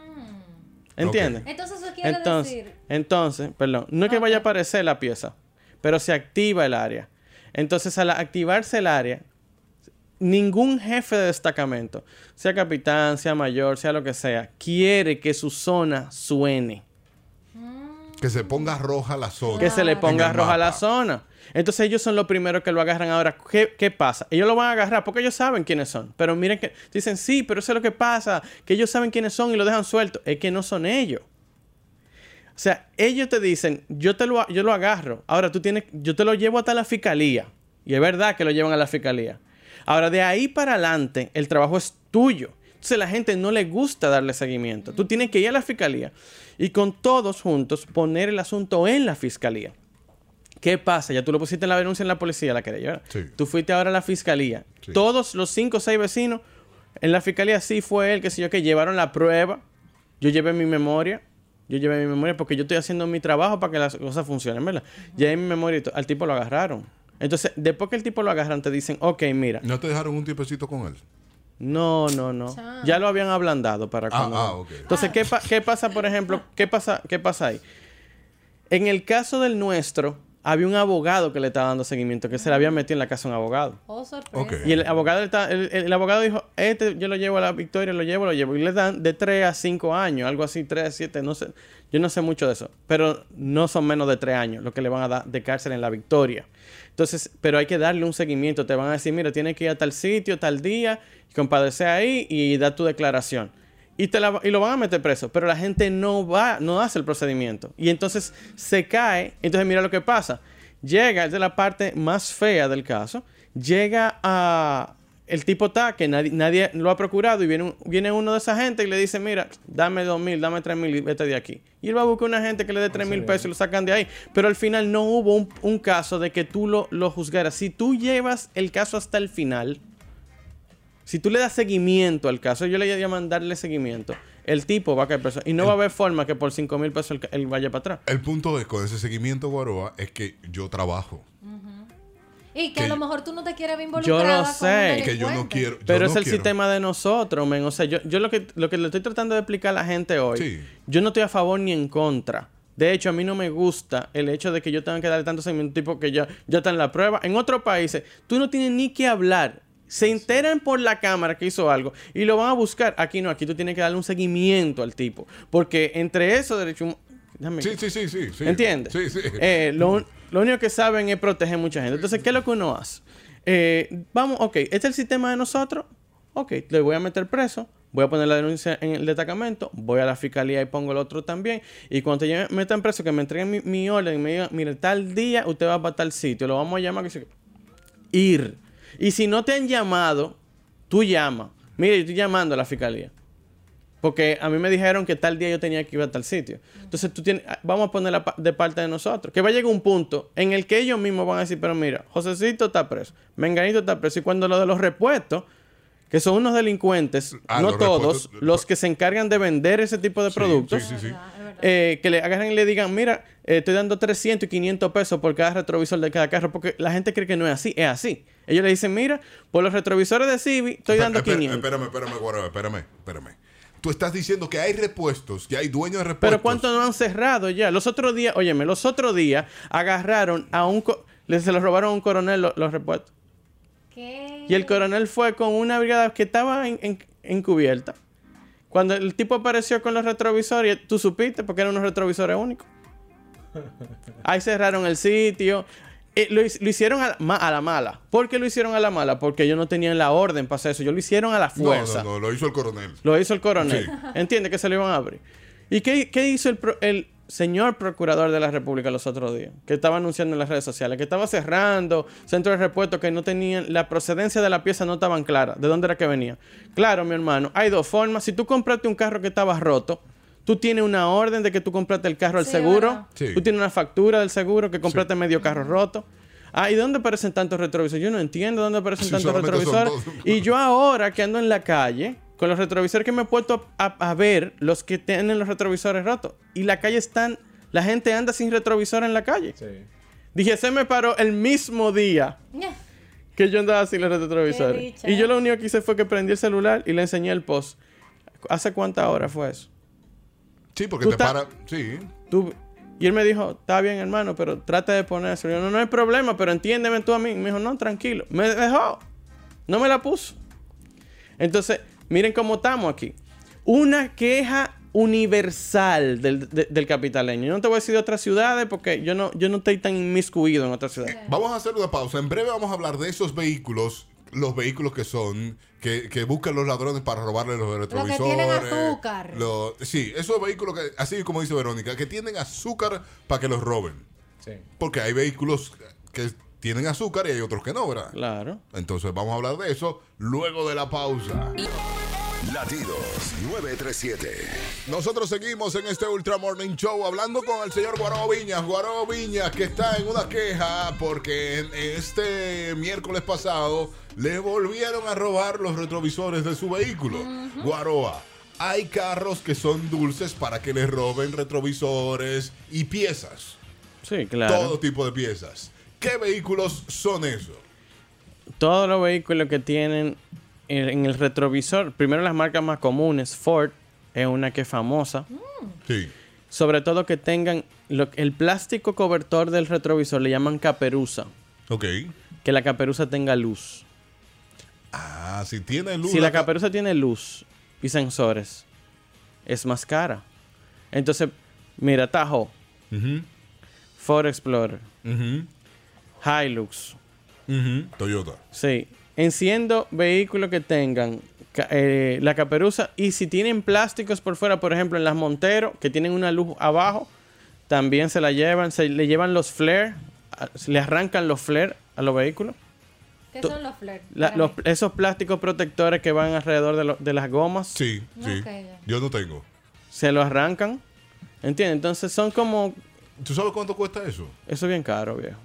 Speaker 20: ¿Entiendes?
Speaker 3: Ok. Entonces, eso quiere
Speaker 20: entonces,
Speaker 3: decir-
Speaker 20: Entonces, perdón, no es que vaya a aparecer la pieza, pero se activa el área. Entonces, al activarse el área, ningún jefe de destacamento, sea capitán, sea mayor, sea lo que sea, quiere que su zona suene.
Speaker 1: Que se ponga roja la zona.
Speaker 20: Que se le
Speaker 1: en
Speaker 20: ponga
Speaker 1: el
Speaker 20: roja la
Speaker 1: mapa.
Speaker 20: zona. Entonces ellos son los primeros que lo agarran ahora. ¿Qué, qué pasa? Ellos lo van a agarrar porque ellos saben quiénes son. Pero miren que dicen, sí, pero eso es lo que pasa, que ellos saben quiénes son y lo dejan suelto. Es que no son ellos. O sea, ellos te dicen, yo te lo, yo lo agarro. Ahora tú tienes, yo te lo llevo hasta la fiscalía. Y es verdad que lo llevan a la fiscalía. Ahora, de ahí para adelante, el trabajo es tuyo. Entonces, la gente no le gusta darle seguimiento. Tú tienes que ir a la fiscalía y con todos juntos poner el asunto en la fiscalía. ¿Qué pasa? Ya tú lo pusiste en la denuncia en la policía, la querella. ¿verdad? Tú fuiste ahora a la fiscalía. Todos los cinco o seis vecinos en la fiscalía sí fue él, que sé yo, que llevaron la prueba. Yo llevé mi memoria. Yo llevé mi memoria porque yo estoy haciendo mi trabajo para que las cosas funcionen, ¿verdad? Llevé mi memoria y to- al tipo lo agarraron. Entonces, después que el tipo lo agarran, te dicen, ok, mira.
Speaker 1: ¿No te dejaron un tiempecito con él?
Speaker 20: No, no, no.
Speaker 1: Chao.
Speaker 20: Ya lo habían ablandado para
Speaker 1: Ah,
Speaker 20: cuando.
Speaker 1: ah, ok.
Speaker 20: Entonces, ¿qué, pa- qué pasa, por ejemplo? ¿Qué pasa, ¿Qué pasa ahí? En el caso del nuestro, había un abogado que le estaba dando seguimiento, que se le había metido en la casa un abogado.
Speaker 3: Oh, sorpresa.
Speaker 20: Y el abogado, le está- el, el- el abogado dijo, este yo lo llevo a la victoria, lo llevo, lo llevo. Y le dan de 3 a 5 años, algo así, 3 a 7, no sé. Yo no sé mucho de eso. Pero no son menos de 3 años lo que le van a dar de cárcel en la victoria. Entonces, pero hay que darle un seguimiento. Te van a decir, mira, tienes que ir a tal sitio, tal día, y compadecer ahí y dar tu declaración. Y, te la- y lo van a meter preso, pero la gente no va, no hace el procedimiento. Y entonces se cae. Entonces, mira lo que pasa. Llega, es de la parte más fea del caso. Llega a. El tipo está que nadie, nadie lo ha procurado y viene, un- viene uno de esa gente y le dice: Mira, dame dos mil, dame tres mil y vete de aquí. Y él va a buscar una gente que le dé tres mil pesos y lo sacan de ahí. Pero al final no hubo un, un caso de que tú lo, lo juzgaras. Si tú llevas el caso hasta el final, si tú le das seguimiento al caso, yo le llaman darle seguimiento. El tipo va a caer preso. Y no va a haber forma que por 5 mil pesos él, él vaya para atrás.
Speaker 1: El punto es, con ese seguimiento, Guaroa, es que yo trabajo.
Speaker 3: Y que, a
Speaker 1: Que
Speaker 3: lo mejor tú no te quieres ver
Speaker 20: Yo
Speaker 3: involucrada
Speaker 20: lo sé.
Speaker 3: con un delincuente.
Speaker 20: Pero
Speaker 1: yo
Speaker 20: es
Speaker 1: no
Speaker 20: el
Speaker 1: quiero.
Speaker 20: sistema de nosotros, men. O sea, yo, yo lo, que, lo que le estoy tratando de explicar a la gente hoy, yo no estoy a favor ni en contra. De hecho, a mí no me gusta el hecho de que yo tenga que darle tanto seguimiento tipo que ya, ya está en la prueba. En otros países, tú no tienes ni que hablar. Se enteran por la cámara que hizo algo y lo van a buscar. Aquí no, aquí tú tienes que darle un seguimiento al tipo. Porque entre eso, derecho hum- déjame-
Speaker 1: Sí, sí, sí, sí. sí.
Speaker 20: ¿Entiendes?
Speaker 1: Sí, sí.
Speaker 20: Eh, lo, lo único que saben es proteger mucha gente. Entonces, ¿qué es lo que uno hace? Eh, vamos, ok, este es el sistema de nosotros. Ok, le voy a meter preso. Voy a poner la denuncia en el destacamento. Voy a la fiscalía y pongo el otro también. Y cuando ya me metan preso, que me entreguen mi, mi orden y me digan, mire, tal día usted va para tal sitio. Lo vamos a llamar. Que se- Ir. Y si no te han llamado, tú llamas. Mire, yo estoy llamando a la fiscalía. Porque a mí me dijeron que tal día yo tenía que ir a tal sitio. Entonces tú tienes, ah, vamos a ponerla pa- de parte de nosotros. Que va a llegar un punto en el que ellos mismos van a decir, pero mira, Josecito está preso, Menganito está preso. Y cuando lo de los repuestos, que son unos delincuentes,
Speaker 1: Ah,
Speaker 20: no
Speaker 1: los
Speaker 20: todos,
Speaker 1: repuestos-
Speaker 20: los que se encargan de vender ese tipo de productos, eh, que le agarren y le digan, mira, eh, estoy dando 300 y 500 pesos por cada retrovisor de cada carro, porque la gente cree que no es así, es así. Ellos le dicen, mira, por los retrovisores de Civi estoy
Speaker 1: Espera-
Speaker 20: dando
Speaker 1: espera-
Speaker 20: 500.
Speaker 1: Espérame, espérame, Guaroa, espérame, espérame. Tú estás diciendo que hay repuestos, que hay dueños de repuestos.
Speaker 20: Pero ¿cuánto no han cerrado ya? Los otros días, óyeme, los otros días agarraron a un... co- le- se los robaron a un coronel lo- los repuestos. Y el coronel fue con una brigada que estaba en- en- encubierta. Cuando el tipo apareció con los retrovisores, tú supiste porque eran unos retrovisores únicos. Ahí cerraron el sitio. Eh, lo, hic- lo hicieron a la, ma- a la mala. ¿Por qué lo hicieron a la mala? Porque ellos no tenían la orden para hacer eso. Ellos lo hicieron a la
Speaker 1: No,
Speaker 20: fuerza.
Speaker 1: no, no, lo hizo el coronel.
Speaker 20: Lo hizo el coronel.
Speaker 1: Sí.
Speaker 20: Entiende que se lo iban a abrir. ¿Y qué, qué hizo el, pro- el señor procurador de la República los otros días? Que estaba anunciando en las redes sociales, que estaba cerrando centros de repuesto que no tenían, la procedencia de la pieza no estaban clara, de dónde era que venía. Claro, mi hermano, hay dos formas. Si tú compraste un carro que estaba roto, Tú tienes una orden de que tú compraste el carro al
Speaker 2: Sí,
Speaker 20: seguro.
Speaker 2: verdad. Sí.
Speaker 20: Tú tienes una factura del seguro que compraste medio carro roto. Ah, ¿y dónde aparecen tantos retrovisores? Yo no entiendo dónde aparecen
Speaker 2: Sí,
Speaker 20: tantos
Speaker 2: solamente son
Speaker 20: retrovisores.
Speaker 2: dos.
Speaker 20: Y yo ahora que ando en la calle, con los retrovisores que me he puesto a, a- a ver, los que tienen los retrovisores rotos. Y la calle están. La gente anda sin retrovisor en la calle. Dije, se me paró el mismo día que yo andaba sin los
Speaker 2: Qué
Speaker 20: retrovisores.
Speaker 2: dicha.
Speaker 20: Y yo lo único que hice fue que prendí el celular y le enseñé el post. ¿Hace cuántas horas fue eso?
Speaker 1: Sí, porque
Speaker 20: Tú
Speaker 1: te
Speaker 20: ta-
Speaker 1: para. Sí.
Speaker 20: tú- Y él me dijo, está bien, hermano, pero trata de ponerse. Yo, no, no hay problema, pero entiéndeme tú a mí. Y Me dijo, no, tranquilo. Me dejó. No me la puso. Entonces, miren cómo estamos aquí. Una queja universal del, de- del capitaleño. Yo no te voy a decir de otras ciudades porque yo no, yo no estoy tan inmiscuido en otras ciudades.
Speaker 1: Vamos a hacer una pausa. En breve vamos a hablar de esos vehículos, los vehículos que son, que, que buscan los ladrones para robarle los
Speaker 3: Los que
Speaker 1: retrovisores.
Speaker 3: tienen azúcar.
Speaker 1: Lo- sí, esos vehículos que, así como dice Verónica, que tienen azúcar para que los roben. Porque hay vehículos que tienen azúcar y hay otros que no, ¿verdad?
Speaker 20: Claro.
Speaker 1: Entonces vamos a hablar de eso luego de la pausa.
Speaker 6: Latidos 937.
Speaker 1: Nosotros seguimos en este Ultra Morning Show hablando con el señor Guaro Viñas. Guaro Viñas que está en una queja porque en este miércoles pasado le volvieron a robar los retrovisores de su vehículo. Guaroa, hay carros que son dulces para que les roben retrovisores y piezas.
Speaker 20: Sí, claro.
Speaker 1: Todo tipo de piezas. ¿Qué vehículos son esos?
Speaker 20: todos los vehículos que tienen en, en el retrovisor, primero las marcas más comunes, Ford es una que es famosa.
Speaker 1: Sí.
Speaker 20: Sobre todo que tengan lo- el plástico cobertor del retrovisor, le llaman caperuza.
Speaker 1: Ok.
Speaker 20: Que la caperuza tenga luz.
Speaker 1: Ah, si tiene luz.
Speaker 20: Si la
Speaker 1: la ca-
Speaker 20: caperuza tiene luz y sensores, es más cara. Entonces, mira, Tajo,
Speaker 1: Ujú,
Speaker 20: Ford Explorer,
Speaker 1: ujú,
Speaker 20: Hilux,
Speaker 1: ujú. Toyota.
Speaker 20: Sí. Enciendo vehículos que tengan ca- eh, la caperuza y si tienen plásticos por fuera, por ejemplo en las Montero, que tienen una luz abajo, también se la llevan, se le llevan los flares, a- se le arrancan los flares a los vehículos.
Speaker 3: ¿Qué
Speaker 20: to-
Speaker 3: son los flares?
Speaker 20: La- los- esos plásticos protectores que van alrededor de, lo- de las gomas.
Speaker 1: Sí,
Speaker 3: No, sí. ok, ya.
Speaker 1: Yo no tengo.
Speaker 20: Se lo arrancan. ¿Entiendes? Entonces son como...
Speaker 1: ¿Tú sabes cuánto cuesta eso?
Speaker 20: Eso es bien caro, viejo.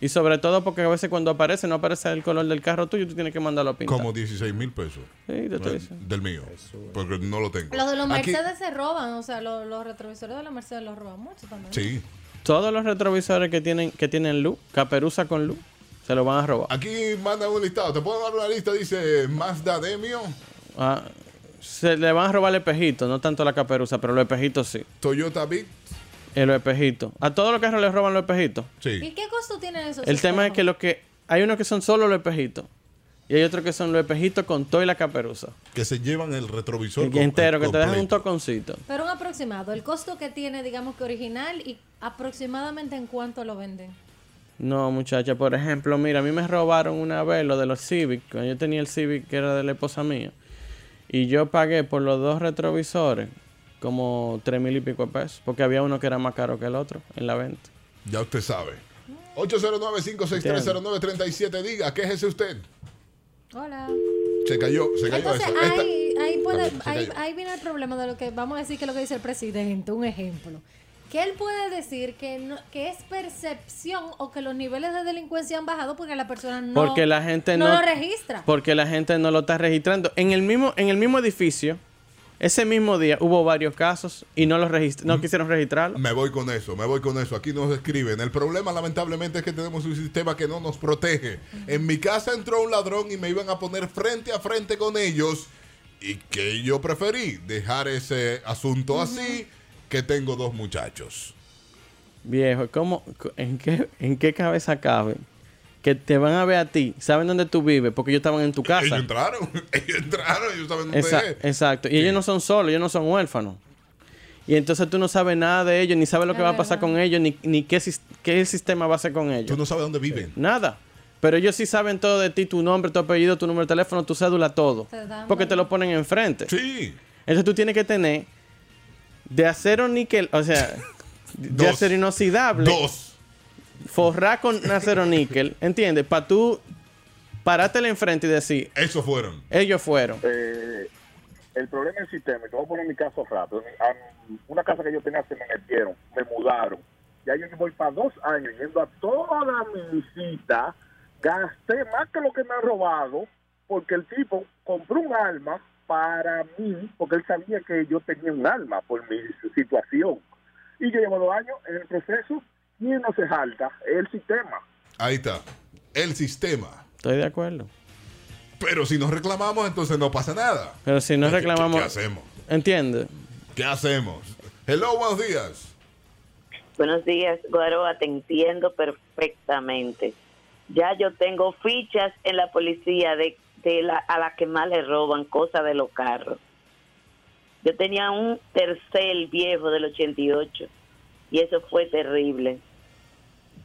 Speaker 20: Y sobre todo porque a veces cuando aparece, no aparece el color del carro tuyo, tú tienes que mandarlo a pintar.
Speaker 1: Como 16 mil pesos.
Speaker 20: Sí, yo te
Speaker 1: Eh,
Speaker 20: dije.
Speaker 1: Del mío. Porque no lo tengo.
Speaker 3: Los de los
Speaker 1: Aquí-
Speaker 3: Mercedes se roban, o sea, lo- los, retrovisores de los Mercedes los roban mucho también.
Speaker 1: Sí.
Speaker 20: Todos los retrovisores que tienen, que tienen luz, caperuza con luz, se lo van a robar.
Speaker 1: Aquí manda un listado. ¿Te puedo dar una lista? Dice Mazda Demio,
Speaker 20: Ah, se le van a robar el espejito, no tanto la caperuza, pero los espejitos sí.
Speaker 1: Toyota Big.
Speaker 20: El espejito. A todos los carros les roban los espejitos.
Speaker 1: Sí.
Speaker 3: ¿Y qué costo tienen esos?
Speaker 20: El tema es que los que hay unos que son solo los espejitos y hay otros que son los espejitos con todo y la caperuza.
Speaker 1: Que se llevan el retrovisor
Speaker 20: Que-
Speaker 1: com-
Speaker 20: entero, que te dejan un
Speaker 1: completo.
Speaker 20: toconcito.
Speaker 3: Pero un aproximado, el costo que tiene, digamos que original y aproximadamente en cuánto lo venden.
Speaker 20: No, muchacha, por ejemplo, mira, a mí me robaron una vez lo de los Civic. cuando Yo tenía el Civic que era de la esposa mía. Y yo pagué por los dos retrovisores como tres mil y pico de pesos. Porque había uno que era más caro que el otro en la venta.
Speaker 1: Ya usted sabe. 809-56309-37. Diga, quéjese usted.
Speaker 3: Hola.
Speaker 1: Se cayó, se cayó
Speaker 3: Entonces,
Speaker 1: eso. Esta-
Speaker 3: ahí, ahí, puede-
Speaker 1: Perdón, se
Speaker 3: ahí,
Speaker 1: cayó.
Speaker 3: ahí viene el problema de lo que vamos a decir que es lo que dice el presidente, un ejemplo. Que él puede decir que, no, que es percepción o que los niveles de delincuencia han bajado porque la persona no,
Speaker 20: porque la gente
Speaker 3: no
Speaker 20: no,
Speaker 3: lo registra.
Speaker 20: Porque la gente no lo está registrando. En el mismo, en el mismo edificio, ese mismo día hubo varios casos y no los regist- no quisieron registrarlo.
Speaker 1: Me voy con eso, me voy con eso. Aquí nos escriben. El problema, lamentablemente, es que tenemos un sistema que no nos protege. En mi casa entró un ladrón y me iban a poner frente a frente con ellos. Y que yo preferí dejar ese asunto así, que tengo dos muchachos.
Speaker 20: Viejo, ¿cómo, co- en, qué, ¿en qué cabeza cabe? Que te van a ver a ti, saben dónde tú vives, porque ellos estaban en tu casa.
Speaker 1: Ellos entraron, ellos entraron, ellos saben dónde
Speaker 20: Esa-
Speaker 1: es.
Speaker 20: exacto. Y ellos no son solos, ellos no son huérfanos. Y entonces tú no sabes nada de ellos, ni sabes lo que
Speaker 1: Es
Speaker 20: va a pasar con ellos, ni, ni qué, sis- qué sistema va a hacer con ellos. Tú
Speaker 1: no sabes dónde viven.
Speaker 20: Nada. Pero ellos sí saben todo de ti, tu nombre, tu apellido, tu número de teléfono, tu cédula, todo.
Speaker 2: Te dan
Speaker 20: Porque te lo ponen enfrente.
Speaker 1: Sí.
Speaker 20: Entonces tú tienes que tener de acero níquel, o sea, de
Speaker 2: Dos.
Speaker 20: acero inoxidable.
Speaker 1: Dos.
Speaker 20: Forrar con acero níquel, ¿entiendes? Para tú parártela enfrente y decir...
Speaker 1: Esos fueron.
Speaker 20: Ellos fueron.
Speaker 16: Eh,
Speaker 10: El problema es sistémico. Voy a poner mi caso rápido. A mí, Una casa que yo tenía se me metieron, me mudaron. Ya yo voy para dos años yendo a toda mi visita. Gasté más que lo que me han robado porque el tipo compró un alma para mí, porque él sabía que yo tenía un alma por mi situación. Y yo llevo dos años en el proceso y no se salta. Es el sistema.
Speaker 1: Ahí está. El sistema.
Speaker 20: Estoy de acuerdo.
Speaker 1: Pero si nos reclamamos, entonces no pasa nada.
Speaker 20: Pero si no
Speaker 1: ¿Qué- qué-
Speaker 20: reclamamos.
Speaker 1: qué hacemos?
Speaker 20: ¿Entiendes?
Speaker 1: ¿Qué hacemos? Hello, buenos días.
Speaker 22: Buenos días, Guaroa, te entiendo perfectamente. Ya yo tengo fichas en la policía de, de la, a las que más le roban cosas de los carros. Yo tenía un tercer viejo del 88 y eso fue terrible,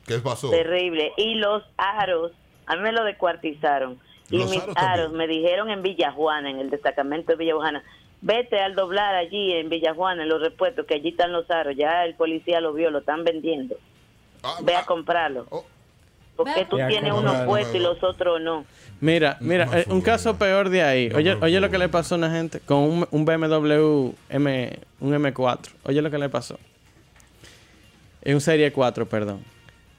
Speaker 1: ¿Qué pasó?
Speaker 22: terrible. Y los aros, a mí me lo descuartizaron. Y
Speaker 1: Los
Speaker 22: mis
Speaker 1: aros
Speaker 22: aros,
Speaker 1: también.
Speaker 22: me dijeron en Villajuana, en el destacamento de Villajuana, vete al doblar allí en Villajuana, en los repuestos, que allí están los aros. Ya el policía lo vio, lo están vendiendo.
Speaker 1: Ah,
Speaker 22: Ve a comprarlo.
Speaker 1: Oh.
Speaker 22: Porque tú
Speaker 20: Ve a
Speaker 22: tienes unos
Speaker 20: comprarlo.
Speaker 22: puestos y los otros no.
Speaker 20: Mira, mira, eh, un caso peor de ahí. Oye, oye lo que le pasó a una gente con un, un BMW M, un M4. Oye lo que le pasó. Es un Serie 4, perdón.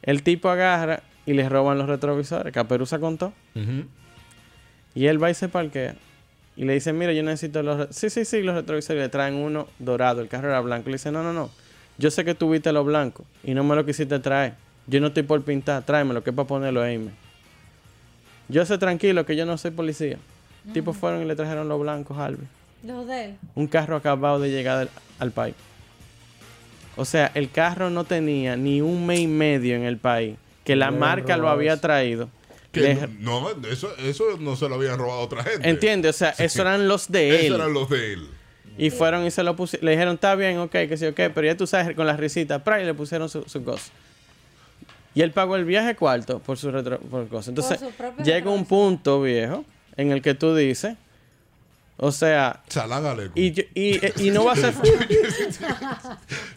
Speaker 20: El tipo agarra y les roban los retrovisores. Caperuza contó. Y él va y se parquea. Y le dice, mira, yo necesito los... re- Sí, sí, sí, los retrovisores. Le traen uno dorado. El carro era blanco. Le dice, no, no, no. Yo sé que tuviste los blancos y no me lo quisiste traer. Yo no estoy por pintar. Tráemelo, que es para ponerlo ahí. men". Yo sé tranquilo que yo no soy policía. Tipos fueron y le trajeron los blancos, Albi.
Speaker 3: Los de él.
Speaker 20: Un carro acabado de llegar al, al país. O sea, el carro no tenía ni un mes y medio en el país. Que la
Speaker 1: Le habían
Speaker 20: marca lo
Speaker 1: robado
Speaker 20: había
Speaker 1: eso.
Speaker 20: traído.
Speaker 1: Que
Speaker 20: Le-
Speaker 1: no, no, eso, eso no se lo habían robado a otra gente.
Speaker 20: Entiende, o sea, esos eran los de él.
Speaker 1: Esos eran los de él.
Speaker 20: Y fueron y se lo pusieron. Le dijeron, está bien, ok, que sí, ok, pero ya tú sabes, con las risitas, pra, y le pusieron su, su cosa. Y él pagó el viaje cuarto por su retro, por cosa. Entonces,
Speaker 3: su propio
Speaker 20: llega un punto, viejo, en el que tú dices, o sea. Y, yo- y, eh, y- y no va a ser.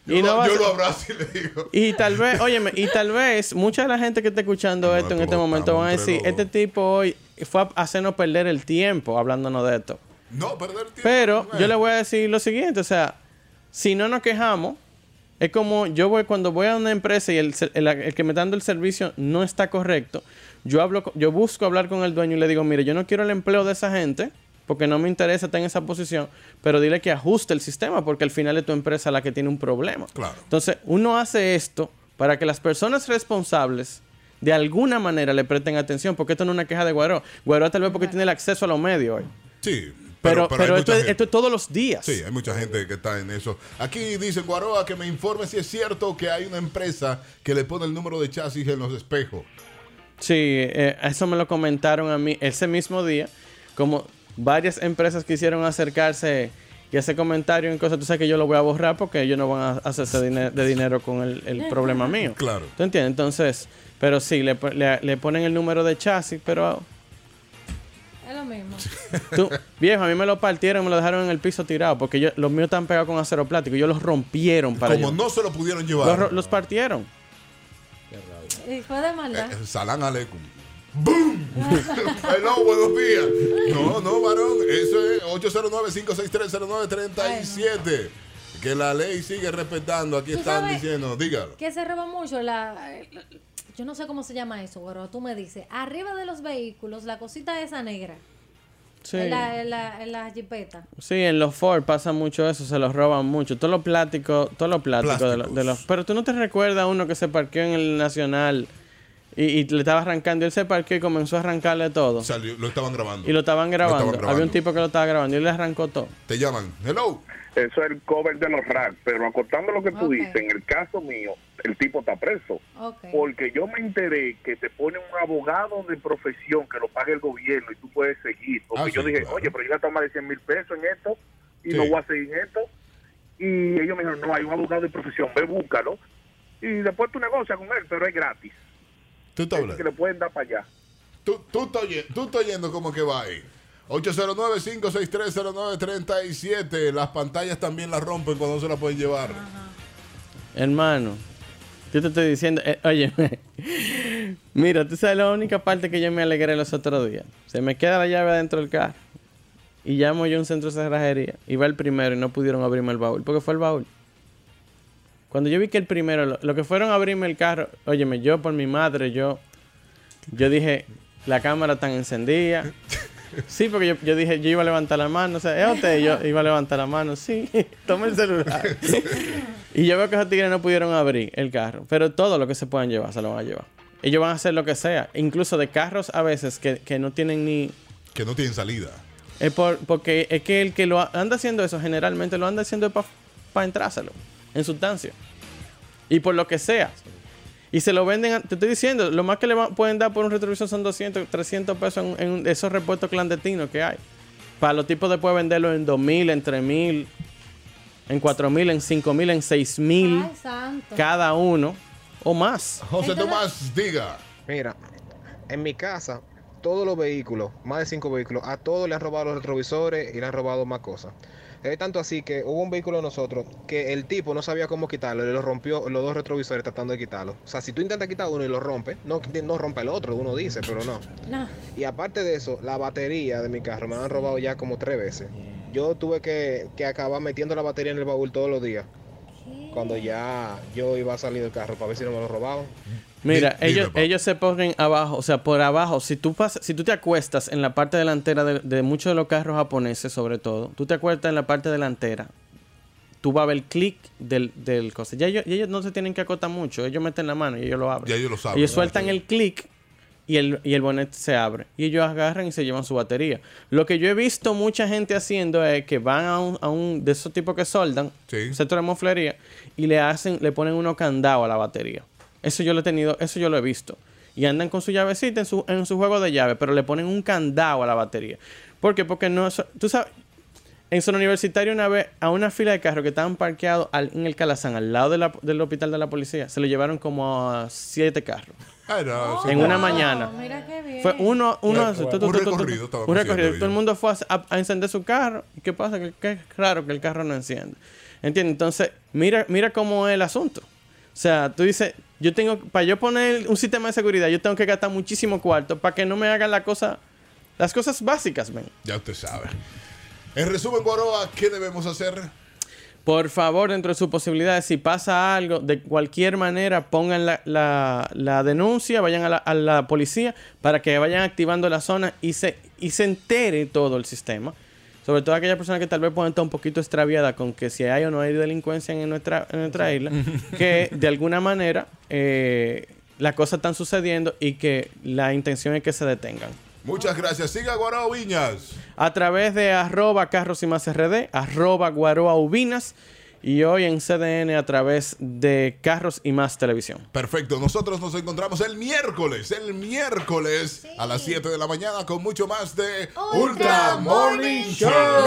Speaker 20: y no va a
Speaker 1: yo
Speaker 20: ser-
Speaker 1: lo abrazo y le digo.
Speaker 20: y tal vez, óyeme, y tal vez mucha de la gente que está escuchando esto en este momento van a decir, este tipo hoy fue a hacernos perder el tiempo hablándonos de esto.
Speaker 1: No, perder tiempo.
Speaker 20: Pero yo le voy a decir lo siguiente, o sea, si no nos quejamos, es como yo voy cuando voy a una empresa y el, ser- el- el que me está dando el servicio no está correcto, yo hablo, con- yo busco hablar con el dueño y le digo, mire, yo no quiero el empleo de esa gente porque no me interesa estar en esa posición, pero dile que ajuste el sistema porque al final es tu empresa la que tiene un problema.
Speaker 1: Claro.
Speaker 20: Entonces, uno hace esto para que las personas responsables de alguna manera le presten atención, porque esto no es una queja de Guaró. Guaró tal vez porque tiene el acceso a los medios hoy.
Speaker 1: Sí.
Speaker 20: Pero, pero,
Speaker 1: pero hay mucha
Speaker 20: esto, es,
Speaker 1: gente.
Speaker 20: esto es todos los días.
Speaker 1: Sí, hay mucha gente que está en eso. Aquí dice Guaroa que me informe si es cierto que hay una empresa que le pone el número de chasis en los espejos.
Speaker 20: Sí, eh, eso me lo comentaron a mí ese mismo día. Como varias empresas quisieron acercarse y hacer comentario en cosas, tú sabes que yo lo voy a borrar porque ellos no van a hacerse dine- de dinero con el, el problema mío.
Speaker 1: Claro.
Speaker 20: ¿Tú entiendes? Entonces, pero sí, le, po- le- le ponen el número de chasis, pero
Speaker 3: Es lo mismo.
Speaker 20: tú, viejo, a mí me lo partieron, me lo dejaron en el piso tirado porque yo- los míos están pegados con acero plástico, ellos los rompieron para
Speaker 1: Como
Speaker 20: yo-
Speaker 1: no se lo pudieron llevar.
Speaker 20: los, ro- los partieron.
Speaker 3: Y fue de maldad.
Speaker 1: Eh, Salam aleikum. ¡Boom! Hello, buenos días. No, no, varón. Eso es 809-56309-37. Que la ley sigue respetando. Aquí
Speaker 3: Tú
Speaker 1: están
Speaker 3: sabes-
Speaker 1: diciendo, dígalo.
Speaker 3: Que se roba mucho la... Yo no sé cómo se llama eso, pero tú me dices. Arriba de los vehículos, la cosita esa negra.
Speaker 20: Sí.
Speaker 3: La, la, la jipeta.
Speaker 20: Sí, en los Ford pasa mucho eso, se los roban mucho. Todo lo plástico, todo lo plástico de, lo- de los. Pero tú no te recuerdas uno que se parqueó en el Nacional y, y le estaba arrancando. Él se parqueó y comenzó a arrancarle todo.
Speaker 1: Salió- lo estaban grabando.
Speaker 20: Y lo estaban grabando. Había un
Speaker 1: grabando.
Speaker 20: tipo que lo estaba grabando y él le arrancó todo.
Speaker 1: Te llaman. Hello.
Speaker 19: Eso es el cover de los racks, pero acotando lo que tú dices, en el caso mío, el tipo está preso. Porque yo me enteré que te pone un abogado de profesión que lo pague el gobierno y tú puedes seguir. Porque
Speaker 1: Ah,
Speaker 19: yo
Speaker 1: sí,
Speaker 19: dije,
Speaker 1: claro.
Speaker 19: oye, pero yo gasté más de 100 mil pesos en esto y
Speaker 1: Sí.
Speaker 19: no voy a seguir en esto. Y ellos me dijeron, no, hay un abogado de profesión, ve, búscalo. Y después tú negocias con él, pero es gratis.
Speaker 1: Tú estás
Speaker 19: Que le pueden dar para allá.
Speaker 1: Tú, tú, estás oyen- tú estás oyendo cómo que va ahí. 809-56309-37. Las pantallas también las rompen cuando no se las pueden llevar.
Speaker 20: Hermano, yo te estoy diciendo, eh, oye, mira, tú sabes la única parte que yo me alegré los otros días. Se me queda la llave adentro del carro. Y llamo yo a un centro de cerrajería. Y va el primero y no pudieron abrirme el baúl. Porque fue el baúl. Cuando yo vi que el primero, lo, lo que fueron a abrirme el carro, óyeme, yo por mi madre, yo, yo dije, la cámara tan encendida. Sí, porque yo, yo dije, yo iba a levantar la mano, o sea, ¿es usted? Y Yo iba a levantar la mano, sí, toma el celular. y yo veo que esos tigres no pudieron abrir el carro, pero todo lo que se puedan llevar se lo van a llevar. Ellos van a hacer lo que sea, incluso de carros a veces que, que no tienen ni...
Speaker 1: Que no tienen salida.
Speaker 20: Es por- porque es que el que lo a- anda haciendo eso generalmente lo anda haciendo para entrárselo en sustancia. Y por lo que sea. Y se lo venden, a- te estoy diciendo, lo más que le va- pueden dar por un retrovisor son 200, 300 pesos en, en esos repuestos clandestinos que hay. Para los tipos después venderlo en 2000, en 3000, en 4000, en 5000, en 6000
Speaker 3: Ay, santo.
Speaker 20: cada uno o más.
Speaker 1: José Tomás, diga.
Speaker 7: Mira, en mi casa, todos los vehículos, más de cinco vehículos, a todos le han robado los retrovisores y le han robado más cosas. Es tanto así que hubo un vehículo de nosotros que el tipo no sabía cómo quitarlo y lo rompió los dos retrovisores tratando de quitarlo. O sea, si tú intentas quitar uno y lo rompes, no, no rompe el otro, uno dice, pero no.
Speaker 3: No.
Speaker 7: Y aparte de eso, la batería de mi carro me la han robado ya como tres veces. Yo tuve que, que acabar metiendo la batería en el baúl todos los días. Cuando ya yo iba a salir del carro para ver si no me lo robaban.
Speaker 20: Mira, ellos, ellos se ponen abajo, o sea, por abajo. Si tú pas- si tú te acuestas en la parte delantera de, de muchos de los carros japoneses, sobre todo, tú te acuestas en la parte delantera, tú vas a ver el clic del, del cosa. Ya ellos, y ellos no se tienen que acotar mucho, ellos meten la mano y ellos lo abren.
Speaker 1: Ya ellos lo saben.
Speaker 20: Ellos sueltan el clic y el, y el bonete se abre. Y ellos agarran y se llevan su batería. Lo que yo he visto mucha gente haciendo es que van a un, a un de esos tipos que soldan, un centro de moflería, y le hacen, le ponen unos candados a la batería. Eso yo lo he tenido, eso yo lo he visto. Y andan con su llavecita en su, en su juego de llave, pero le ponen un candado a la batería. ¿Por qué? Porque no. so- Tú sabes, en zona universitaria una vez a una fila de carros que estaban parqueados al- en el Calazán, al lado de la- del hospital de la policía, se lo llevaron como a siete carros.
Speaker 1: Era-
Speaker 20: en una mañana.
Speaker 3: Oh, Mira qué bien.
Speaker 20: Fue uno, uno,
Speaker 1: Un
Speaker 20: tu, tu, tu, tu, tu,
Speaker 1: recorrido estaban
Speaker 20: un recorrido.
Speaker 1: haciendo
Speaker 20: Todo el mundo fue a, a- a encender su carro. ¿Y qué pasa? Que, que es raro que el carro no enciende. ¿Entiendes? Entonces, mira, mira cómo es el asunto. O sea, tú dices, yo tengo, para yo poner un sistema de seguridad, yo tengo que gastar muchísimo cuarto para que no me hagan la cosa, las cosas básicas, ven.
Speaker 1: Ya usted sabe. En resumen, Guaroa, ¿qué debemos hacer?
Speaker 20: Por favor, dentro de sus posibilidades, si pasa algo, de cualquier manera, pongan la, la- la denuncia, vayan a la, a la policía para que vayan activando la zona y se, y se entere todo el sistema. Sobre todo aquellas personas que tal vez puedan estar un poquito extraviadas con que si hay o no hay delincuencia en nuestra, en nuestra isla, que de alguna manera eh, las cosas están sucediendo y que la intención es que se detengan.
Speaker 1: Muchas gracias. Siga Guaroa Viñas.
Speaker 20: A través de arroba carros y más RD, arroba guaroa ubinas y hoy en CDN a través de carros y más televisión.
Speaker 1: Perfecto, nosotros nos encontramos el miércoles, el miércoles a las 7 de la mañana con mucho más de Ultra Morning Show.